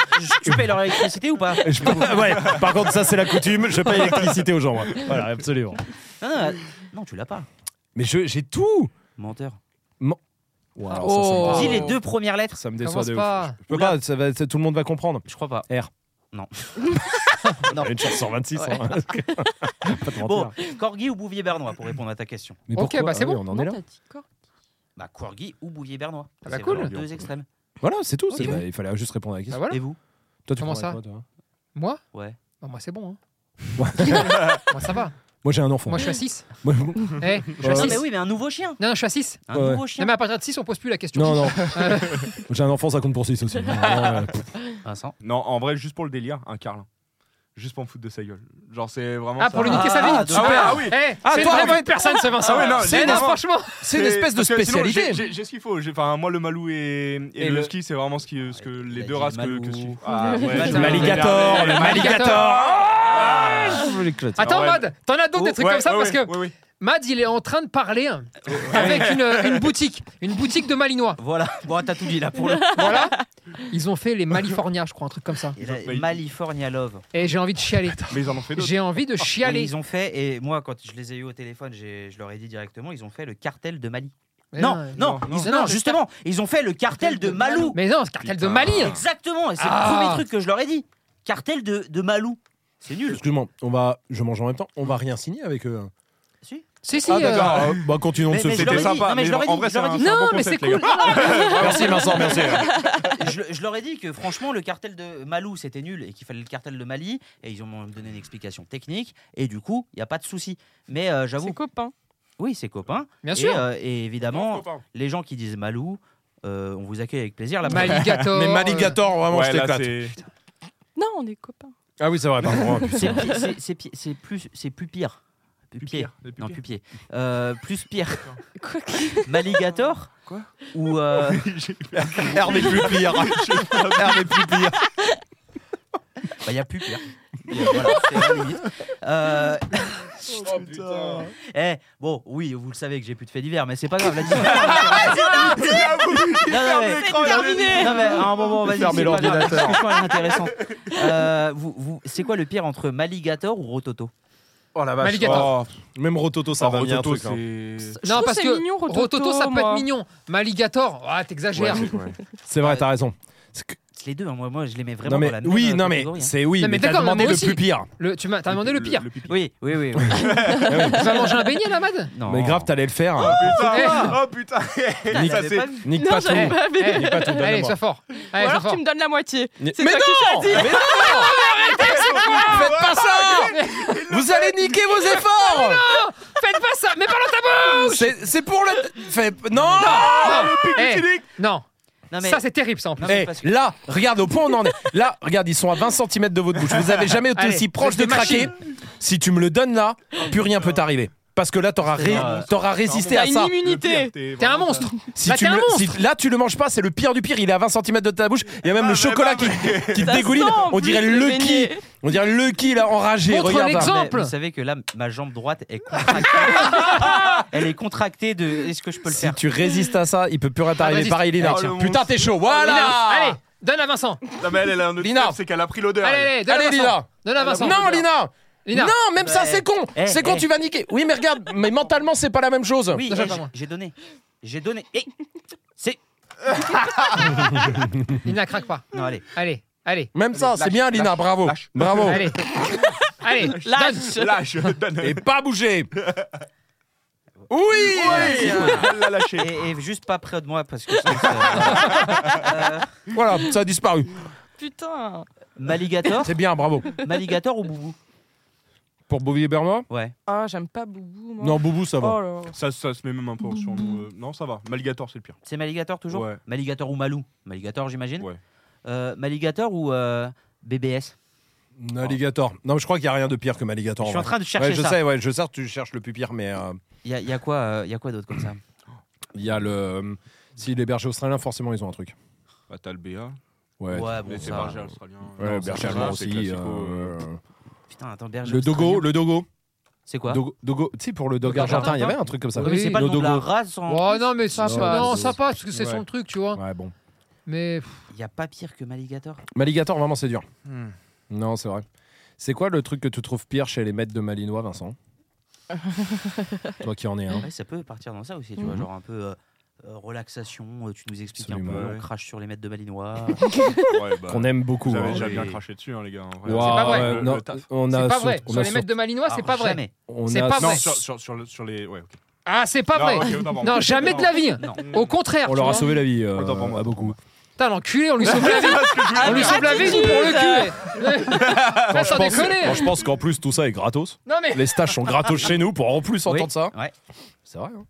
A: Tu payes leur électricité ou pas
C: Je peux- ouais, par contre ça c'est la coutume je paye l'électricité aux gens moi. voilà absolument
A: Non, non, Ah, non, tu l'as pas.
C: mais je- j'ai tout
A: Menteur.
C: Wow,
G: Oh.
A: Dis
C: ça, ça me
A: les
C: déçoit.
A: deux premières lettres.
C: Ça me déçoit
D: Commence
C: de ouf.
D: pas.
C: Je peux pas, ça va- ça- tout le monde va comprendre.
A: Je crois pas.
C: R.
A: Non.
C: Il y a Une chance sur 26. hein. pas de mentir.
A: Bon, Corgi ou Bouvier Bernois pour répondre à ta question.
C: Mais
D: Ok,
C: pourquoi
D: bah, c'est
C: Ah oui,
D: bon.
C: On en est là.
G: Non, t'as dit quoi
A: Bah Corgi ou Bouvier Bernois.
D: Ah bah
A: C'est
D: cool.
A: vraiment Deux extrêmes.
C: Voilà, c'est tout. c'est-
D: Ok.
C: bah, il fallait juste répondre à la
D: Bah
C: question.
D: voilà.
A: Et vous
C: Toi, tu
D: Comment
C: prendrais
D: ça
C: quoi, toi hein.
D: Moi
A: Ouais.
D: Bah, Moi, c'est bon. hein.
C: Ouais.
D: Moi, ça va.
C: Moi, j'ai un enfant.
D: Moi, je suis à 6.
C: Moi-
D: Eh, je suis à
C: Ouais.
A: Non
D: 6.
A: Ah, mais oui, mais un nouveau chien.
D: Non, non, je suis à 6.
A: Un
C: Ouais.
A: nouveau
D: Non,
A: chien.
D: mais à partir de 6, on pose plus la question.
C: non, non.
D: Euh,
C: j'ai un enfant, ça compte pour 6 aussi. Vraiment, euh, pff.
A: Ah, Vincent.
B: Non, en vrai, juste pour le délire, un Carlin. Juste pour me foutre de sa gueule. Genre, c'est vraiment.
D: Ah,
B: ça.
D: pour lui niquer sa vie
C: Ah,
D: Super
C: ah oui.
D: Eh,
C: Ah,
D: C'est une
C: toi,
D: très
C: en fait.
D: bonne personne, ce Vincent
B: Ah ouais, non,
D: C'est-
B: mais
D: non,
B: vraiment.
D: franchement
C: C'est une espèce de
B: parce que sinon, j'ai-
C: spécialité.
B: J'ai j'ai ce qu'il faut. J'ai- Enfin, moi, le Malou et, et
A: Et
B: le,
A: le-
B: ski, c'est vraiment ce, qui, ce que les
A: Il a
B: deux
A: dit
B: races
A: Malou.
B: que, que je suis. Ah, ouais,
A: Le
B: je-
C: Maligator, le Maligator.
D: Attends,
A: Ah.
B: ouais.
D: Mad, t'en as d'autres des trucs
B: Ouais,
D: comme ça
B: ouais,
D: parce
B: ouais,
D: que
B: ouais, ouais.
D: Mad, il est en train de parler hein, avec une, une boutique, une boutique de Malinois.
A: Voilà, bon, t'as tout dit là pour le.
D: Voilà. Ils ont fait les Malifornias, je crois, un truc comme ça.
A: Et la-
B: failli-
A: Malifornia Love.
D: Et j'ai envie de chialer.
B: Mais ils en ont fait d'autres.
D: J'ai envie de
A: Et
D: chialer.
A: ils ont fait, et moi quand je les ai eu au téléphone, j'ai- je leur ai dit directement, ils ont fait le cartel de Mali.
D: Mais
A: non, non,
B: non, non.
A: ils-
D: Mais
A: non,
D: non, le
A: justement, ils ont fait le cartel de Malou.
D: Mais non, ce cartel de
B: Putain.
D: Mali.
A: Exactement, et c'est
D: Ah.
A: le premier truc que je leur ai dit. Cartel de, de Malou. C'est nul.
C: Excuse-moi, on va, je mange en même temps. On va rien signer avec eux. hein.
A: Si.
D: Si, si. euh,
C: Ah, bah continuons de
A: mais-
C: se
A: mais je
B: C'était
A: leur ai dit,
B: sympa.
A: non, mais je leur ai
B: en
A: dit,
B: vrai,
A: je
B: c'est
A: leur ai
B: un,
A: dit.
B: c'est un
D: Non,
B: bon
D: mais c'est
B: concept, les
D: cool.
B: gars.
C: Merci Vincent, merci.
A: je, je leur ai dit que franchement, le cartel de Malou, c'était nul et qu'il fallait le cartel de Mali. Et ils m'ont donné une explication technique. Et du coup, il n'y a pas de souci. Mais euh, j'avoue,
G: C'est copain.
A: oui, c'est copain.
D: Bien
A: et,
D: sûr.
A: euh, et évidemment,
B: Copain.
A: les gens qui disent Malou, euh, on vous accueille avec plaisir. Là
D: Maligator.
C: Mais
D: euh,
C: Maligator, vraiment,
B: Ouais,
C: je
B: là,
C: t'éclate.
B: c'est-
G: Non, on est copains.
C: Ah oui, c'est vrai, pardon. Oh,
A: C'est
C: putain.
A: pi- c'est- c'est pi- c'est plus, c'est plus pire. Plus pire.
B: Les
A: Non, plus
B: pupilles.
A: pire. Euh, plus pire.
G: Quoi que-
A: Maligator
B: Quoi
A: Ou. euh,
C: Hervé plus pire. Hervé plus pire.
A: bah, il y a plus pire. Et, euh, voilà, c'est la limite. Euh,
B: Oh, putain.
A: Eh, bon, oui, vous le savez que j'ai plus de faits divers, mais c'est pas grave. La discussion- Non, non, mais- Non, mais à un moment, vas-y,
C: Fermez
A: c'est pas grave, la
C: l'ordinateur.
A: discussion, elle est intéressante. Euh, vous- vous- c'est quoi le pire entre Maligator ou Rototo
C: Oh la
D: Maligator.
B: Oh,
C: Même Rototo, ça
B: ça
C: va
B: va
C: bien
B: Rototo,
C: truc. hein.
B: c'est.
G: Je
D: Non,
G: trouve
D: parce
G: c'est
D: que
G: mignon, Rototo,
D: Rototo, ça peut
G: moi.
D: être mignon. Maligator, ah,
B: Ouais,
D: t'exagères.
B: c'est- ouais.
C: C'est vrai, t'as raison. C'est que-
A: C'est les deux, hein, moi, moi je les mets vraiment
C: Non mais
A: dans la même
C: oui,
A: euh,
C: non mais
A: catégorie, hein.
C: c'est oui,
D: Non, mais
C: mais t'as
D: d'accord, mais
C: demandé
D: moi
C: le
D: aussi.
C: plus pire.
D: Le- tu m'as t'as demandé le pire.
B: pipi.
A: Oui, oui, oui. oui.
D: Tu vas manger un beignet là, Mad
A: Non.
C: Mais grave, t'allais le faire.
B: Oh putain!
D: Eh.
B: Oh putain!
A: Ah,
B: Ça,
A: j'avais
B: c'est-
A: pas vu.
C: Nick
G: Non,
C: pas tout.
G: j'avais pas vu.
D: Eh,
C: Nick pas tout,
D: Allez,
C: donne-moi.
D: sois fort.
G: Ou
D: Allez, sois
G: alors
D: fort.
G: tu me donnes la moitié.
C: Mais
G: C'est toi qui
C: non Eh,
G: choisis.
C: Mais non Faites pas ça Vous allez niquer vos efforts
D: Faites pas ça, mais pas dans ta bouche
C: C'est c'est pour le... Fait- Non
D: Eh, Non,
A: Non, mais-
D: ça c'est terrible ça en plus.
A: Non,
C: Eh,
A: mais parce que-
C: là, regarde, au point où on en est. Là, regarde, ils sont à 20 cm de votre bouche. Vous avez jamais été
D: Allez,
C: aussi proche
D: vous
C: de
D: êtes des
C: craquer. Si tu me le donnes là, plus rien peut t'arriver. Parce que là, t'auras ré-
A: vrai.
C: t'auras résisté
G: T'as
C: à ça.
G: une immunité.
D: T'es un monstre
C: Si
D: Bah,
C: tu
D: t'es
C: me-
D: un
C: si- là, tu le manges pas, c'est le pire du pire. Il est à 20 cm de ta bouche. Il y a même le chocolat qui, qui te
G: Ça
C: dégouline.
G: sent en
C: On
G: plus
C: dirait
G: le
C: Lucky.
G: beignet.
C: On dirait Lucky, là, enragé.
D: Montre
C: Regarde.
D: l'exemple.
A: Mais
D: Exemple.
A: vous savez que là, ma jambe droite est contractée. Elle est contractée de. Est-ce que je peux le
C: Si
A: faire
C: tu résistes à ça, il peut plus rien t'arriver.
D: résiste.
C: Pareil, Lina.
B: Ah, le
C: Putain, t'es chaud. Voilà.
D: Lina, Allez, donne à Vincent
B: Non, mais elle, elle a un autre
C: Lina.
B: truc, c'est qu'elle a pris l'odeur.
D: Allez,
B: elle.
D: allez, donne à
C: Allez,
D: Vincent
C: Lina.
D: Donne à Vincent
C: Non, Lina.
D: Lina
C: Non, même ça,
A: Eh,
C: c'est con.
A: eh,
C: c'est con,
A: eh.
C: tu vas niquer. Oui, mais regarde, mais mentalement, c'est pas la même chose.
A: Oui,
D: Non,
A: eh,
D: j'aime pas, moi.
A: j'ai donné. J'ai donné. Eh, Et c'est.
D: Lina, craque pas.
A: Non, allez.
D: Allez, allez,
C: Même ça, c'est bien, Lina. Bravo.
B: lâche.
C: Bravo.
D: allez. Allez,
G: Lâche.
D: donne.
B: Lâche, donne.
C: Et pas bouger. Oui.
B: Elle l'a lâché.
A: Et, et juste pas près de moi parce que. sinon, ça-
C: Voilà, ça a disparu.
G: Putain.
A: Maligator
C: C'est bien, bravo.
A: Maligator ou Boubou
C: Pour Bouvier Berma
A: Ouais.
G: Ah, j'aime pas Boubou. Moi.
C: Non, Boubou, ça va.
G: Oh là. là.
B: Ça, ça se met même un peu sur nous. euh, Non, ça va. Malgator, c'est le pire.
A: C'est Maligator toujours
B: Ouais.
A: Maligator ou Malou Maligator, j'imagine
B: Ouais.
A: Euh, Maligator ou euh, BBS
C: Alligator. Non, mais je crois qu'il n'y a rien de pire que Maligator.
A: Je suis
C: vrai.
A: en train de chercher
C: ouais, je
A: ça.
C: sais, ouais, je sais, que tu cherches le plus pire, mais euh,
A: Il y, a- il y a quoi, euh, il y a quoi d'autre comme ça
C: il y a le. euh, si les bergers australiens, forcément, ils ont un truc.
B: Bah, t'as le BA.
C: Ouais.
B: Mais c'est
A: ça-
B: berger australien.
C: Ouais,
B: Non,
C: berger
B: c'est
C: allemand
B: c'est
C: aussi.
B: classico, euh,
C: euh,
A: Putain, attends, berger
C: Le dogo,
A: australien.
C: le dogo.
A: C'est quoi
C: Dogo, dogo- tu sais, pour le dog
A: Dogo
C: argentin, il y
A: argentin.
C: avait un truc comme ça.
A: Non, mais c'est pas le
C: le
A: nom de la
C: dogo.
A: race. en-
D: Oh non, mais ça
C: Ça
D: passe. Non,
C: passe.
D: ça passe, parce que c'est
C: Ouais.
D: son truc, tu vois.
C: Ouais, bon.
D: Mais
A: Il n'y a pas pire que Maligator.
C: Maligator, vraiment, c'est dur.
B: Hmm.
C: Non, c'est vrai. C'est quoi le truc que tu trouves pire chez les maîtres de Malinois, Vincent Toi qui en es un.
A: Ouais, ça peut partir dans ça aussi, tu vois, genre un peu euh, euh, relaxation, euh, tu nous expliques un
C: Absolument.
A: peu, on crache sur les mètres de Malinois.
B: Ouais, bah,
C: Qu'on aime beaucoup.
B: Vous avez
C: hein.
B: déjà
A: les-
B: bien craché dessus, hein, les gars. en vrai. Euh,
C: Waouh,
D: pas vrai.
C: ouais,
B: Le-
C: non,
B: le taf.
C: on a
D: c'est pas
C: sur-
D: vrai.
C: on
D: Sur
C: a Ah,
D: les
C: sur-
D: maîtres de Malinois, c'est
A: Alors,
D: pas vrai.
A: Jamais.
C: on
D: c'est
C: a
D: pas
C: sur-
B: Non,
D: vrai.
B: sur, sur, sur le- sur les. Ouais, ok.
D: Ah, c'est pas vrai.
B: Non, ok, autant pour moi.
D: Non, jamais de la vie.
A: Non.
D: Au contraire,
C: On
D: tu
C: leur a
D: vois.
C: sauvé la vie euh,
B: Autant pour moi.
C: à beaucoup.
D: Putain, l'enculé, on lui sauve la vie.
B: Ah,
D: On lui sauve la vie
G: Attitude.
D: pour le cul. eh.
C: Quand
D: Sans déconner.
C: quand je pense qu'en plus tout ça est gratos.
D: Non, mais.
C: Les stages sont gratos chez nous pour en plus
A: Oui,
C: entendre ça.
A: Ouais.
C: C'est vrai. hein.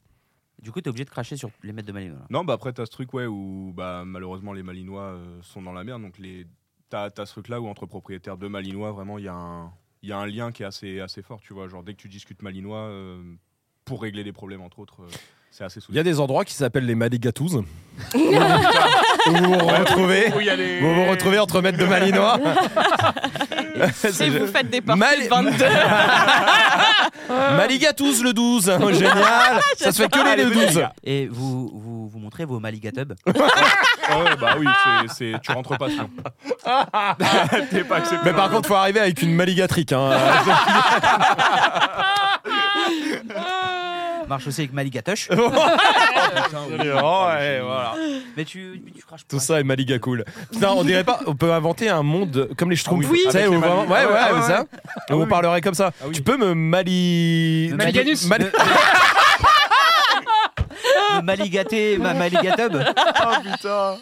A: Du coup, t'es obligé de cracher sur les mètres de Malinois. là.
B: Non, bah après, t'as ce truc, ouais, où bah, malheureusement, les Malinois euh, sont dans la merde, donc les t'as t'as ce truc-là où entre propriétaires de Malinois, vraiment, il y, a un- il y a un lien qui est assez, assez fort, tu vois. Genre, dès que tu discutes Malinois, euh, pour régler des problèmes, entre autres, euh, c'est assez
C: Il y a
B: soudé.
C: des endroits qui s'appellent les Maligatous. où vous vous retrouvez.
B: Où il y a des-
C: Vous vous retrouvez entre maîtres de Malinois.
G: Si
C: C'est-
G: vous faites des parties
C: Mal-
G: de 22.
C: Maligatous le 12. Génial. Ça se fait que les le 12.
A: Et vous, vous, vous montrez vos maligatubs.
B: Ah ouais, bah oui, c'est, c'est- tu rentres pas sinon. T'es pas accepté.
C: Mais par contre, faut arriver avec une maligatrique. Hein.
A: Marche aussi avec Euh, maligatush.
C: Ouais, voilà.
A: euh, Mais tu, mais tu craches pas. Euh,
C: Tout ça est Maliga cool. Putain, on dirait pas, on peut inventer un monde comme les Schtroumpfs.
G: Oui.
C: Tu sais,
B: Avec les
C: où vraiment-
B: Mali- Ah
C: ouais, ouais,
B: ouais, ah ouais,
C: ça.
B: Ah
C: Où
B: oui,
C: on
B: oui.
C: parlerait comme ça.
B: Ah oui.
C: Tu peux me Mali.
A: Le
D: Maliganus.
C: Mali-
A: Le Euh, maligaté, ma maligatub.
B: Oh putain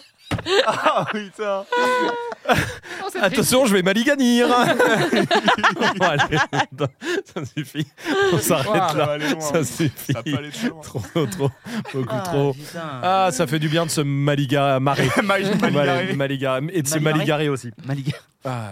B: Ah putain
D: Oh, c'est triste.
C: Attention, je vais Maliganir. Bon, allez, putain, ça suffit. On s'arrête
B: Ça va
C: là.
B: aller loin. hein.
C: Ça suffit.
B: Ça peut aller Ah, très loin.
C: Trop, trop, beaucoup trop.
A: putain.
C: Ah, ça fait du bien de se Maliga marrer.
B: Maligaré.
C: Maliga- et de se
A: Maligaré.
C: Maligaré aussi.
A: Maliga.
C: Ah,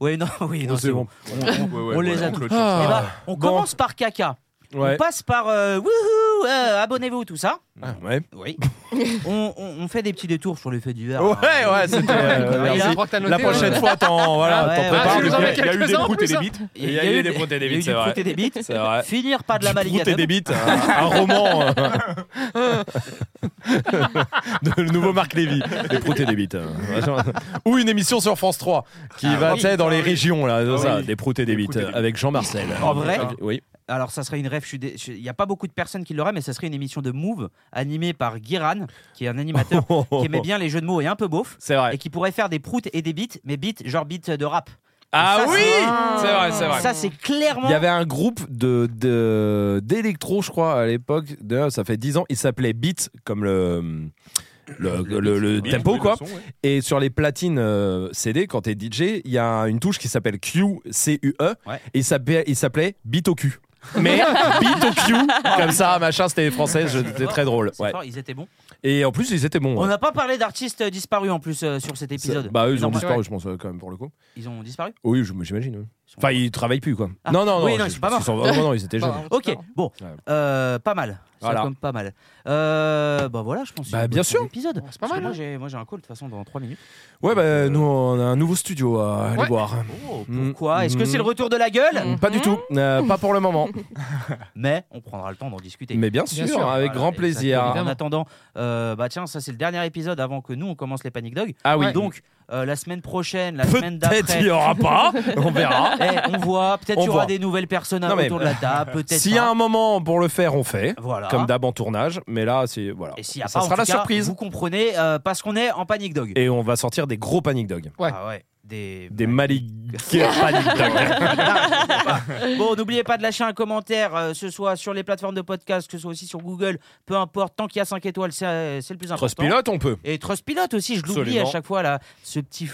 A: Ouais, non, oui, non,
C: c'est bon.
B: Ouais, ouais,
A: On les
B: voilà,
A: a tous.
B: clôture.
C: Ah.
A: Eh ben, on
C: Bon.
A: commence par caca.
C: Ouais.
A: On passe par euh, wouhou, euh, abonnez-vous, tout ça.
C: Ah, ouais.
A: Oui. on, on- on fait des petits détours sur les faits divers.
C: Ouais,
A: hein.
C: ouais, c'était. euh,
A: Ouais,
D: Je
A: merci.
D: crois que t'as
C: La
D: noté, euh,
C: prochaine
D: ouais.
C: fois, t'en voilà,
A: Ouais,
C: t'en
A: ouais.
C: prépares.
D: Ah, je vous en mets
B: Il y a eu des
D: quelques-uns en
B: proutes et
D: plus,
B: des
D: hein.
B: bites.
C: Il y a eu des proutes et des
A: il y a eu
C: bites, c'est
A: des
C: vrai.
A: proutes et des bites.
C: C'est vrai.
A: Finir par de la
C: Prout et
A: maligatub.
C: des bites, un, un roman euh, de le nouveau Marc Lévy. Les proutes et des bites. euh, genre. Ou une émission sur France 3 qui
A: Ah
C: va
A: oui.
C: tu sais, dans les régions, là,
B: Ah
C: ça,
B: oui.
C: des proutes et des
B: Les
C: bites,
B: proutes et des bites.
C: avec Jean Marcel.
A: En vrai
C: Oui.
A: Alors, ça serait une rêve. je suis dé- je- Il n'y a pas beaucoup de personnes qui l'auraient, mais ça serait une émission de Move animée par Guiran, qui est un animateur qui aimait bien les jeux de mots et un peu beauf,
C: Oh, C'est vrai.
A: et qui pourrait faire des proutes et des beats, mais beats, genre beats de rap.
C: Ah
A: ça,
C: oui
A: c'est-
C: C'est vrai, c'est vrai.
A: Ça, c'est clairement.
C: Il y avait un groupe de de- d'électro, je crois, à l'époque. de- Ça fait 10 ans. Il s'appelait Beat, comme le le, le- le
B: Bites,
C: tempo,
B: oui,
C: quoi.
B: le son, ouais.
C: Et sur les platines euh, CD, quand t'es DJ, il y a une touche qui s'appelle Q C U E.
A: Ouais.
C: Et il s'appelait- il s'appelait Beat au cul. Mais Beat au cul, comme ça, machin, c'était français. je- C'était très drôle.
A: Ah, C'est
C: Ouais.
A: fort, ils étaient bons.
C: Et en plus, ils étaient bons.
A: On
C: ouais.
A: n'a pas parlé d'artistes euh, disparus en plus euh, sur cet épisode.
C: Bah, eux, ils ont
A: Normal.
C: disparu, je pense, euh, quand même, pour le coup.
A: Ils ont disparu
C: Oui, je- j'imagine. oui.
A: Ils sont-
C: Enfin, ils travaillent plus, quoi.
A: Ah.
C: Non, non, non.
A: Oui, non,
C: je-
A: ils sont pas
C: je-
A: morts.
C: non, non, ils étaient
G: hein,
C: jeunes.
A: Ok, bon,
C: Ouais.
A: Euh, pas mal. Ça
C: Voilà.
A: comme pas mal. Euh, bah voilà, je pense.
C: Bah,
A: que c'est
C: bien
A: le
C: sûr.
A: Épisode.
D: C'est pas
A: Parce que
D: mal,
A: Moi
D: hein.
A: j'ai, moi j'ai un call de toute façon dans 3 minutes.
C: Ouais, bah
B: euh,
C: nous on a un nouveau studio à aller
D: Ouais.
C: voir. Mm.
A: Oh, Pourquoi Est-ce que c'est le
C: Mm.
A: retour Hein de la gueule
G: Mm.
C: Pas du tout, Euh, pas pour le moment.
A: Mais on prendra le temps d'en discuter.
C: Mais bien sûr,
D: sûr,
C: avec
A: Voilà,
C: grand
A: exactement.
C: plaisir.
A: En attendant, euh, bah tiens, ça c'est le dernier épisode avant que nous on commence les Panic Dog.
C: Ah oui,
D: Ouais.
C: donc
A: Donc euh, la semaine prochaine, la semaine
C: peut-être
A: d'après,
C: il y aura pas, on verra.
A: eh, on voit. Peut-être
C: On
A: il y aura
C: voit.
A: des nouvelles personnes
C: Non, mais-
A: autour de la table. Peut-être.
C: S'il y a
A: pas.
C: un moment pour le faire, on fait.
A: Voilà.
C: Comme d'hab en tournage, mais là c'est voilà.
A: Et s'il y a
C: Ça
A: pas, en
C: sera
A: tout
C: la
A: cas,
C: surprise.
A: Vous comprenez euh, parce qu'on est en Panic Dog.
C: Et on va sortir des gros panic dog,
D: Ouais.
A: Ah ouais. Des,
C: des
A: ouais.
C: maligas panic dog.
A: Bon, n'oubliez pas de lâcher un commentaire, euh, ce soit sur les plateformes de podcast, que ce soit aussi sur Google, peu importe, tant qu'il y a 5 étoiles, c'est euh, c'est le plus important.
C: Trust pilote, on peut.
A: Et Trustpilot aussi, je l'oublie
C: Absolument.
A: à chaque fois, là, ce petit f-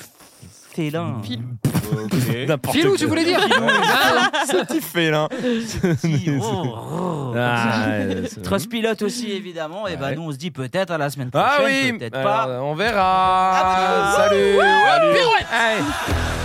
A: félin.
D: Fil-
B: Ok.
C: N'importe
D: Filou,
C: quoi.
D: tu voulais dire Hein
C: ce petit félin.
A: Petit- oh, oh.
C: Ah, ouais, c'est-
A: Trustpilot aussi, évidemment. Et ben
C: Ouais.
A: nous, on se dit peut-être à la semaine prochaine,
C: Ah oui,
A: peut-être
C: alors,
A: pas.
C: on verra. Salut. Salut. Allez.